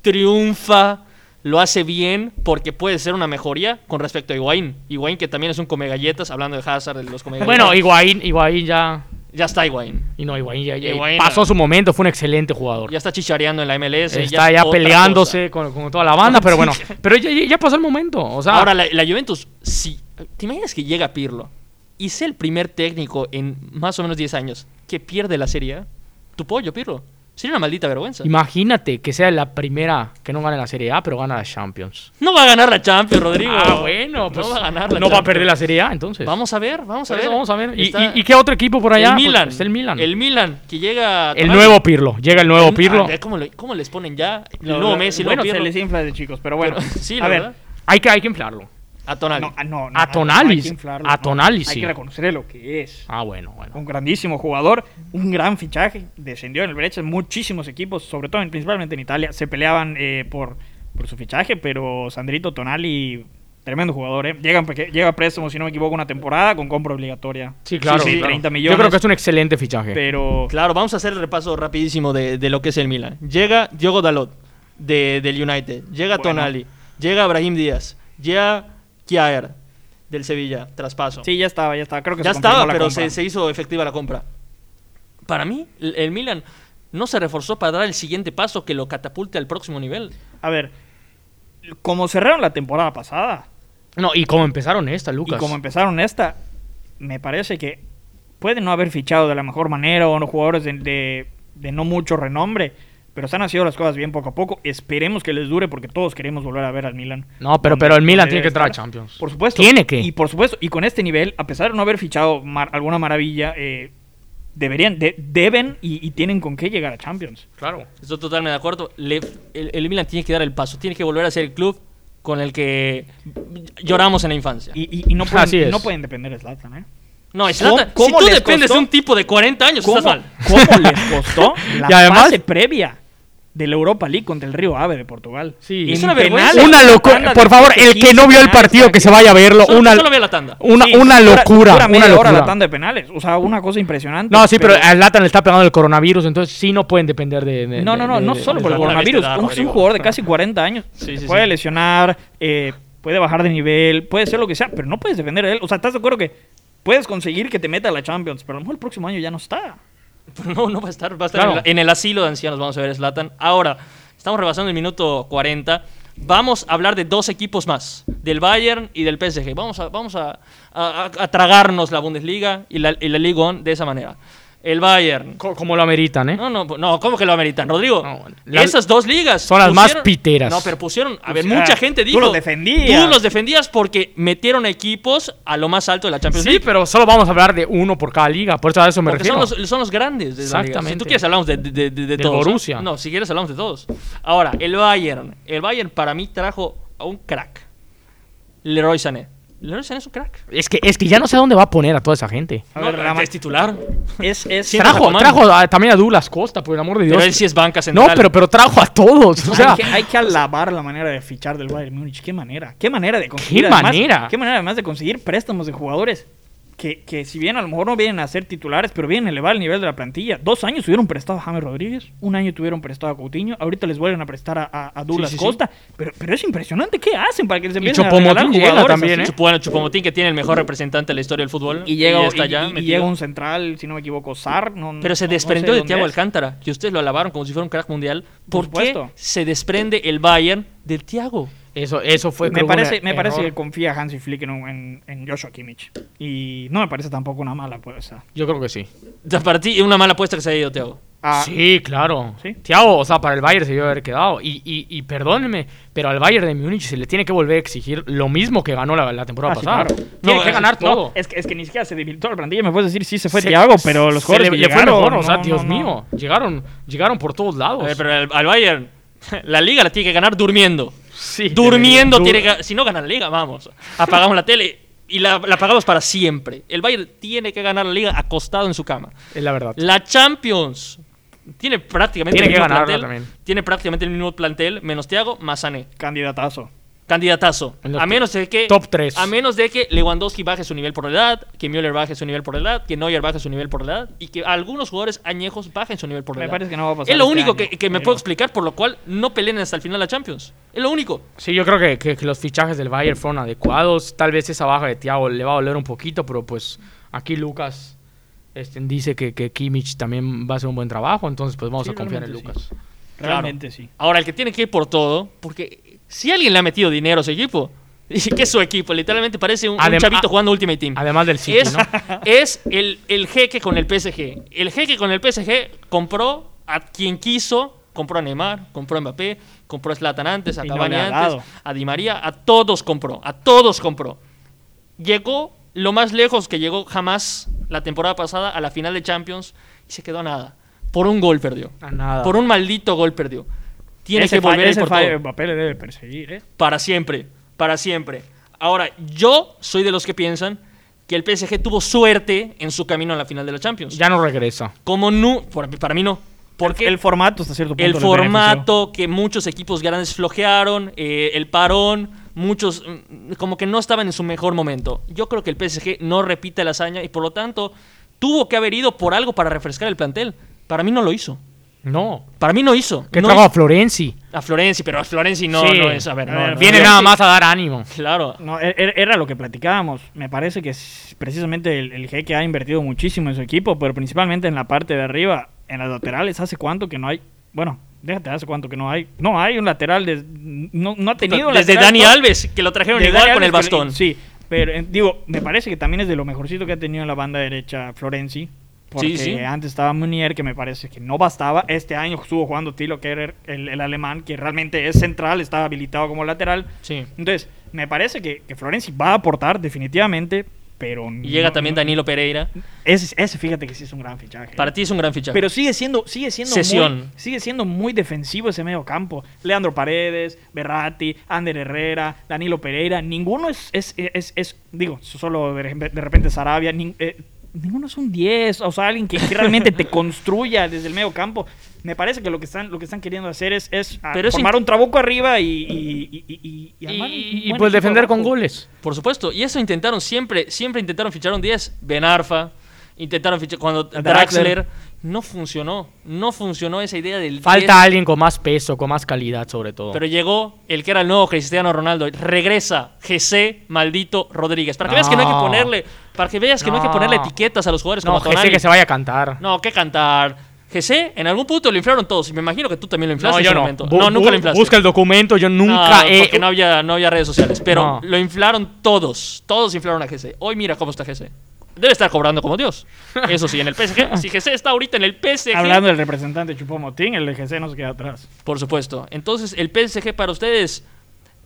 [SPEAKER 1] triunfa, lo hace bien, porque puede ser una mejoría con respecto a Higuaín. Higuaín que también es un come galletas, hablando de Hazard, de los come
[SPEAKER 2] Bueno, Higuaín, Higuaín ya...
[SPEAKER 1] ya está Higuaín.
[SPEAKER 2] Y no, Higuaín ya, ya-
[SPEAKER 1] Higuaín,
[SPEAKER 2] pasó
[SPEAKER 1] no.
[SPEAKER 2] su momento, fue un excelente jugador.
[SPEAKER 1] Ya está chichareando en la MLS.
[SPEAKER 2] Está
[SPEAKER 1] es
[SPEAKER 2] ya
[SPEAKER 1] otra
[SPEAKER 2] peleándose con, con toda la banda, pero bueno, pero ya, ya- ya pasó el momento. O sea,
[SPEAKER 1] cosa. Ahora, la, la Juventus, sí. ¿Te imaginas que llega Pirlo y sea el primer técnico en más o menos 10 años que pierde la Serie A? Tu pollo, Pirlo. Sería una maldita vergüenza.
[SPEAKER 2] imagínate que sea la primera que no gane la Serie A, pero gana la Champions.
[SPEAKER 1] No va a ganar la Champions, Rodrigo.
[SPEAKER 2] Ah, bueno, pues
[SPEAKER 1] no va a ganar la
[SPEAKER 2] no va a
[SPEAKER 1] Champions.
[SPEAKER 2] perder la Serie A, entonces.
[SPEAKER 1] Vamos a ver, vamos a
[SPEAKER 2] Por
[SPEAKER 1] ver.
[SPEAKER 2] eso vamos a ver. ¿Y,
[SPEAKER 1] Está
[SPEAKER 2] y- y qué otro equipo por allá?
[SPEAKER 1] El
[SPEAKER 2] Pues,
[SPEAKER 1] Milan.
[SPEAKER 2] está el Milan.
[SPEAKER 1] El Milan, que llega. a
[SPEAKER 2] El
[SPEAKER 1] tomar-
[SPEAKER 2] nuevo Pirlo. Llega el nuevo
[SPEAKER 1] Ah,
[SPEAKER 2] Pirlo.
[SPEAKER 1] ve ¿Cómo, le- cómo les ponen ya? El
[SPEAKER 3] Lo-
[SPEAKER 1] nuevo
[SPEAKER 3] lo-
[SPEAKER 1] Messi, el
[SPEAKER 3] bueno,
[SPEAKER 1] nuevo Pirlo.
[SPEAKER 3] se les infla de chicos, pero bueno.
[SPEAKER 2] *laughs*
[SPEAKER 1] Pero- sí, la
[SPEAKER 3] a ver.
[SPEAKER 1] verdad.
[SPEAKER 2] Hay que, hay que inflarlo.
[SPEAKER 1] A Tonali.
[SPEAKER 3] No, ah, no, no,
[SPEAKER 2] A
[SPEAKER 3] no,
[SPEAKER 2] Tonali,
[SPEAKER 3] hay que inflarlo,
[SPEAKER 2] a
[SPEAKER 3] no.
[SPEAKER 2] Tonali, sí.
[SPEAKER 3] Hay que reconocerle lo que es.
[SPEAKER 2] Ah, bueno, bueno.
[SPEAKER 3] Un grandísimo jugador, un gran fichaje. Descendió en el Breccia muchísimos equipos, sobre todo en- principalmente en Italia. Se peleaban eh, por, por su fichaje, pero Sandrito Tonali, tremendo jugador. ¿eh? Llega, en peque- llega a préstamo, si no me equivoco, una temporada con compra obligatoria.
[SPEAKER 2] Sí, claro.
[SPEAKER 3] Sí, sí,
[SPEAKER 2] claro.
[SPEAKER 3] 30
[SPEAKER 2] Yo
[SPEAKER 3] millones.
[SPEAKER 2] creo que es un excelente fichaje.
[SPEAKER 3] Pero
[SPEAKER 1] Claro, vamos a hacer el repaso rapidísimo de, de lo que es el Milan. Llega Diogo Dalot de, del United. Llega
[SPEAKER 3] Bueno.
[SPEAKER 1] Tonali. Llega Brahim Díaz. Llega Kiaer del Sevilla. Traspaso.
[SPEAKER 3] sí, ya estaba, ya estaba. Creo que
[SPEAKER 1] ya
[SPEAKER 3] se confirmó
[SPEAKER 1] estaba,
[SPEAKER 3] la
[SPEAKER 1] pero
[SPEAKER 3] compra.
[SPEAKER 1] se, se hizo efectiva la compra. Para mí, el, el Milan no se reforzó para dar el siguiente paso que lo catapulte al próximo nivel.
[SPEAKER 3] A ver, como cerraron la temporada pasada,
[SPEAKER 2] No, y cómo empezaron esta, Lucas.
[SPEAKER 3] Y como em empezaron esta, me parece que pueden no haber fichado de la mejor manera o no jugadores de, de- de no mucho renombre, pero se han haciendo las cosas bien poco a poco. Esperemos que les dure porque todos queremos volver a ver al Milan.
[SPEAKER 2] No, pero-
[SPEAKER 3] Donde-
[SPEAKER 2] pero el Milan
[SPEAKER 3] donde
[SPEAKER 2] tiene que
[SPEAKER 3] debe
[SPEAKER 2] entrar a
[SPEAKER 3] estar.
[SPEAKER 2] Champions.
[SPEAKER 3] Por supuesto.
[SPEAKER 2] Tiene que.
[SPEAKER 3] Y por supuesto, y con este nivel, a pesar de no haber fichado mar- alguna maravilla, eh, deberían, de- deben y, y tienen con qué llegar a Champions.
[SPEAKER 2] Claro.
[SPEAKER 1] Estoy totalmente de acuerdo. Le- el, el Milan tiene que dar el paso, tiene que volver a ser el club con el que lloramos en la infancia.
[SPEAKER 3] Y, y- y no, pueden,
[SPEAKER 2] *laughs* Así es.
[SPEAKER 3] no pueden depender de Zlatan, ¿eh?
[SPEAKER 1] no, Zlatan,
[SPEAKER 3] ¿Cómo-
[SPEAKER 1] si
[SPEAKER 3] cómo
[SPEAKER 1] tú
[SPEAKER 3] les
[SPEAKER 1] dependes
[SPEAKER 3] costó?
[SPEAKER 1] de un tipo de 40 años,
[SPEAKER 3] ¿Cómo,
[SPEAKER 1] estás mal. *laughs*
[SPEAKER 2] *laughs*
[SPEAKER 3] cómo les costó la
[SPEAKER 2] Y además-
[SPEAKER 3] fase previa de la Europa League contra el Río Ave de Portugal?
[SPEAKER 2] Sí.
[SPEAKER 3] En
[SPEAKER 2] Es
[SPEAKER 1] una
[SPEAKER 3] penales,
[SPEAKER 1] vergüenza.
[SPEAKER 2] Una
[SPEAKER 3] en
[SPEAKER 2] locura.
[SPEAKER 3] tanda
[SPEAKER 2] Por
[SPEAKER 3] de
[SPEAKER 2] favor,
[SPEAKER 3] 15,
[SPEAKER 2] el que no vio el
[SPEAKER 3] 15
[SPEAKER 2] partido, que se vaya a verlo.
[SPEAKER 1] Solo,
[SPEAKER 2] Una,
[SPEAKER 1] solo ve la tanda.
[SPEAKER 2] una,
[SPEAKER 3] Sí,
[SPEAKER 2] una
[SPEAKER 3] dura-
[SPEAKER 2] locura.
[SPEAKER 3] dura media
[SPEAKER 2] una
[SPEAKER 3] hora
[SPEAKER 2] locura.
[SPEAKER 3] la tanda de penales. O sea, una cosa impresionante.
[SPEAKER 2] No, sí, pero a Latan le está pegando el coronavirus, entonces sí no pueden depender de. de-
[SPEAKER 3] No, no, no,
[SPEAKER 2] de-
[SPEAKER 3] no
[SPEAKER 2] de-
[SPEAKER 3] solo
[SPEAKER 2] de-
[SPEAKER 3] por el
[SPEAKER 1] la viste
[SPEAKER 3] coronavirus.
[SPEAKER 1] dar,
[SPEAKER 3] Un, es un
[SPEAKER 1] Rodrigo.
[SPEAKER 3] jugador de casi 40 años
[SPEAKER 1] eh, Sí,
[SPEAKER 3] se
[SPEAKER 1] sí,
[SPEAKER 3] puede
[SPEAKER 1] sí.
[SPEAKER 3] lesionar, eh, puede bajar de nivel, puede ser lo que sea, pero no puedes depender de él. O sea, ¿estás de acuerdo que puedes conseguir que te meta a la Champions, pero a lo mejor el próximo año ya no está?
[SPEAKER 1] No, no va a estar. Va a estar
[SPEAKER 2] Claro.
[SPEAKER 1] en, el, en el asilo de ancianos, vamos a ver Zlatan. Ahora, estamos rebasando el minuto 40. Vamos a hablar de dos equipos más, del Bayern y del PSG. Vamos a, vamos a, a- a- a tragarnos la Bundesliga y la, y la Ligue 1 de esa manera. El Bayern.
[SPEAKER 2] Co- Como lo ameritan, ¿eh?
[SPEAKER 1] No, no, no, ¿cómo que lo ameritan, Rodrigo?
[SPEAKER 2] No, la-
[SPEAKER 1] Esas dos ligas
[SPEAKER 2] son las más piteras. Ah,
[SPEAKER 1] No, pero pusieron, a ver,
[SPEAKER 3] O sea,
[SPEAKER 1] mucha gente
[SPEAKER 3] tú
[SPEAKER 1] dijo,
[SPEAKER 3] los defendías.
[SPEAKER 1] tú los defendías porque metieron equipos a lo más alto de la Champions
[SPEAKER 2] sí,
[SPEAKER 1] League.
[SPEAKER 2] pero solo vamos a hablar de uno por cada liga. Por eso a eso me
[SPEAKER 1] Porque
[SPEAKER 2] refiero.
[SPEAKER 1] son los, son los grandes. De la liga. Si
[SPEAKER 2] Exactamente.
[SPEAKER 1] tú quieres, hablamos de, de, de- de
[SPEAKER 2] Del
[SPEAKER 1] todos. ¿no?
[SPEAKER 2] Borussia.
[SPEAKER 1] No, si quieres, hablamos de todos. Ahora, el Bayern. El Bayern para mí trajo a un crack. Leroy Sané. Leroy Sané es un crack.
[SPEAKER 2] Es, que, es que ya no sé a dónde va a poner a toda esa gente.
[SPEAKER 3] A
[SPEAKER 1] No,
[SPEAKER 3] ver, la ma-
[SPEAKER 1] es titular.
[SPEAKER 3] es, es,
[SPEAKER 1] Siempre
[SPEAKER 2] Trajo,
[SPEAKER 1] Román.
[SPEAKER 2] trajo a- también a Douglas Costa, por el amor de Dios.
[SPEAKER 1] Pero él sí es banca
[SPEAKER 2] no,
[SPEAKER 1] central.
[SPEAKER 2] pero, pero trajo a todos. O sea,
[SPEAKER 3] hay, que, hay que alabar la manera de fichar del Bayern Múnich. Qué manera. Qué manera de conseguir.
[SPEAKER 2] ¿Qué
[SPEAKER 3] además-
[SPEAKER 2] manera?
[SPEAKER 3] Qué manera además de conseguir préstamos de jugadores que, que si bien a lo mejor no vienen a ser titulares, pero vienen a elevar el nivel de la plantilla. Dos años tuvieron prestado a James Rodríguez, un año tuvieron prestado a Coutinho, ahorita les vuelven a prestar a, a, a Douglas
[SPEAKER 1] Sí, sí, sí.
[SPEAKER 3] Costa, Pero, pero es impresionante qué hacen para que se
[SPEAKER 2] Y
[SPEAKER 3] empiecen a
[SPEAKER 2] Choupo-Moting
[SPEAKER 3] regalar
[SPEAKER 2] llega
[SPEAKER 3] jugadores
[SPEAKER 2] también,
[SPEAKER 3] así?
[SPEAKER 2] ¿eh?
[SPEAKER 1] Chupo- bueno, Chupomotín, que tiene el mejor representante de la historia del fútbol.
[SPEAKER 3] Y llega,
[SPEAKER 1] y está
[SPEAKER 3] y-
[SPEAKER 1] allá
[SPEAKER 3] y
[SPEAKER 1] metido.
[SPEAKER 3] llega un central, si no me equivoco, Sar. no-
[SPEAKER 1] Pero se
[SPEAKER 3] no- no
[SPEAKER 1] desprendió
[SPEAKER 3] sé
[SPEAKER 1] de
[SPEAKER 3] dónde
[SPEAKER 1] Thiago
[SPEAKER 3] es.
[SPEAKER 1] Alcántara, que ustedes lo alabaron como si fuera un crack mundial.
[SPEAKER 3] Por
[SPEAKER 1] ¿Por, qué
[SPEAKER 3] supuesto.
[SPEAKER 1] se desprende el Bayern del Thiago?
[SPEAKER 2] Eso, eso fue
[SPEAKER 3] me
[SPEAKER 2] Pues creo,
[SPEAKER 3] parece,
[SPEAKER 2] un
[SPEAKER 3] me
[SPEAKER 2] error.
[SPEAKER 3] parece que confía Hansi Flick en, un- en- en Joshua Kimmich. Y no me parece tampoco una mala pues. o sea,
[SPEAKER 2] Yo creo que sí.
[SPEAKER 1] O sea, Para ti, es una mala apuesta que se haya ido Thiago.
[SPEAKER 3] ah,
[SPEAKER 2] sí, claro.
[SPEAKER 3] ¿Sí?
[SPEAKER 2] Thiago, o sea, para el Bayern se debió haber quedado. Y, y, y perdónenme, pero al Bayern de Múnich se le tiene que volver a exigir lo mismo que ganó la, la temporada
[SPEAKER 3] Ah, sí,
[SPEAKER 2] pasada.
[SPEAKER 3] claro.
[SPEAKER 2] Tiene
[SPEAKER 1] No,
[SPEAKER 2] que
[SPEAKER 1] eh,
[SPEAKER 2] ganar
[SPEAKER 1] no,
[SPEAKER 2] todo.
[SPEAKER 3] Es que, es que ni siquiera se debilitó la plantilla. Me puedes decir, sí, se fue
[SPEAKER 2] Se-
[SPEAKER 3] Thiago, pero los
[SPEAKER 2] se
[SPEAKER 3] jugadores
[SPEAKER 2] le,
[SPEAKER 3] que
[SPEAKER 2] le fue
[SPEAKER 3] llegaron,
[SPEAKER 2] mejor, o sea,
[SPEAKER 3] no,
[SPEAKER 2] Dios
[SPEAKER 3] no, Eh, no.
[SPEAKER 2] mío. Llegaron, llegaron por todos lados.
[SPEAKER 1] A ver, pero al, al Bayern, *laughs* la liga la tiene que ganar durmiendo.
[SPEAKER 3] *laughs*
[SPEAKER 2] Sí,
[SPEAKER 1] Durmiendo
[SPEAKER 2] dur-
[SPEAKER 1] tiene que. Si no ganan la liga, vamos. Apagamos la tele y la, la apagamos para siempre. El Bayern tiene que ganar la liga acostado en su cama.
[SPEAKER 2] Es la verdad.
[SPEAKER 1] La Champions tiene prácticamente
[SPEAKER 2] Tiene
[SPEAKER 1] el
[SPEAKER 2] que
[SPEAKER 1] mismo
[SPEAKER 2] ganarla
[SPEAKER 1] plantel.
[SPEAKER 2] también.
[SPEAKER 1] Tiene prácticamente el mismo plantel, menos Thiago, más Sané.
[SPEAKER 3] Candidatazo.
[SPEAKER 1] Candidatazo.
[SPEAKER 2] En los
[SPEAKER 1] A
[SPEAKER 2] top-
[SPEAKER 1] menos de que.
[SPEAKER 2] top tres.
[SPEAKER 1] A menos de que Lewandowski baje su nivel por la edad, que Müller baje su nivel por la edad, que Neuer baje su nivel por la edad y que algunos jugadores añejos bajen su nivel por la
[SPEAKER 3] Me
[SPEAKER 1] edad.
[SPEAKER 3] parece que no va a pasar
[SPEAKER 1] Es lo
[SPEAKER 3] este
[SPEAKER 1] único
[SPEAKER 3] año,
[SPEAKER 1] que, que me
[SPEAKER 3] pero-
[SPEAKER 1] puedo explicar por lo cual no peleen hasta el final la Champions. Es lo único.
[SPEAKER 2] Sí, yo creo que, que- que los fichajes del Bayern fueron adecuados. Tal vez esa baja de Thiago le va a doler un poquito, pero pues aquí Lucas este, dice que, que Kimmich también va a hacer un buen trabajo, entonces pues vamos
[SPEAKER 3] Sí,
[SPEAKER 2] a confiar en
[SPEAKER 3] realmente
[SPEAKER 2] Lucas.
[SPEAKER 1] Claro.
[SPEAKER 3] Realmente sí.
[SPEAKER 1] Ahora, el que tiene que ir por todo, porque si alguien le ha metido dinero a su equipo, *laughs* dice que es su equipo, literalmente parece un, un
[SPEAKER 2] Adem-
[SPEAKER 1] chavito
[SPEAKER 2] a-
[SPEAKER 1] jugando Ultimate Team.
[SPEAKER 2] Además del City,
[SPEAKER 1] es
[SPEAKER 2] ¿no?
[SPEAKER 1] es el, el jeque con el PSG. El jeque con el PSG compró a quien quiso. Compró a Neymar, compró a Mbappé, compró a Zlatan antes, a
[SPEAKER 3] Y no
[SPEAKER 1] Cavani
[SPEAKER 3] le ha dado.
[SPEAKER 1] antes, a Di María, a todos compró, a todos compró. Llegó lo más lejos que llegó jamás la temporada pasada a la final de Champions y se quedó a nada. Por un gol perdió.
[SPEAKER 2] A nada.
[SPEAKER 1] Por un maldito gol perdió. Tiene
[SPEAKER 3] ese
[SPEAKER 1] que volver
[SPEAKER 3] fallo,
[SPEAKER 1] a ir
[SPEAKER 3] ese
[SPEAKER 1] por
[SPEAKER 3] fallo
[SPEAKER 1] todo.
[SPEAKER 3] Mbappé le debe perseguir, ¿eh?
[SPEAKER 1] Para siempre, para siempre. Ahora, yo soy de los que piensan que el PSG tuvo suerte en su camino a la final de la Champions.
[SPEAKER 2] Ya no regresa.
[SPEAKER 1] Como no, por- para mí no. Porque
[SPEAKER 3] el
[SPEAKER 1] el,
[SPEAKER 3] formato hasta cierto punto. les
[SPEAKER 1] formato que muchos equipos grandes flojearon, eh, el parón, muchos mm, como que no estaban en su mejor momento. Yo creo que el PSG no repite la hazaña y por lo tanto tuvo que haber ido por algo para refrescar el plantel. Para mí no lo hizo.
[SPEAKER 2] No.
[SPEAKER 1] Para mí no hizo.
[SPEAKER 2] ¿Qué
[SPEAKER 1] no
[SPEAKER 2] trajo a Florenzi?
[SPEAKER 1] hizo- A Florenzi, pero a Florenzi no,
[SPEAKER 2] Sí. Eh,
[SPEAKER 1] no es. A ver,
[SPEAKER 3] A
[SPEAKER 1] no,
[SPEAKER 3] ver,
[SPEAKER 1] no,
[SPEAKER 2] Viene
[SPEAKER 1] no.
[SPEAKER 2] nada más a dar ánimo.
[SPEAKER 1] Claro.
[SPEAKER 3] No, er- er- era lo que platicábamos. Me parece que s- precisamente el, el jeque ha invertido muchísimo en su equipo, pero principalmente en la parte de arriba, en las laterales. ¿Hace cuánto que no hay? Bueno, déjate, ¿hace cuánto que no hay? No hay un lateral. des- no, no ha tenido un
[SPEAKER 1] Desde
[SPEAKER 3] lateral
[SPEAKER 1] Dani
[SPEAKER 3] top.
[SPEAKER 1] Alves, que lo trajeron
[SPEAKER 3] De
[SPEAKER 1] igual
[SPEAKER 3] Dani
[SPEAKER 1] con el
[SPEAKER 3] Alves, pero-
[SPEAKER 1] bastón.
[SPEAKER 3] sí, pero eh, digo, me parece que también es de lo mejorcito que ha tenido en la banda derecha Florenzi. Porque
[SPEAKER 1] Sí, sí.
[SPEAKER 3] antes estaba Munier, que me parece que no bastaba. Este año estuvo jugando Tilo, que era el, el alemán, que realmente es central, estaba habilitado como lateral.
[SPEAKER 1] Sí.
[SPEAKER 3] Entonces, me parece que, que Florenzi va a aportar definitivamente, pero...
[SPEAKER 1] Y llega también Danilo Pereira.
[SPEAKER 3] Ese, ese fíjate que sí es un gran fichaje.
[SPEAKER 1] Para ti es un gran fichaje.
[SPEAKER 3] Pero sigue siendo, sigue siendo muy,
[SPEAKER 1] Sesión.
[SPEAKER 3] sigue siendo muy defensivo ese medio campo. Leandro Paredes, Berratti, Ander Herrera, Danilo Pereira, ninguno es, es, es, es- digo, solo de, rejem- de repente Sarabia, nin- eh, ninguno es un 10, o sea, alguien que, que realmente te construya desde el medio campo. Me parece que lo que están, lo que están queriendo hacer es, es ah,
[SPEAKER 1] Pero es
[SPEAKER 3] formar
[SPEAKER 1] in-
[SPEAKER 3] un trabuco arriba y, y, y- y- y armar un
[SPEAKER 2] Y, y,
[SPEAKER 3] buen
[SPEAKER 2] pues
[SPEAKER 3] equipo
[SPEAKER 2] defender con
[SPEAKER 3] abajo.
[SPEAKER 2] goles.
[SPEAKER 1] Por supuesto, y eso intentaron siempre, siempre intentaron fichar un 10, Ben Arfa, intentaron fichar cuando
[SPEAKER 3] Draxler.
[SPEAKER 1] Draxler, no funcionó, no funcionó esa idea del 10,
[SPEAKER 2] Falta alguien con más peso, con más calidad sobre todo.
[SPEAKER 1] Pero llegó el que era el nuevo Cristiano Ronaldo, regresa GC maldito Rodríguez, para que veas que no hay que
[SPEAKER 2] No.
[SPEAKER 1] ponerle, para que veas que no, hay que ponerle
[SPEAKER 2] No.
[SPEAKER 1] etiquetas a los jugadores
[SPEAKER 2] no,
[SPEAKER 1] como a Tonali.
[SPEAKER 2] Jesse que se vaya a cantar.
[SPEAKER 1] No, qué cantar. GC, en algún punto lo inflaron todos y me imagino que tú también lo inflaste
[SPEAKER 2] No,
[SPEAKER 1] en
[SPEAKER 2] yo
[SPEAKER 1] ese
[SPEAKER 2] no.
[SPEAKER 1] momento.
[SPEAKER 2] Bu-
[SPEAKER 1] no, nunca
[SPEAKER 2] bu-
[SPEAKER 1] lo inflaste.
[SPEAKER 2] Busca el documento, yo nunca
[SPEAKER 1] no,
[SPEAKER 2] he...
[SPEAKER 1] porque no había, no había redes sociales. Pero
[SPEAKER 2] No.
[SPEAKER 1] lo inflaron todos. Todos inflaron a GC. Hoy mira cómo está GC. Debe estar cobrando como
[SPEAKER 2] *laughs*
[SPEAKER 1] Dios. Eso sí, en el PSG. Si GC está ahorita en el PSG,
[SPEAKER 3] Hablando del representante Chupomotín, el EGC nos queda atrás.
[SPEAKER 1] por supuesto. Entonces, el PSG para ustedes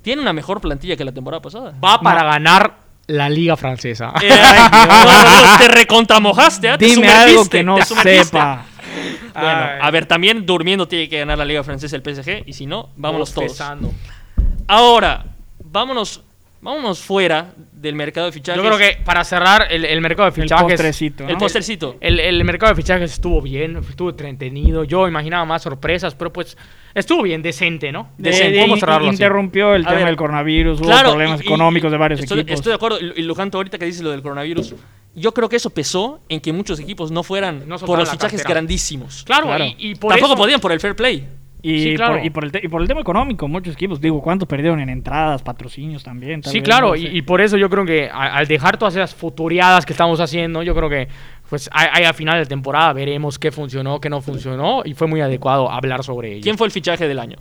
[SPEAKER 1] tiene una mejor plantilla que la temporada pasada.
[SPEAKER 2] Va *laughs* para ganar la liga francesa.
[SPEAKER 1] Eh,
[SPEAKER 2] *laughs*
[SPEAKER 1] ay, no, no, te recontamojaste, ¿ah? te
[SPEAKER 3] Dime
[SPEAKER 1] sumergiste,
[SPEAKER 3] algo que no
[SPEAKER 1] te sumergiste.
[SPEAKER 3] sepa.
[SPEAKER 1] Bueno,
[SPEAKER 2] Ay.
[SPEAKER 1] a ver, también durmiendo tiene que ganar la Liga Francesa el PSG. Y si no, vámonos todos.
[SPEAKER 2] Bostezando.
[SPEAKER 1] Ahora, vámonos, vámonos fuera del mercado de fichajes.
[SPEAKER 2] Yo creo que para cerrar el, el mercado de
[SPEAKER 3] El
[SPEAKER 2] fichajes.
[SPEAKER 3] postrecito, ¿no?
[SPEAKER 1] El postercito.
[SPEAKER 2] El, el mercado de fichajes estuvo bien, estuvo entretenido. Yo imaginaba más sorpresas, pero pues estuvo bien, decente, ¿no?
[SPEAKER 3] De-
[SPEAKER 1] Decente.
[SPEAKER 3] de-
[SPEAKER 2] Podemos cerrarlo así.
[SPEAKER 3] interrumpió el
[SPEAKER 1] A
[SPEAKER 3] tema
[SPEAKER 1] ver,
[SPEAKER 3] del coronavirus, hubo problemas
[SPEAKER 1] y- y-
[SPEAKER 3] económicos de varios
[SPEAKER 1] estoy,
[SPEAKER 3] equipos.
[SPEAKER 1] Estoy de acuerdo. Y y Luján, tú ahorita que dices lo del coronavirus, yo creo que eso pesó en que muchos equipos no fueran
[SPEAKER 2] No soltaron
[SPEAKER 1] por los
[SPEAKER 2] la
[SPEAKER 1] fichajes
[SPEAKER 2] cartera.
[SPEAKER 1] grandísimos.
[SPEAKER 2] Claro,
[SPEAKER 3] Claro.
[SPEAKER 2] Y, y por
[SPEAKER 1] Tampoco
[SPEAKER 2] eso-
[SPEAKER 1] podían por el fair play.
[SPEAKER 3] Y,
[SPEAKER 2] Sí, claro.
[SPEAKER 3] por, y, por el te- y por el tema económico, muchos equipos, digo, ¿cuánto perdieron en entradas, patrocinios también? tal
[SPEAKER 2] Sí,
[SPEAKER 3] vez,
[SPEAKER 2] claro,
[SPEAKER 3] no
[SPEAKER 2] y,
[SPEAKER 3] sé.
[SPEAKER 2] y por eso yo creo que a- al dejar todas esas futureadas que estamos haciendo, yo creo que pues ahí ahí a final de temporada veremos qué funcionó, qué no funcionó, y fue muy adecuado hablar sobre ello.
[SPEAKER 1] ¿Quién fue el fichaje del año?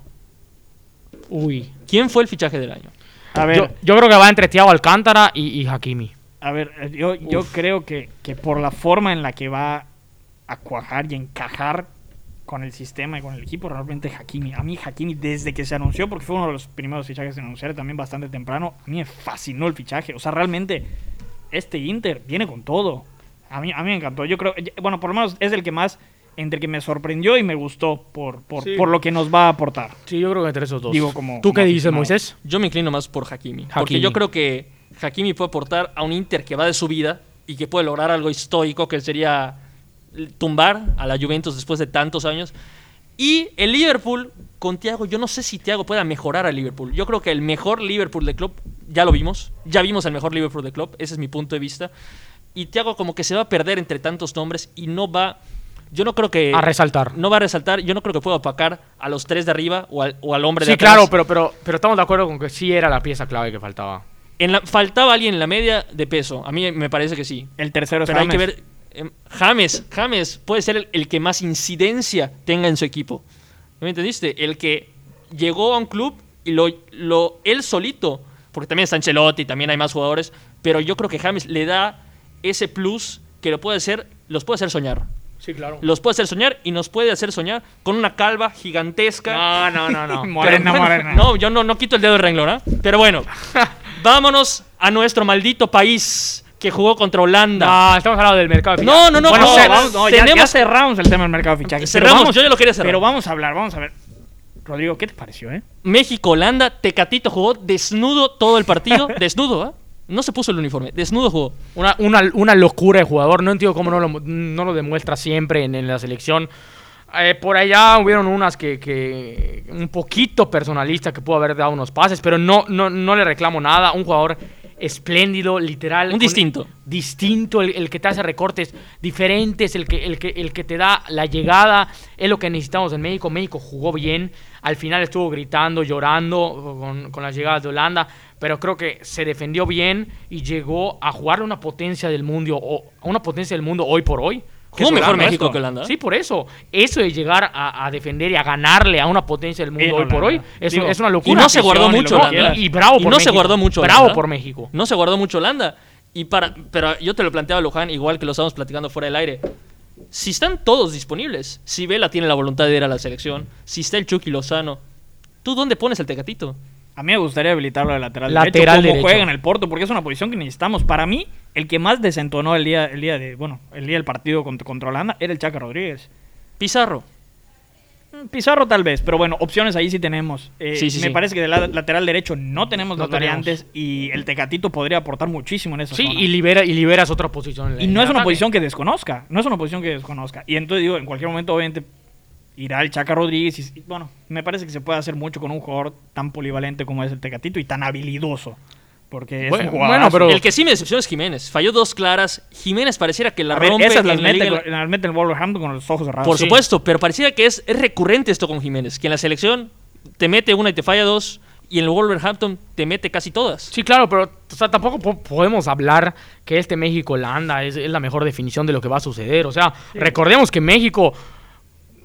[SPEAKER 2] Uy.
[SPEAKER 1] ¿Quién fue el fichaje del año?
[SPEAKER 3] a ver,
[SPEAKER 2] Yo, yo creo que va entre Thiago Alcántara y, y Hakimi.
[SPEAKER 3] a ver, eh, yo, yo creo que, que por la forma en la que va a cuajar y encajar con el sistema y con el equipo, realmente Hakimi. A mí Hakimi, desde que se anunció, porque fue uno de los primeros fichajes en anunciar también bastante temprano, a mí me fascinó el fichaje. O sea, realmente este Inter viene con todo. A mí, a mí me encantó. Yo creo, eh, bueno, por lo menos es el que más, entre el que me sorprendió y me gustó por, por,
[SPEAKER 2] Sí.
[SPEAKER 3] por lo que nos va a aportar.
[SPEAKER 2] Sí, yo creo que entre esos dos.
[SPEAKER 3] Digo, como-
[SPEAKER 2] ¿Tú
[SPEAKER 3] como
[SPEAKER 2] qué dices,
[SPEAKER 3] aficionado.
[SPEAKER 2] Moisés?
[SPEAKER 1] Yo me inclino más por Hakimi, Porque
[SPEAKER 2] Hakimi.
[SPEAKER 1] yo creo que Hakimi puede aportar a un Inter que va de su vida y que puede lograr algo histórico que sería tumbar a la Juventus después de tantos años. Y el Liverpool con Thiago, yo no sé si Thiago pueda mejorar al Liverpool. Yo creo que el mejor Liverpool de club ya lo vimos, ya vimos el mejor Liverpool de club, ese es mi punto de vista. Y Thiago como que se va a perder entre tantos nombres y no va yo no creo que
[SPEAKER 2] A resaltar.
[SPEAKER 1] no va a resaltar, yo no creo que pueda opacar a los tres de arriba o al, o al hombre de
[SPEAKER 2] Sí,
[SPEAKER 1] atrás.
[SPEAKER 2] claro, pero, pero, pero estamos de acuerdo con que sí era la pieza clave que faltaba.
[SPEAKER 1] En la- faltaba alguien en la media de peso. A mí me parece que sí.
[SPEAKER 3] El tercero es
[SPEAKER 1] Pero hay que
[SPEAKER 3] James.
[SPEAKER 1] ver. em, James, James puede ser el, el que más incidencia tenga en su equipo. ¿Me entendiste? El que llegó a un club y lo, lo él solito, porque también está Ancelotti, también hay más jugadores, pero yo creo que James le da ese plus que lo puede hacer, los puede hacer soñar.
[SPEAKER 2] Sí, claro.
[SPEAKER 1] Los puede hacer soñar y nos puede hacer soñar con una calva gigantesca.
[SPEAKER 2] No,
[SPEAKER 1] *laughs*
[SPEAKER 2] no, no, no.
[SPEAKER 1] Pero
[SPEAKER 3] Morena,
[SPEAKER 1] bueno,
[SPEAKER 3] morena.
[SPEAKER 1] No, yo no, no quito el dedo del renglón, ¿ah? Pero bueno, vámonos a nuestro maldito país que jugó contra Holanda.
[SPEAKER 2] No, estamos hablando del mercado. de
[SPEAKER 1] No, no, no,
[SPEAKER 2] Bueno,
[SPEAKER 1] no,
[SPEAKER 2] se-
[SPEAKER 1] vamos,
[SPEAKER 3] no, ya- ya
[SPEAKER 1] tenemos-
[SPEAKER 3] cerramos el tema del mercado de fichajes. pero
[SPEAKER 1] Cerramos,
[SPEAKER 3] vamos-
[SPEAKER 1] yo ya lo quería cerrar.
[SPEAKER 3] Pero vamos a hablar, vamos a ver. Rodrigo, ¿qué te pareció, eh?
[SPEAKER 1] México-Holanda, Tecatito jugó desnudo todo el partido. desnudo, ¿ah? No se puso el uniforme, desnudo jugó.
[SPEAKER 2] Una, una, una locura de jugador. No entiendo cómo no lo, no lo demuestra siempre en, en la selección. Eh, por allá hubieron unas que, que un poquito personalista que pudo haber dado unos pases, pero no, no, no le reclamo nada. Un jugador espléndido, literal.
[SPEAKER 1] Un
[SPEAKER 2] con-
[SPEAKER 1] distinto.
[SPEAKER 2] Distinto, el, el que te hace recortes diferentes, el que, el, que, el que te da la llegada. Es lo que necesitamos en México. México jugó bien. Al final estuvo gritando, llorando con, con las llegadas de Holanda. Pero creo que se defendió bien y llegó a jugar a una potencia del mundo, o, a una potencia del mundo hoy por hoy. que
[SPEAKER 1] Jugó
[SPEAKER 2] es
[SPEAKER 1] mejor
[SPEAKER 2] Holanda.
[SPEAKER 1] México que Holanda. ¿ah?
[SPEAKER 2] Sí, por eso. Eso de llegar a, a defender y a ganarle a una potencia del mundo
[SPEAKER 3] Eh,
[SPEAKER 2] hoy por
[SPEAKER 3] Holanda.
[SPEAKER 2] hoy es,
[SPEAKER 3] Digo,
[SPEAKER 2] es una
[SPEAKER 1] Y
[SPEAKER 2] locura.
[SPEAKER 1] no se guardó
[SPEAKER 3] afición y
[SPEAKER 1] mucho
[SPEAKER 3] lo que
[SPEAKER 1] Holanda.
[SPEAKER 3] quieras.
[SPEAKER 2] Y bravo
[SPEAKER 1] Y
[SPEAKER 2] por
[SPEAKER 1] no se
[SPEAKER 2] México.
[SPEAKER 1] guardó mucho
[SPEAKER 2] Bravo
[SPEAKER 1] Holanda.
[SPEAKER 2] por México.
[SPEAKER 1] No se guardó mucho Holanda. Y para, pero yo te lo planteaba, Luján, igual que lo estábamos platicando fuera del aire. Si están todos disponibles, si Vela tiene la voluntad de ir a la selección, si está el Chucky Lozano, ¿tú dónde pones el Tecatito?
[SPEAKER 3] A mí me gustaría habilitarlo de lateral,
[SPEAKER 2] Lateral
[SPEAKER 3] derecho, como
[SPEAKER 2] derecho.
[SPEAKER 3] juega en el Porto, porque es una posición que necesitamos. Para mí, el que más desentonó el día, el día de, bueno, el día del partido contra, contra Holanda era el Chaca Rodríguez.
[SPEAKER 1] Pizarro.
[SPEAKER 3] Mm, Pizarro tal vez, pero bueno, opciones ahí sí tenemos. Eh,
[SPEAKER 1] Sí, sí,
[SPEAKER 3] me
[SPEAKER 1] sí.
[SPEAKER 3] parece que del la- lateral derecho no tenemos
[SPEAKER 2] No
[SPEAKER 3] las
[SPEAKER 2] tenemos.
[SPEAKER 3] variantes y el Tecatito podría aportar muchísimo en esa
[SPEAKER 2] Sí,
[SPEAKER 3] zona.
[SPEAKER 2] y, libera, y liberas otra posición. en la-
[SPEAKER 3] Pues Y
[SPEAKER 2] en
[SPEAKER 3] no
[SPEAKER 2] el
[SPEAKER 3] es una
[SPEAKER 2] ataque.
[SPEAKER 3] posición que desconozca. No es una posición que desconozca. Y entonces digo, en cualquier momento, obviamente, irá el Chaca Rodríguez. Y, y, bueno, me parece que se puede hacer mucho con un jugador tan polivalente como es el Tecatito y tan habilidoso. Porque es
[SPEAKER 2] Bueno,
[SPEAKER 3] un jugador.
[SPEAKER 2] bueno, pero-
[SPEAKER 1] El que sí me decepcionó es Jiménez. Falló dos claras. Jiménez pareciera que la
[SPEAKER 3] A ver,
[SPEAKER 1] rompe
[SPEAKER 3] esas las
[SPEAKER 1] en la
[SPEAKER 3] mete,
[SPEAKER 1] Liga-
[SPEAKER 3] con- las mete el Wolverhampton con los ojos cerrados.
[SPEAKER 1] Por
[SPEAKER 3] Sí.
[SPEAKER 1] supuesto, pero pareciera que es, es recurrente esto con Jiménez. Que en la selección te mete una y te falla dos. Y en el Wolverhampton te mete casi todas.
[SPEAKER 2] Sí, claro, pero o sea, tampoco po- podemos hablar que este México-Holanda es, es la mejor definición de lo que va a suceder. O sea, recordemos que México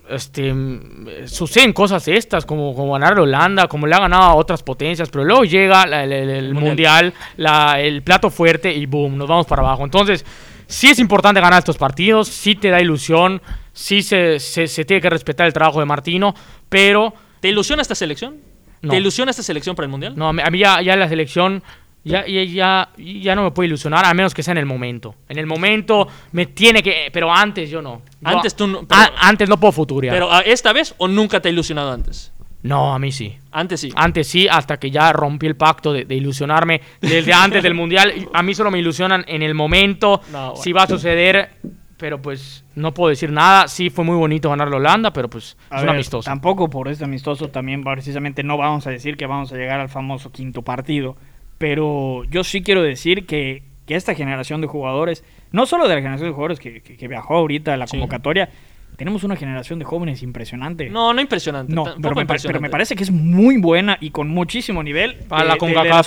[SPEAKER 2] este, mm, eh, suceden cosas estas, como, como ganar a Holanda, como le ha ganado a otras potencias, pero luego llega la- el, el- el mundial, la- el plato fuerte y boom, nos vamos para abajo. Entonces, sí es importante ganar estos partidos, sí te da ilusión, sí se, se- se tiene que respetar el trabajo de Martino, pero
[SPEAKER 1] ¿Te ilusiona esta selección?
[SPEAKER 2] No.
[SPEAKER 1] ¿Te ilusiona esta selección para el Mundial?
[SPEAKER 2] No, a mí, a mí ya, ya la selección ya, ya, ya, ya no me puede ilusionar, a menos que sea en el momento. En el momento me tiene que... Pero antes yo no. Yo-
[SPEAKER 1] Antes tú no- pero-
[SPEAKER 2] a- antes no puedo futurear.
[SPEAKER 1] Pero ¿a esta vez o nunca te ha ilusionado antes.
[SPEAKER 2] no, a mí sí.
[SPEAKER 1] Antes
[SPEAKER 3] Ah,
[SPEAKER 1] sí.
[SPEAKER 2] Antes sí, hasta que ya rompí el pacto de, de ilusionarme desde antes del Mundial. Y A mí solo me ilusionan en el momento,
[SPEAKER 1] No, bueno.
[SPEAKER 2] si va a suceder, pero pues no puedo decir nada. Sí, fue muy bonito ganar la Holanda, pero pues
[SPEAKER 3] A
[SPEAKER 2] es un
[SPEAKER 3] ver,
[SPEAKER 2] amistoso.
[SPEAKER 3] Tampoco por este amistoso también precisamente no vamos a decir que vamos a llegar al famoso quinto partido. Pero yo sí quiero decir que, que esta generación de jugadores no solo de la generación de jugadores que, que- que viajó ahorita a la
[SPEAKER 1] Sí.
[SPEAKER 3] convocatoria, tenemos una generación de jóvenes impresionante.
[SPEAKER 1] No, no impresionante.
[SPEAKER 3] No,
[SPEAKER 1] tampoco
[SPEAKER 3] pero me, pare- pero
[SPEAKER 1] impresionante.
[SPEAKER 3] me parece que es muy buena y con muchísimo nivel.
[SPEAKER 2] Para la
[SPEAKER 3] de, de,
[SPEAKER 2] CONCACAF.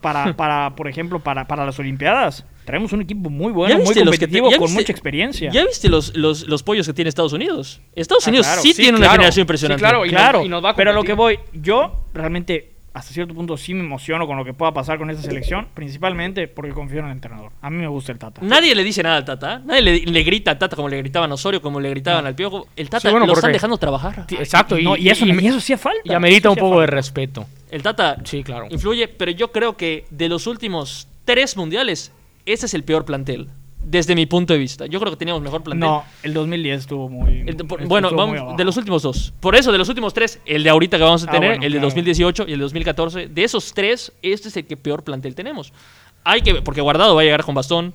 [SPEAKER 1] *laughs*
[SPEAKER 3] para, para, por ejemplo, para, para las Olimpiadas. Traemos un equipo muy
[SPEAKER 1] ¿Ya
[SPEAKER 3] bueno, muy
[SPEAKER 1] viste los que te-
[SPEAKER 3] competitivo,
[SPEAKER 1] ya
[SPEAKER 3] con
[SPEAKER 1] viste-
[SPEAKER 3] mucha experiencia.
[SPEAKER 1] ¿Ya viste los, los, los pollos que tiene Estados Unidos? Estados
[SPEAKER 3] Ah,
[SPEAKER 1] Unidos
[SPEAKER 3] claro,
[SPEAKER 1] sí,
[SPEAKER 3] sí,
[SPEAKER 1] tiene una
[SPEAKER 2] claro.
[SPEAKER 1] generación
[SPEAKER 2] Sí,
[SPEAKER 1] impresionante.
[SPEAKER 2] claro, y nos-
[SPEAKER 3] claro,
[SPEAKER 2] y nos va a
[SPEAKER 3] pero a lo
[SPEAKER 2] competir.
[SPEAKER 3] que voy, yo realmente hasta cierto punto sí me emociono con lo que pueda pasar con esta selección, principalmente porque confío en el entrenador. A mí me gusta el Tata.
[SPEAKER 1] Nadie le dice nada al Tata. ¿eh? Nadie le, le grita al Tata como le gritaban a Osorio, como le gritaban al Piojo. El Tata
[SPEAKER 2] Sí, bueno,
[SPEAKER 1] lo están
[SPEAKER 2] porque-
[SPEAKER 1] dejando trabajar.
[SPEAKER 2] Sí, Exacto.
[SPEAKER 3] No, y, eso,
[SPEAKER 2] y,
[SPEAKER 3] y eso sí hace falta.
[SPEAKER 2] y amerita
[SPEAKER 3] Eso
[SPEAKER 2] un
[SPEAKER 3] sí hace
[SPEAKER 2] poco de
[SPEAKER 3] falta.
[SPEAKER 2] respeto.
[SPEAKER 1] El Tata
[SPEAKER 2] Sí, claro.
[SPEAKER 1] influye, pero yo creo que de los últimos tres mundiales, ese es el peor plantel. Desde mi punto de vista. Yo creo que teníamos mejor plantel.
[SPEAKER 3] No, el 2010 estuvo muy.
[SPEAKER 1] El de- por-
[SPEAKER 3] estuvo
[SPEAKER 1] bueno,
[SPEAKER 3] muy
[SPEAKER 1] vamos-
[SPEAKER 3] abajo.
[SPEAKER 1] de los últimos dos. Por eso, de los últimos tres, el de ahorita que vamos a
[SPEAKER 3] Ah,
[SPEAKER 1] tener,
[SPEAKER 3] bueno,
[SPEAKER 1] el de
[SPEAKER 3] claro.
[SPEAKER 1] 2018 y el de 2014, de esos tres, este es el que peor plantel tenemos. Hay que, porque Guardado va a llegar con bastón.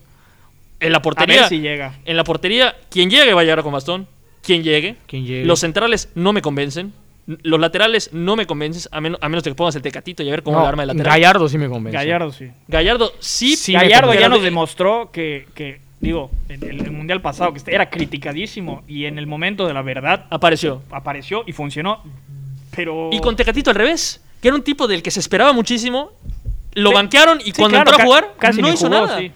[SPEAKER 1] En la
[SPEAKER 3] A
[SPEAKER 1] portería,
[SPEAKER 3] ver si llega.
[SPEAKER 1] en la portería, quien llegue va a llegar con bastón. Quien llegue.
[SPEAKER 2] Quien llegue.
[SPEAKER 1] Los centrales no me convencen. N- Los laterales no me convencen, a, menos a menos de que pongas el tecatito y a ver cómo
[SPEAKER 2] No,
[SPEAKER 1] el arma de lateral.
[SPEAKER 2] Gallardo sí me convence.
[SPEAKER 3] *laughs* Gallardo sí.
[SPEAKER 1] Gallardo sí,
[SPEAKER 2] Sí,
[SPEAKER 3] Gallardo
[SPEAKER 1] pero
[SPEAKER 3] ya nos
[SPEAKER 1] de-
[SPEAKER 3] demostró que, que, digo, en el, el mundial pasado, que este era criticadísimo y en el momento de la verdad
[SPEAKER 1] apareció.
[SPEAKER 3] apareció y funcionó, pero.
[SPEAKER 1] Y con Tecatito al revés, que era un tipo del que se esperaba muchísimo, lo
[SPEAKER 3] Sí.
[SPEAKER 1] banquearon y
[SPEAKER 3] Sí,
[SPEAKER 1] cuando
[SPEAKER 3] claro,
[SPEAKER 1] entró a
[SPEAKER 3] ca-
[SPEAKER 1] jugar
[SPEAKER 3] casi
[SPEAKER 1] no
[SPEAKER 3] ni
[SPEAKER 1] hizo
[SPEAKER 3] jugó,
[SPEAKER 1] nada.
[SPEAKER 3] sí.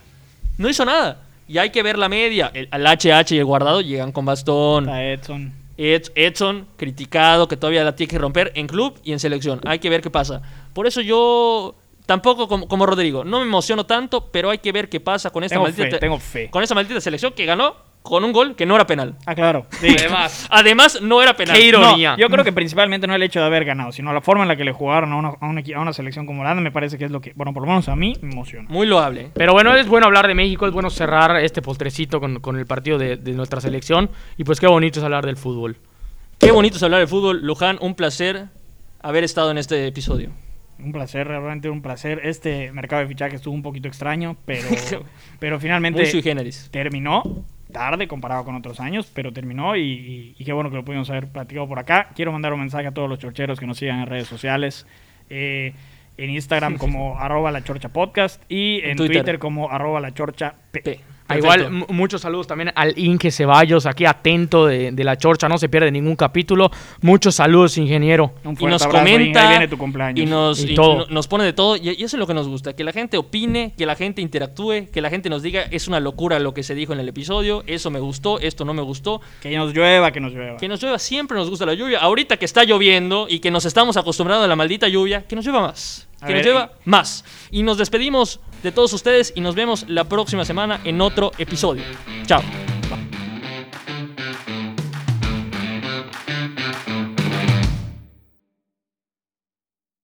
[SPEAKER 1] No hizo nada. Y hay que ver la media. El, al HH y el guardado llegan con bastón.
[SPEAKER 3] Está Edson.
[SPEAKER 1] Ed- Edson, criticado, que todavía la tiene que romper en club y en selección. Hay que ver qué pasa. Por eso yo tampoco como, como Rodrigo, no me emociono tanto, pero hay que ver qué pasa con esta
[SPEAKER 3] Tengo
[SPEAKER 1] maldita
[SPEAKER 3] fe, tengo fe.
[SPEAKER 1] con esta maldita selección que ganó con un gol que no era penal.
[SPEAKER 3] Ah, claro. Sí.
[SPEAKER 2] Además,
[SPEAKER 1] Además no era penal.
[SPEAKER 2] Qué
[SPEAKER 1] No,
[SPEAKER 2] ironía.
[SPEAKER 3] No, yo creo que principalmente no el hecho de haber ganado, sino la forma en la que le jugaron a una, a una, equi- a una selección como Holanda me parece que es lo que, bueno, por lo menos a mí me emociona.
[SPEAKER 1] muy loable.
[SPEAKER 2] Pero bueno, es bueno hablar de México, es bueno cerrar este postrecito con, con el partido de, de nuestra selección. Y pues qué bonito es hablar del fútbol.
[SPEAKER 1] Qué bonito es hablar de fútbol, Luján. Un placer haber estado en este episodio.
[SPEAKER 3] Un placer, realmente un placer. Este mercado de fichajes estuvo un poquito extraño,
[SPEAKER 1] *laughs*
[SPEAKER 3] pero, pero finalmente
[SPEAKER 1] Muy sui generis.
[SPEAKER 3] terminó tarde comparado con otros años, pero terminó y, y- y qué bueno que lo pudimos haber platicado por acá. Quiero mandar un mensaje a todos los chorcheros que nos sigan en redes sociales. eh,
[SPEAKER 1] *laughs*
[SPEAKER 3] en Instagram como arroba la chorcha podcast y en,
[SPEAKER 1] Twitter.
[SPEAKER 3] Twitter. como arroba la chorcha P.
[SPEAKER 1] P.
[SPEAKER 2] Ah,
[SPEAKER 1] Perfecto.
[SPEAKER 2] Igual, mu- muchos saludos también al Inge Ceballos, aquí atento de, de la chorcha, no se pierde ningún capítulo. Muchos saludos, ingeniero.
[SPEAKER 3] Un
[SPEAKER 1] y
[SPEAKER 3] fuerte
[SPEAKER 1] nos
[SPEAKER 3] abrazo, Inge.
[SPEAKER 1] comenta
[SPEAKER 3] Ahí viene tu cumpleaños.
[SPEAKER 1] y nos
[SPEAKER 2] Y
[SPEAKER 1] y
[SPEAKER 2] todo.
[SPEAKER 1] no- nos pone de todo y, y eso es lo que nos gusta que la gente opine que la gente interactúe que la gente nos diga es una locura lo que se dijo en el episodio eso me gustó esto no me gustó
[SPEAKER 3] Que nos llueva, que nos llueva.
[SPEAKER 1] que nos llueva siempre nos gusta la lluvia ahorita que está lloviendo y que nos estamos acostumbrando a la maldita lluvia que nos llueva más
[SPEAKER 3] A
[SPEAKER 1] que nos
[SPEAKER 3] ver,
[SPEAKER 1] llueva más y nos despedimos de todos ustedes y nos vemos la próxima semana en otro episodio chao